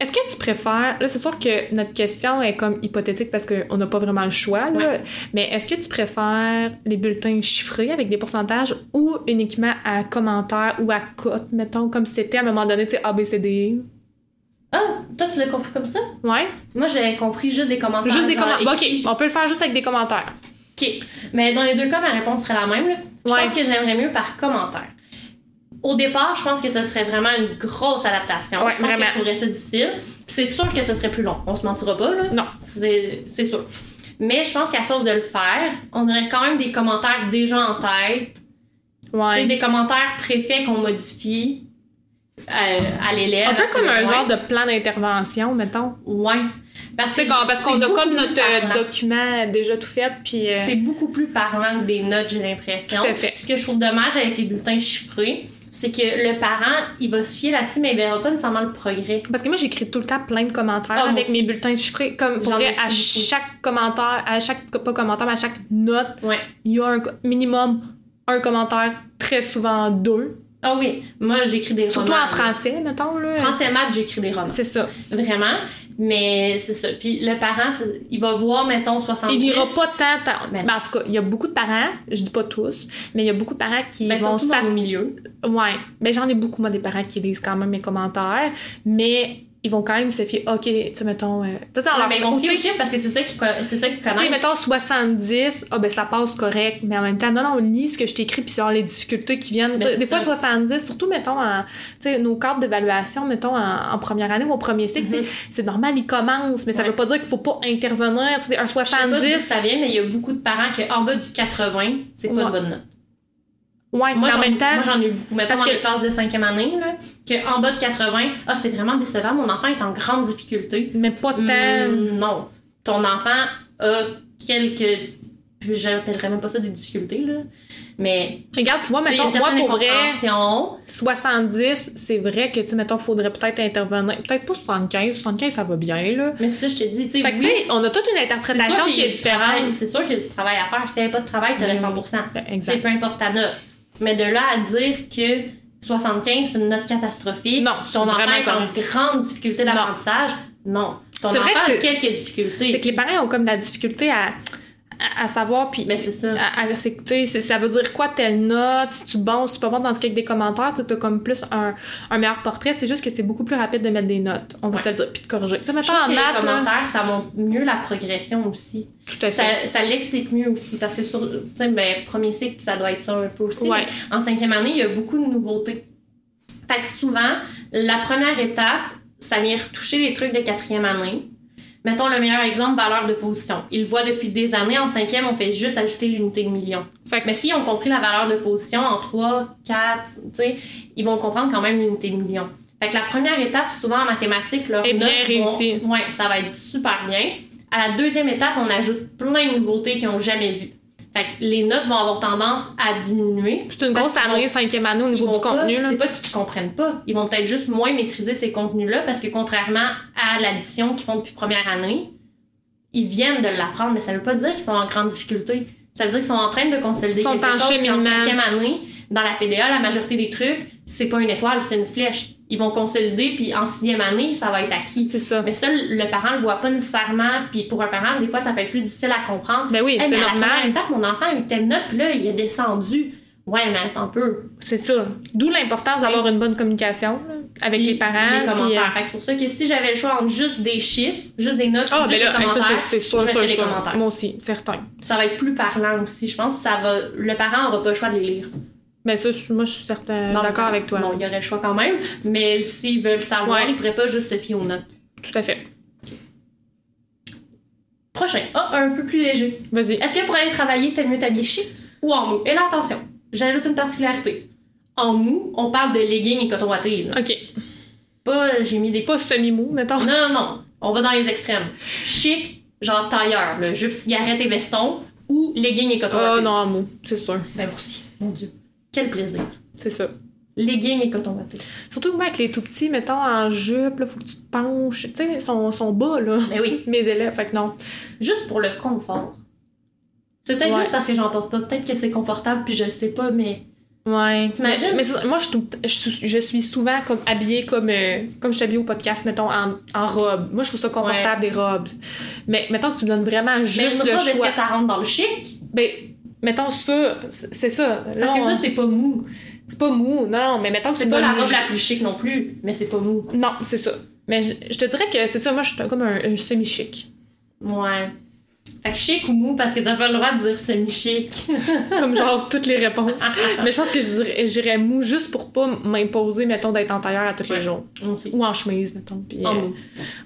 Speaker 2: Est-ce que tu préfères, là c'est sûr que notre question est comme hypothétique parce qu'on n'a pas vraiment le choix, là, mais est-ce que tu préfères les bulletins chiffrés avec des pourcentages ou uniquement à commentaires ou à cote, mettons, comme si c'était à un moment donné, tu sais, A, B, C, D,
Speaker 1: Ah, toi, tu l'as compris comme ça?
Speaker 2: E? Ouais?
Speaker 1: Moi, j'avais compris juste des commentaires.
Speaker 2: juste des
Speaker 1: genre,
Speaker 2: commentaires.
Speaker 1: écrits.
Speaker 2: Ok, on peut le faire juste avec des commentaires.
Speaker 1: OK. Mais dans les deux cas, ma réponse serait la même. là. Je
Speaker 2: Ouais.
Speaker 1: pense que j'aimerais mieux par commentaire. Au départ, je pense que ce serait vraiment une grosse adaptation.
Speaker 2: Ouais,
Speaker 1: je pense
Speaker 2: vraiment.
Speaker 1: que je trouverais ça difficile. Puis C'est sûr que ce serait plus long. On se mentira pas, là.
Speaker 2: Non.
Speaker 1: C'est c'est sûr. Mais je pense qu'à force de le faire, on aurait quand même des commentaires déjà en tête. Tu sais,
Speaker 2: Ouais.
Speaker 1: des commentaires préfets qu'on modifie euh, à, à l'élève.
Speaker 2: Un peu
Speaker 1: à ses
Speaker 2: comme un
Speaker 1: besoins.
Speaker 2: genre de plan d'intervention, mettons.
Speaker 1: Ouais. Parce
Speaker 2: C'est quand- parce qu'on a
Speaker 1: beaucoup
Speaker 2: comme
Speaker 1: plus
Speaker 2: notre euh,
Speaker 1: parlant.
Speaker 2: document déjà tout fait, puis. euh,
Speaker 1: C'est beaucoup plus parlant que des notes, j'ai l'impression.
Speaker 2: Tout à fait.
Speaker 1: Puis Ce que je trouve dommage avec les bulletins chiffrés, c'est que le parent, il va se fier là-dessus, mais il verra pas nécessairement le progrès.
Speaker 2: Parce que moi, j'écris tout le temps plein de commentaires
Speaker 1: Ah, moi
Speaker 2: avec
Speaker 1: aussi.
Speaker 2: mes bulletins chiffrés. Comme pour
Speaker 1: J'en
Speaker 2: vrai,
Speaker 1: écris
Speaker 2: à
Speaker 1: beaucoup.
Speaker 2: chaque commentaire, à chaque, pas commentaire, mais à chaque note,
Speaker 1: Ouais.
Speaker 2: il y a un co- minimum un commentaire, très souvent deux.
Speaker 1: Ah oui, moi j'écris des
Speaker 2: Surtout
Speaker 1: romans.
Speaker 2: en français, mettons, là.
Speaker 1: Français maths, j'écris des romans.
Speaker 2: C'est ça.
Speaker 1: Vraiment. Mais c'est ça. Puis le parent, c'est- il va voir, mettons, 70.
Speaker 2: Il lira pas tant. tant-
Speaker 1: Mais-
Speaker 2: ben, en tout cas, il y a beaucoup de parents, je dis pas tous, mais il y a beaucoup de parents qui
Speaker 1: Ben,
Speaker 2: vont
Speaker 1: surtout
Speaker 2: s'att-
Speaker 1: dans le milieu.
Speaker 2: Ouais. Ben, j'en ai beaucoup, moi, des parents qui lisent quand même mes commentaires, mais ils vont quand même se fier, OK, tu sais, mettons. euh, tu sais, dans
Speaker 1: Ouais,
Speaker 2: leur-
Speaker 1: mais ils vont
Speaker 2: ou,
Speaker 1: se
Speaker 2: tu
Speaker 1: fier
Speaker 2: sais,
Speaker 1: aux chiffres parce que c'est ça qu'ils co- c'est ça qu'ils
Speaker 2: tu sais,
Speaker 1: connaissent.
Speaker 2: mettons 70, ah ben ça passe correct, mais en même temps, non, non, on lit ce que je t'écris, puis sur les difficultés qui viennent.
Speaker 1: Ben,
Speaker 2: Tu sais,
Speaker 1: c'est
Speaker 2: des fois,
Speaker 1: ça.
Speaker 2: 70, surtout, mettons, en- tu sais, nos cartes d'évaluation, mettons, en, en première année ou au premier cycle, tu sais, c'est normal, ils commencent, mais ça
Speaker 1: Mm-hmm. Ouais.
Speaker 2: veut pas dire qu'il faut pas intervenir. Tu sais, un
Speaker 1: Je sais pas
Speaker 2: 70,
Speaker 1: d'où ça vient, mais il y a beaucoup de parents qui, en bas du 80, c'est pas
Speaker 2: Ouais.
Speaker 1: une bonne note. Moi,
Speaker 2: ouais, mais en
Speaker 1: j'en-
Speaker 2: même temps,
Speaker 1: moi, j'en ai eu beaucoup. Mettons
Speaker 2: parce
Speaker 1: dans
Speaker 2: que-
Speaker 1: les classes de 5e année, là, qu'en bas de 80, ah, c'est vraiment décevant, mon enfant est en grande difficulté.
Speaker 2: mais pas tant.
Speaker 1: Hum, non. Ton enfant a quelques. puis J'appellerais même pas ça des difficultés, là. Mais.
Speaker 2: Regarde, tu vois,
Speaker 1: tu sais, il y a
Speaker 2: mettons, moi,
Speaker 1: certaines
Speaker 2: pour vrai,
Speaker 1: incompréhensions.
Speaker 2: 70, c'est vrai que, tu sais, mettons, faudrait peut-être intervenir. Peut-être pas 75. 75, ça va bien, là.
Speaker 1: Mais ça, je te dis, tu sais,
Speaker 2: Fait que,
Speaker 1: oui,
Speaker 2: tu sais, on a toute une
Speaker 1: c'est
Speaker 2: interprétation
Speaker 1: sûr
Speaker 2: qui
Speaker 1: qu'il y a
Speaker 2: est
Speaker 1: du travail,
Speaker 2: différente.
Speaker 1: C'est sûr qu'il y a du travail à faire. Si t'avais pas de travail, t'aurais
Speaker 2: Mm.
Speaker 1: 100%.
Speaker 2: Ben,
Speaker 1: C'est
Speaker 2: Exact.
Speaker 1: peu importe ta note. Mais de là à dire que 75, c'est une note catastrophique,
Speaker 2: Non,
Speaker 1: ton enfant
Speaker 2: vraiment
Speaker 1: est en grande difficulté d'apprentissage, non. Ton
Speaker 2: C'est
Speaker 1: enfant
Speaker 2: vrai que
Speaker 1: a
Speaker 2: c'est-
Speaker 1: quelques
Speaker 2: C'est
Speaker 1: difficultés.
Speaker 2: que les parents ont comme de la difficulté à, à, à savoir, puis...
Speaker 1: Mais Ben, c'est ça.
Speaker 2: à- à- c'est que, tu sais, c'est- ça veut dire quoi telle note, si tu bon, si tu pas bon dans ce qu'il y a des commentaires, tu as comme plus un, un meilleur portrait, c'est juste que c'est beaucoup plus rapide de mettre des notes, on va
Speaker 1: Ouais.
Speaker 2: se le dire, puis de corriger. Tu sais,
Speaker 1: Je
Speaker 2: mettons
Speaker 1: trouve
Speaker 2: en
Speaker 1: que les
Speaker 2: maths, là,
Speaker 1: commentaires, ça montre mieux la progression aussi.
Speaker 2: tout à fait.
Speaker 1: Ça, ça l'explique mieux aussi, parce que sur tu sais, ben, premier cycle, ça doit être ça un peu aussi.
Speaker 2: Ouais.
Speaker 1: mais en cinquième année, il y a beaucoup de nouveautés. Fait que souvent, la première étape, ça vient retoucher les trucs de quatrième année. Mettons le meilleur exemple, valeur de position. Ils le voient depuis des années. En cinquième, on fait juste ajouter l'unité de million.
Speaker 2: Fait que-
Speaker 1: mais s'ils ont compris la valeur de position en 3, 4, tu sais, ils vont comprendre quand même l'unité de million. Fait que la première étape, souvent en mathématiques, leur
Speaker 2: Est bien
Speaker 1: note vont-
Speaker 2: réussie.
Speaker 1: ouais, ça va être super bien. À la deuxième étape, on ajoute plein de nouveautés qu'ils n'ont jamais vues. Fait que les notes vont avoir tendance à diminuer.
Speaker 2: C'est une
Speaker 1: parce
Speaker 2: grosse
Speaker 1: qu'ils vont-
Speaker 2: année, cinquième année au niveau
Speaker 1: Ils vont
Speaker 2: du contenu,
Speaker 1: pas-
Speaker 2: là.
Speaker 1: C'est pas qu'ils comprennent pas. Ils vont peut-être juste moins maîtriser ces contenus-là parce que contrairement à l'addition qu'ils font depuis première année, ils viennent de l'apprendre, mais ça veut pas dire qu'ils sont en grande difficulté. Ça veut dire qu'ils sont en train de consolider
Speaker 2: Ils sont
Speaker 1: quelque
Speaker 2: en
Speaker 1: chose. puis En
Speaker 2: cheminement.
Speaker 1: cinquième année, dans la PDA, la majorité des trucs, c'est pas une étoile, c'est une flèche. Ils vont consolider, puis en sixième année, ça va être acquis.
Speaker 2: C'est ça.
Speaker 1: Mais ça, le parent le voit pas nécessairement, puis pour un parent, des fois, ça peut être plus difficile à comprendre.
Speaker 2: Ben oui,
Speaker 1: Hey,
Speaker 2: c'est
Speaker 1: mais à la première
Speaker 2: normal.
Speaker 1: étape, mon enfant a eu telle note, puis là, il est descendu. Ouais, mais attends un peu.
Speaker 2: C'est ça. D'où l'importance d'avoir une bonne communication là, avec
Speaker 1: Puis
Speaker 2: les
Speaker 1: les
Speaker 2: parents. puis, euh,
Speaker 1: commentaires. Fait que c'est pour ça que si j'avais le choix entre juste des chiffres, juste des notes,
Speaker 2: euh, Ah,
Speaker 1: juste
Speaker 2: ben
Speaker 1: des
Speaker 2: là, hey, ça,
Speaker 1: commentaires,
Speaker 2: c'est-
Speaker 1: ça,
Speaker 2: c'est sûr,
Speaker 1: je
Speaker 2: sûr,
Speaker 1: mettais les
Speaker 2: sûr.
Speaker 1: commentaires.
Speaker 2: Moi aussi, certain.
Speaker 1: va être plus parlant aussi, je pense. Puis ça va, le parent aura pas le choix de les lire.
Speaker 2: Mais Ben ça, je- moi, je suis certain,
Speaker 1: Bon,
Speaker 2: Euh, d'accord avec toi.
Speaker 1: Bon, il y aurait le choix quand même, mais s'ils veulent savoir,
Speaker 2: Ouais.
Speaker 1: ils pourraient pas juste se fier aux notes.
Speaker 2: Tout à fait.
Speaker 1: Prochain. Ah, un peu plus léger.
Speaker 2: Vas-y.
Speaker 1: Est-ce que pour aller travailler, t'aimes mieux t'habiller chic ou en mou? Et là, attention, j'ajoute une particularité. En mou, on parle de leggings et coton watté. là.
Speaker 2: OK.
Speaker 1: Pas, j'ai mis des
Speaker 2: Pas semi-mou, mettons.
Speaker 1: Non, non, non. On va dans les extrêmes. Chic, genre tailleur, le jupe, cigarette et veston, ou leggings et coton
Speaker 2: Ah,
Speaker 1: watté.
Speaker 2: non, en mou. C'est sûr.
Speaker 1: Ben moi aussi, mon Dieu. Quel plaisir.
Speaker 2: C'est ça.
Speaker 1: Leggings et coton watté.
Speaker 2: Surtout que moi, avec les tout petits, mettons, en jupe, là, faut que tu te penches. Tu sais, ils sont, sont bas, là.
Speaker 1: Ben oui,
Speaker 2: Mes élèves, fait que non.
Speaker 1: juste pour le confort. C'est peut-être
Speaker 2: Ouais.
Speaker 1: juste parce que j'en porte pas. Peut-être que c'est confortable, puis je le sais pas, mais...
Speaker 2: Ouais.
Speaker 1: T'imagines?
Speaker 2: Mais c'est ça, moi, je, suis tout le temps- je suis- je suis souvent comme habillée comme, euh, comme je suis habillée au podcast, mettons, en, en robe. Moi, je trouve ça confortable, des robes. Mais mettons que tu me donnes vraiment juste
Speaker 1: mais une
Speaker 2: le
Speaker 1: robe, est-ce
Speaker 2: choix.
Speaker 1: que ça rentre dans le chic?
Speaker 2: Ben, mettons ça, c'est c'est ça. Là,
Speaker 1: Parce que
Speaker 2: on-
Speaker 1: ça, c'est pas mou.
Speaker 2: c'est pas mou. Non, non, mais mettons que tu
Speaker 1: C'est
Speaker 2: me
Speaker 1: pas
Speaker 2: donnes...
Speaker 1: la
Speaker 2: le
Speaker 1: robe
Speaker 2: ju-
Speaker 1: la plus chic non plus, mais c'est pas mou.
Speaker 2: Non, c'est ça. Mais je, je te dirais que c'est ça, moi, je suis comme un, un semi-chic.
Speaker 1: Ouais. Fait que chic ou mou, parce que t'as pas le droit de dire semi-chic.
Speaker 2: comme genre toutes les
Speaker 1: Ah.
Speaker 2: réponses. mais je pense que je dirais- j'irais mou juste pour pas m'imposer, mettons, d'être en tailleur à tous
Speaker 1: Ouais.
Speaker 2: les jours.
Speaker 1: On sait.
Speaker 2: Ou en chemise, mettons. Puis,
Speaker 1: En
Speaker 2: euh,
Speaker 1: mou.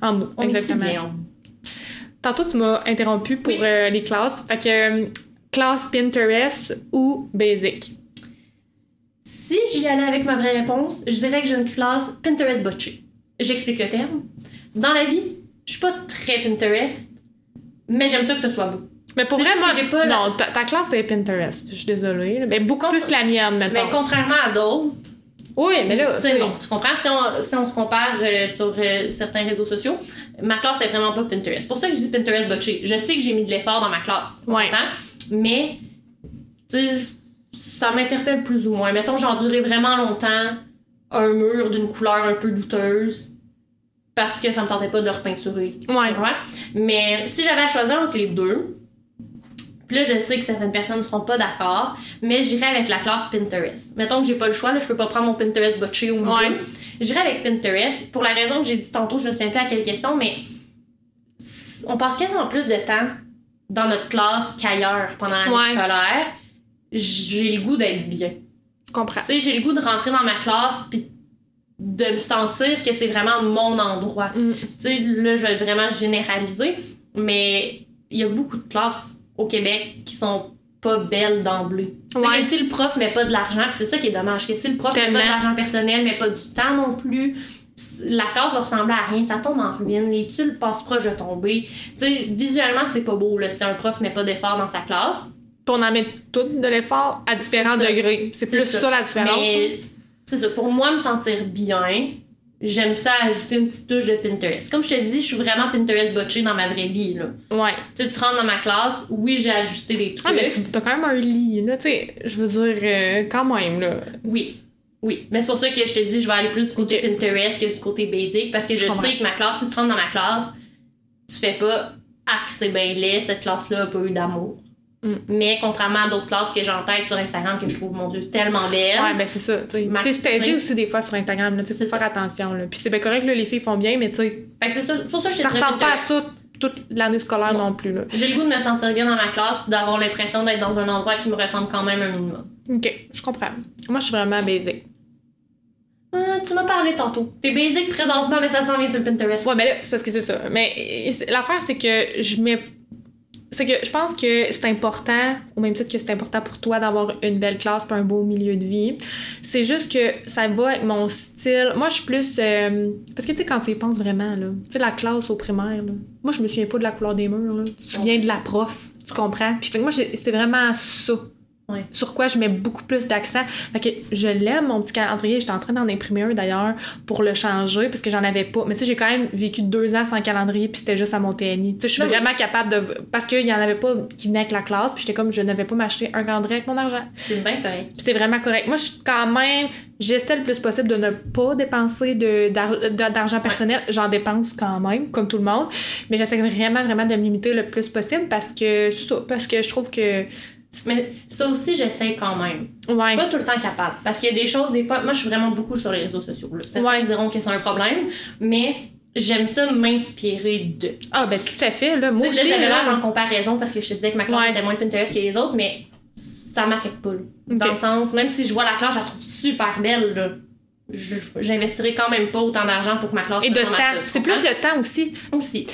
Speaker 2: en mou,
Speaker 1: On est si
Speaker 2: exactement.
Speaker 1: bien, en mou.
Speaker 2: Tantôt, tu m'as interrompu pour
Speaker 1: Oui.
Speaker 2: euh, les classes. Fait que euh, classe Pinterest ou Basic.
Speaker 1: Si j'y allais avec ma vraie réponse, je dirais que j'ai une classe Pinterest botchée. J'explique le terme. Dans la vie, je suis pas très Pinterest, mais j'aime ça que ce soit beau.
Speaker 2: Mais pour
Speaker 1: C'est
Speaker 2: vrai,
Speaker 1: juste
Speaker 2: moi,
Speaker 1: que j'ai pas la-
Speaker 2: non, ta, ta classe c'est Pinterest. Je suis désolée. là. Mais beaucoup
Speaker 1: Contre-
Speaker 2: plus que la mienne, mettons.
Speaker 1: Mais contrairement à d'autres,
Speaker 2: Oui, mais là,
Speaker 1: tu sais,
Speaker 2: tu-
Speaker 1: bon, tu comprends, si on, si on se compare euh, sur euh, certains réseaux sociaux, ma classe est vraiment pas Pinterest. C'est pour ça que je dis Pinterest botchée. Je sais que j'ai mis de l'effort dans ma classe, on
Speaker 2: Ouais.
Speaker 1: s'entend, mais tu sais, ça m'interpelle plus ou moins. Mettons, j'ai enduré vraiment longtemps un mur d'une couleur un peu douteuse parce que ça me tentait pas de repeinturer.
Speaker 2: Ouais.
Speaker 1: Ouais. Mais si j'avais à choisir entre les deux, puis là, je sais que certaines personnes ne seront pas d'accord, mais j'irais avec la classe Pinterest. Mettons que j'ai pas le choix, là, je peux pas prendre mon Pinterest botché ou non.
Speaker 2: Ouais.
Speaker 1: J'irais avec Pinterest pour la raison que j'ai dit tantôt, je me souviens plus à quelle question, mais s- on passe quasiment plus de temps dans notre classe qu'ailleurs pendant l'année
Speaker 2: Ouais.
Speaker 1: scolaire. J'ai le goût d'être bien.
Speaker 2: Je comprends.
Speaker 1: Tu sais, j'ai le goût de rentrer dans ma classe puis de me sentir que c'est vraiment mon endroit.
Speaker 2: Mm.
Speaker 1: Tu sais, là, je vais vraiment généraliser, mais il y a beaucoup de classes au Québec qui sont pas belles d'emblée. Tu sais,
Speaker 2: Ouais.
Speaker 1: que si le prof met pas de l'argent, puis c'est ça qui est dommage, que si le prof met
Speaker 2: Tellement.
Speaker 1: pas de l'argent personnel, mais pas du temps non plus, c- la classe va ressembler à rien, ça tombe en ruine, les tuiles passent proche de tomber. Tu sais, visuellement, c'est pas beau, là, si un prof met pas d'effort dans sa classe.
Speaker 2: Puis on en met tout de l'effort à différents
Speaker 1: C'est ça.
Speaker 2: degrés. C'est
Speaker 1: C'est
Speaker 2: plus
Speaker 1: ça.
Speaker 2: ça. la différence.
Speaker 1: Mais c'est ça, pour moi, me sentir bien, j'aime ça ajouter une petite touche de Pinterest. Comme je te dis, je suis vraiment Pinterest botchée dans ma vraie vie. Là.
Speaker 2: Ouais.
Speaker 1: Tu sais, tu rentres dans ma classe, oui, j'ai ajusté des trucs.
Speaker 2: Ah, mais tu- t'as quand même un lit, là, tu sais. Je veux dire, euh, quand même, là.
Speaker 1: Oui. Oui, mais c'est pour ça que je te dis, je vais aller plus du côté
Speaker 2: Ok.
Speaker 1: Pinterest que du côté basic, parce que je,
Speaker 2: Je comprends.
Speaker 1: sais que ma classe, si tu rentres dans ma classe, tu fais pas arc, c'est bien laid, cette classe-là a pas eu d'amour.
Speaker 2: Mm.
Speaker 1: Mais contrairement à d'autres classes que j'ai en tête sur Instagram, que je trouve, mon Dieu, tellement belle.
Speaker 2: Ouais, ben c'est ça, tu sais.
Speaker 1: Ma-
Speaker 2: C'est
Speaker 1: tu sais.
Speaker 2: stagé aussi des fois sur Instagram, là, tu sais,
Speaker 1: C'est
Speaker 2: faut faire attention, là. Puis c'est bien correct, là, les filles font bien, mais tu sais,
Speaker 1: Fait que c'est ça, c'est pour ça que je te
Speaker 2: ça
Speaker 1: dirais
Speaker 2: ressemble pas à
Speaker 1: Pinterest.
Speaker 2: ça toute l'année scolaire non, plus, là.
Speaker 1: J'ai le goût de me sentir bien dans ma classe, puis d'avoir l'impression d'être dans un endroit qui me ressemble quand même un minimum.
Speaker 2: Ok, je comprends. Moi, je suis vraiment baisée.
Speaker 1: Euh, tu m'as parlé tantôt. T'es basic présentement, mais ça s'en vient sur Pinterest.
Speaker 2: Ouais, mais là, c'est parce que c'est ça. Mais euh, c'est- l'affaire, c'est que je mets. C'est que je pense que c'est important, au même titre que c'est important pour toi d'avoir une belle classe puis un beau milieu de vie. C'est juste que ça va avec mon style. Moi, je suis plus. euh, parce que, tu sais, quand tu y penses vraiment, là, tu sais, la classe au primaire, là, moi, je me souviens pas de la couleur des murs, là. Tu te souviens de la prof, tu comprends? Puis, fait que moi, j'ai- c'est vraiment ça.
Speaker 1: Ouais.
Speaker 2: Sur quoi je mets beaucoup plus d'accent. Fait que je l'aime, mon petit calendrier. J'étais en train d'en imprimer un d'ailleurs pour le changer parce que j'en avais pas. Mais tu sais, j'ai quand même vécu deux ans sans calendrier puis c'était juste à mon TNI. Tu sais, je suis
Speaker 1: Non, mais-
Speaker 2: vraiment capable de. Parce qu'il y en avait pas qui venait avec la classe puis j'étais comme, je n'avais pas m'acheter un calendrier avec mon argent.
Speaker 1: C'est bien correct.
Speaker 2: Puis c'est vraiment correct. Moi, je suis quand même. J'essaie le plus possible de ne pas dépenser de- d'ar- de- d'argent personnel. J'en dépense quand même, comme tout le monde. Mais j'essaie vraiment, vraiment de me limiter le plus possible parce que. c'est ça, Parce que je trouve que.
Speaker 1: Mais ça aussi, j'essaie quand même. Je
Speaker 2: Ouais.
Speaker 1: suis pas tout le temps capable. Parce qu'il y a des choses, des fois, moi, je suis vraiment beaucoup sur les réseaux sociaux. Là. Certains
Speaker 2: Ouais.
Speaker 1: diront que c'est un problème, mais j'aime ça m'inspirer de.
Speaker 2: Ah, ben tout à fait. Là, moi
Speaker 1: Tu sais, là,
Speaker 2: aussi,
Speaker 1: j'avais
Speaker 2: là,
Speaker 1: l'air en comparaison parce que je te disais que ma classe
Speaker 2: Ouais.
Speaker 1: était moins Pinterest que les autres, mais ça m'affecte pas. là. Dans le
Speaker 2: Ok.
Speaker 1: sens, même si je vois la classe, je la trouve super belle, là. Je- J'investirais quand même pas autant d'argent pour que ma classe
Speaker 2: Et
Speaker 1: soit
Speaker 2: de
Speaker 1: dans ma
Speaker 2: temps.
Speaker 1: classe,
Speaker 2: C'est plus de temps aussi.
Speaker 1: aussi.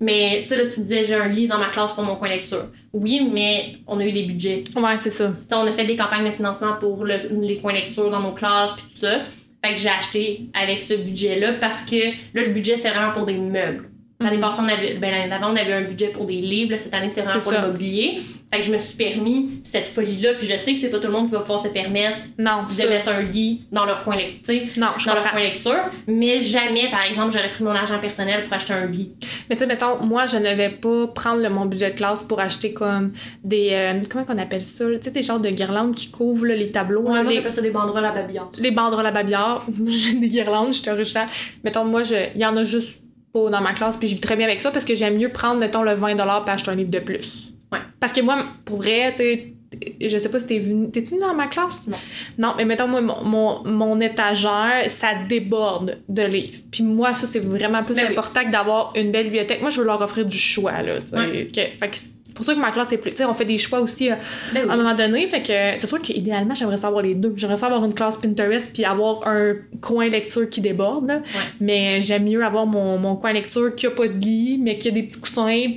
Speaker 1: Mais tu sais, là, tu disais, j'ai un lit dans ma classe pour mon coin lecture. Oui, mais on a eu des budgets. Tu
Speaker 2: Ouais, c'est ça.
Speaker 1: sais, on a fait des campagnes de financement pour le- les coins lecture dans nos classes, puis tout ça. Fait que j'ai acheté avec ce budget-là parce que là, le budget, c'était vraiment pour des meubles. L'année passée, on avait, ben, l'année d'avant, on avait un budget pour des livres. là, Cette année, c'était vraiment
Speaker 2: C'est
Speaker 1: pour
Speaker 2: ça.
Speaker 1: le mobilier. Fait que je me suis permis cette folie-là. Puis je sais que c'est pas tout le monde qui va pouvoir se permettre
Speaker 2: Non,
Speaker 1: de
Speaker 2: ça.
Speaker 1: mettre un lit dans leur coin lec- tu sais,
Speaker 2: Non, je
Speaker 1: dans leur
Speaker 2: comprends.
Speaker 1: coin lecture. Mais jamais, par exemple, j'aurais pris mon argent personnel pour acheter un lit.
Speaker 2: Mais tu sais, mettons, moi, je ne vais pas prendre le- mon budget de classe pour acheter comme des. euh, comment qu'on appelle ça? là? Tu sais, des genres de guirlandes qui couvrent là, les tableaux.
Speaker 1: Ouais,
Speaker 2: là,
Speaker 1: moi
Speaker 2: les-
Speaker 1: j'appelle ça des banderoles à babillard.
Speaker 2: les banderoles à babillard, j'ai des guirlandes, j'étais originale. Mettons, moi, je- il y en a juste pas dans ma classe, puis je vis très bien avec ça parce que j'aime mieux prendre, mettons, le 20$ puis acheter un livre de plus.
Speaker 1: Ouais.
Speaker 2: Parce que moi, pour vrai, t'es- je sais pas si t'es venu. T'es-tu venue dans ma classe?
Speaker 1: Non.
Speaker 2: Non, mais mettons, moi, mon, mon, mon étagère, ça déborde de livres. Puis moi, ça, c'est vraiment plus
Speaker 1: Ben oui.
Speaker 2: important que d'avoir une belle bibliothèque. Moi, je veux leur offrir du choix, là. tu sais.
Speaker 1: Ouais.
Speaker 2: Que- fait que c'est pour ça que ma classe est plus. Tu sais, on fait des choix aussi. euh,
Speaker 1: Ben
Speaker 2: à un moment donné, fait que c'est sûr qu'idéalement, j'aimerais savoir les deux. J'aimerais savoir une classe Pinterest puis avoir un coin lecture qui déborde. là. Mais j'aime mieux avoir mon, mon coin lecture qui a pas de lit, mais qui a des petits coussins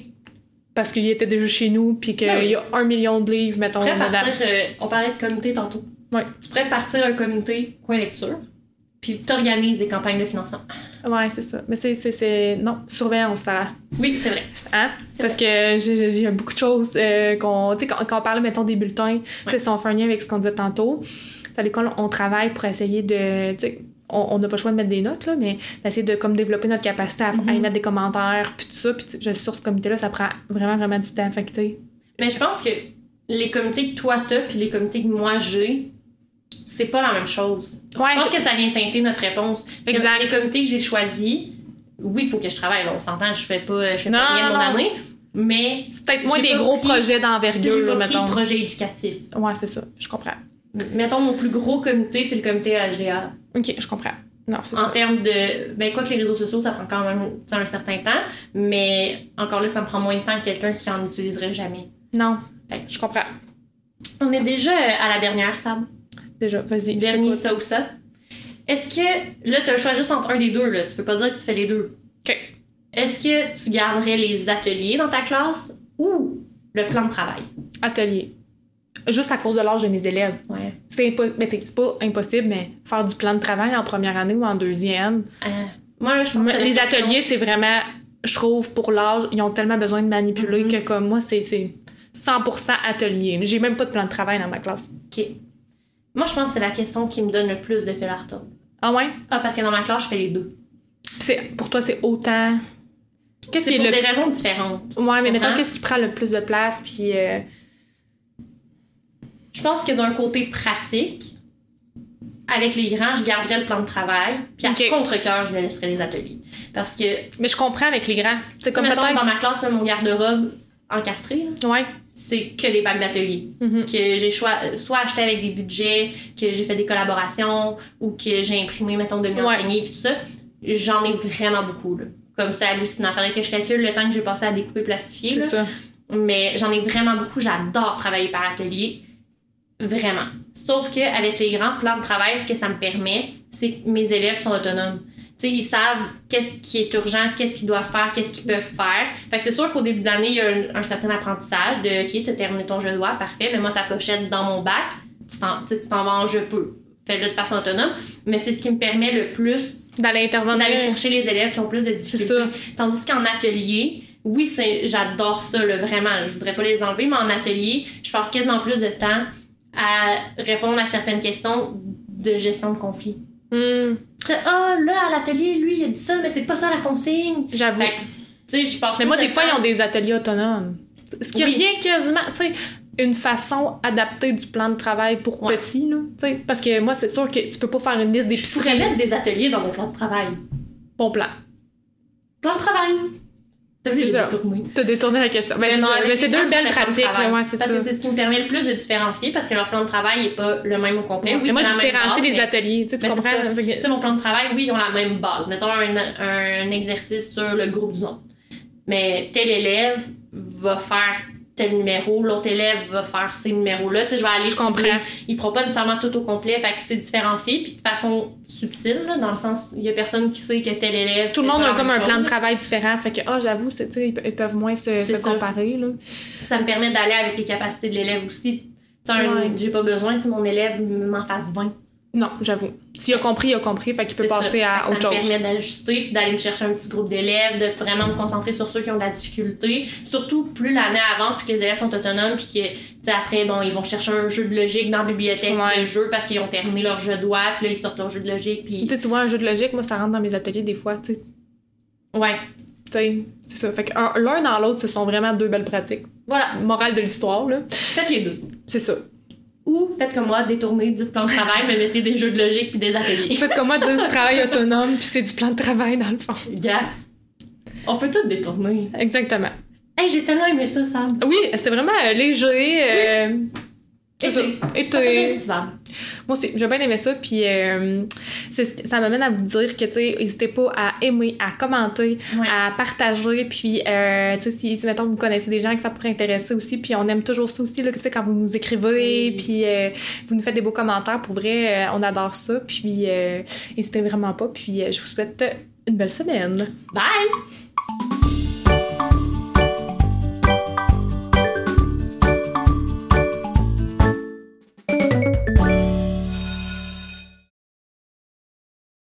Speaker 2: parce qu'il était déjà chez nous puis qu'il
Speaker 1: Ben oui.
Speaker 2: y a un million de livres, mettons,
Speaker 1: Tu pourrais
Speaker 2: dedans.
Speaker 1: partir, euh, on parlait de comité tantôt.
Speaker 2: Ouais.
Speaker 1: Tu pourrais partir un comité coin lecture, puis t'organises des campagnes de financement.
Speaker 2: Ouais, c'est ça. Mais c'est- c'est. c'est- Non, surveillance, ça.
Speaker 1: Oui, c'est vrai.
Speaker 2: Hein?
Speaker 1: C'est
Speaker 2: Parce que j'ai- j'ai- il y a beaucoup de choses euh, qu'on. Tu sais, quand, quand on parle, mettons, des bulletins, tu sais, si on fait un lien avec ce qu'on disait tantôt, à l'école, on travaille pour essayer de. tu sais, on on n'a pas le choix de mettre des notes, là, mais d'essayer de comme développer notre capacité à,
Speaker 1: Mhm.
Speaker 2: à y mettre des commentaires, puis tout ça. Puis tu sais, je suis sûre que ce comité-là, ça prend vraiment, vraiment du temps. Fait que, tu sais,
Speaker 1: Mais je pense que les comités que toi t'as puis les comités que moi j'ai, c'est pas la même chose.
Speaker 2: Ouais,
Speaker 1: Je pense que ça vient teinter notre réponse. Parce que
Speaker 2: Exact.
Speaker 1: Les comités que j'ai choisis, oui, il faut que je travaille, là, on s'entend, je fais pas, je fais
Speaker 2: Non,
Speaker 1: pas rien de mon
Speaker 2: non, non.
Speaker 1: année, mais
Speaker 2: c'est peut-être moins
Speaker 1: j'ai
Speaker 2: des
Speaker 1: pas
Speaker 2: gros
Speaker 1: pris-
Speaker 2: projets
Speaker 1: tu sais, j'ai
Speaker 2: d'envergure,
Speaker 1: pas pris
Speaker 2: mettons.
Speaker 1: de projet éducatif.
Speaker 2: Ouais, c'est ça. Je comprends.
Speaker 1: Mettons, mon plus gros comité, c'est le comité HDA.
Speaker 2: Ok, je comprends. Non, c'est
Speaker 1: En
Speaker 2: ça.
Speaker 1: termes de. Ben, quoi que les réseaux sociaux, ça prend quand même tu sais, un certain temps, mais encore là, ça me prend moins de temps que quelqu'un qui en utiliserait jamais.
Speaker 2: Non,
Speaker 1: Fait que
Speaker 2: je comprends.
Speaker 1: On est déjà euh, à la dernière, Sab.
Speaker 2: Déjà, vas-y. je
Speaker 1: Dernier,
Speaker 2: t'écoute.
Speaker 1: ça ou ça. Est-ce que. Là, t'as le choix juste entre un des deux, là. Tu peux pas dire que tu fais les deux.
Speaker 2: Ok.
Speaker 1: Est-ce que tu garderais les ateliers dans ta classe ou le plan de travail?
Speaker 2: Atelier. Juste à cause de l'âge de mes élèves.
Speaker 1: Ouais.
Speaker 2: C'est impo- ben, t'sais, c'est pas impossible, mais faire du plan de travail en première année ou en deuxième,
Speaker 1: Euh, moi, là, je pense que
Speaker 2: Me-
Speaker 1: c'est la
Speaker 2: les
Speaker 1: question-
Speaker 2: ateliers, c'est vraiment, je trouve, pour l'âge, ils ont tellement besoin de manipuler
Speaker 1: Mhm.
Speaker 2: que comme moi, c'est c'est 100% atelier. J'ai même pas de plan de travail dans ma classe.
Speaker 1: Ok. Moi, je pense que c'est la question qui me donne le plus de fil à retordre.
Speaker 2: Ah ouais?
Speaker 1: Ah, parce que dans ma classe, je fais les deux.
Speaker 2: Puis c'est Pour toi, c'est autant. Qu'est-ce qui
Speaker 1: C'est
Speaker 2: est
Speaker 1: pour
Speaker 2: le.
Speaker 1: des raisons différentes.
Speaker 2: Ouais, mais
Speaker 1: comprends.
Speaker 2: mettons, qu'est-ce qui prend le plus de place? Puis. euh,
Speaker 1: Je pense que d'un côté pratique, avec les grands, je garderais le plan de travail, puis à
Speaker 2: Ok.
Speaker 1: contre-cœur, je me laisserais les ateliers. Parce que,
Speaker 2: Mais je comprends avec les grands. C'est
Speaker 1: comme
Speaker 2: comme peut-être.
Speaker 1: dans ma classe, là, mon garde-robe encastré, là,
Speaker 2: Ouais.
Speaker 1: c'est que des bacs d'atelier.
Speaker 2: Mhm.
Speaker 1: Que j'ai choi- soit acheté avec des budgets, que j'ai fait des collaborations ou que j'ai imprimé, mettons, de mieux
Speaker 2: Ouais.
Speaker 1: enseigner puis tout ça. J'en ai vraiment beaucoup, là. Comme c'est hallucinant. Faudrait que je calcule le temps que j'ai passé à découper plastifier,
Speaker 2: C'est
Speaker 1: là.
Speaker 2: ça.
Speaker 1: Mais j'en ai vraiment beaucoup. J'adore travailler par atelier. Vraiment. Sauf que avec les grands plans de travail, ce que ça me permet, c'est que mes élèves sont autonomes. Tu sais, ils savent qu'est-ce qui est urgent, qu'est-ce qu'ils doivent faire, qu'est-ce qu'ils peuvent faire. Fait que c'est sûr qu'au début de l'année, il y a un, un certain apprentissage de OK, t'as terminé ton jeu de doigts, parfait, mais moi ta pochette dans mon bac, tu t'en tu sais, tu t'en vas en je peux. Fais-le de façon autonome. Mais c'est ce qui me permet le plus
Speaker 2: Dans l'intervention.
Speaker 1: d'aller chercher les élèves qui ont plus de difficultés.
Speaker 2: ça.
Speaker 1: Tandis qu'en atelier, oui, c'est- j'adore ça, là, vraiment, je voudrais pas les enlever, mais en atelier, je passe quasiment plus de temps à répondre à certaines questions de gestion de conflit.
Speaker 2: Hmm,
Speaker 1: Tu sais, Ah, là, à l'atelier, lui, il a dit ça, mais c'est pas ça la consigne.
Speaker 2: J'avoue.
Speaker 1: Fait que, tu sais, je passe
Speaker 2: Mais moi,
Speaker 1: plus de
Speaker 2: des fois,
Speaker 1: temps-
Speaker 2: ils ont des ateliers autonomes. Ce qui
Speaker 1: Oui.
Speaker 2: revient quasiment, tu sais, une façon adaptée du plan de travail pour
Speaker 1: Ouais.
Speaker 2: petits, là. Tu sais, parce que moi, c'est sûr que tu peux pas faire une liste
Speaker 1: Je pourrais
Speaker 2: d'épiceries.
Speaker 1: mettre des ateliers dans mon plan de travail.
Speaker 2: Bon plan.
Speaker 1: Plan de travail! T'as vu, j'ai
Speaker 2: C'est ça.
Speaker 1: détourné.
Speaker 2: T'as détourné la question. Ben, c'est ça.
Speaker 1: avec
Speaker 2: Mais
Speaker 1: les
Speaker 2: c'est
Speaker 1: grands,
Speaker 2: deux belles
Speaker 1: le plan de
Speaker 2: pratiques,
Speaker 1: travail.
Speaker 2: là, ouais, c'est
Speaker 1: Parce que
Speaker 2: ça.
Speaker 1: c'est ce qui me permet le plus de différencier parce que leur plan de travail n'est pas le même au complet. Oui,
Speaker 2: mais moi,
Speaker 1: c'est
Speaker 2: je
Speaker 1: la même
Speaker 2: différencie
Speaker 1: base,
Speaker 2: les
Speaker 1: mais-
Speaker 2: ateliers, tu sais, tu
Speaker 1: mais c'est
Speaker 2: comprends?
Speaker 1: ça.
Speaker 2: Fait que-
Speaker 1: Tu sais, mon plan de travail, oui, ils ont la même base. Mettons un, un exercice sur le groupe du nom. Mais tel élève va faire tel numéro, l'autre élève va faire ces numéros-là. Tu sais, je vais aller
Speaker 2: Je comprends.
Speaker 1: cibler. Il fera pas nécessairement tout au complet, fait que c'est différencié, puis de façon subtile, là, dans le sens, il y a personne qui sait que tel élève...
Speaker 2: Tout le
Speaker 1: fait
Speaker 2: monde
Speaker 1: pas
Speaker 2: a
Speaker 1: la
Speaker 2: comme
Speaker 1: même
Speaker 2: un plan de
Speaker 1: chose.
Speaker 2: travail différent. Fait que, ah, j'avoue, c'est, tu sais, ils pe- ils peuvent moins se,
Speaker 1: C'est
Speaker 2: se
Speaker 1: ça.
Speaker 2: comparer, là.
Speaker 1: Ça me permet d'aller avec les capacités de l'élève aussi. Tu sais, un-
Speaker 2: Ouais.
Speaker 1: j'ai pas besoin que mon élève m'en fasse 20.
Speaker 2: Non, j'avoue. S'il a compris, il a compris. Fait qu'il peut
Speaker 1: C'est ça.
Speaker 2: passer
Speaker 1: Fait
Speaker 2: à
Speaker 1: que
Speaker 2: autre
Speaker 1: ça
Speaker 2: chose.
Speaker 1: me permet d'ajuster puis d'aller me chercher un petit groupe d'élèves, de vraiment me concentrer sur ceux qui ont de la difficulté. Surtout plus l'année avance puis que les élèves sont autonomes puis que tu sais, après bon ils vont chercher un jeu de logique dans la bibliothèque
Speaker 2: Ouais.
Speaker 1: de jeu parce qu'ils ont terminé leur jeu de doigts puis là ils sortent leur jeu de logique
Speaker 2: Tu
Speaker 1: puis
Speaker 2: sais, tu vois, un jeu de logique, moi, ça rentre dans mes ateliers des fois, tu sais.
Speaker 1: ouais
Speaker 2: Tu sais, c'est ça. Fait que un- l'un dans l'autre, ce sont vraiment deux belles pratiques.
Speaker 1: voilà
Speaker 2: Morale de l'histoire, là.
Speaker 1: faites les deux
Speaker 2: C'est ça.
Speaker 1: ou faites comme moi détournez dites plan de travail mais mettez des jeux de logique puis des
Speaker 2: Vous
Speaker 1: ateliers.
Speaker 2: faites comme moi dire travail autonome, puis c'est du plan de travail, dans le fond.
Speaker 1: Gars, on peut tout détourner.
Speaker 2: Exactement.
Speaker 1: Hey j'ai tellement aimé ça Sam.
Speaker 2: Oui, c'était vraiment euh, léger. euh, c'est
Speaker 1: Et
Speaker 2: ça. Et
Speaker 1: Ça fait
Speaker 2: t'es-
Speaker 1: festival.
Speaker 2: Moi aussi, j'ai bien aimé ça, puis euh, c'est ce que- ça m'amène à vous dire que, tu sais, n'hésitez pas à aimer, à commenter,
Speaker 1: Ouais.
Speaker 2: à partager, puis, euh, tu sais, si, si, mettons, vous connaissez des gens que ça pourrait intéresser aussi, puis on aime toujours ça aussi, là, que, tu sais, quand vous nous écrivez,
Speaker 1: Oui.
Speaker 2: puis euh, vous nous faites des beaux commentaires, pour vrai, euh, on adore ça, puis euh, n'hésitez vraiment pas, puis euh, je vous souhaite une belle semaine.
Speaker 1: Bye.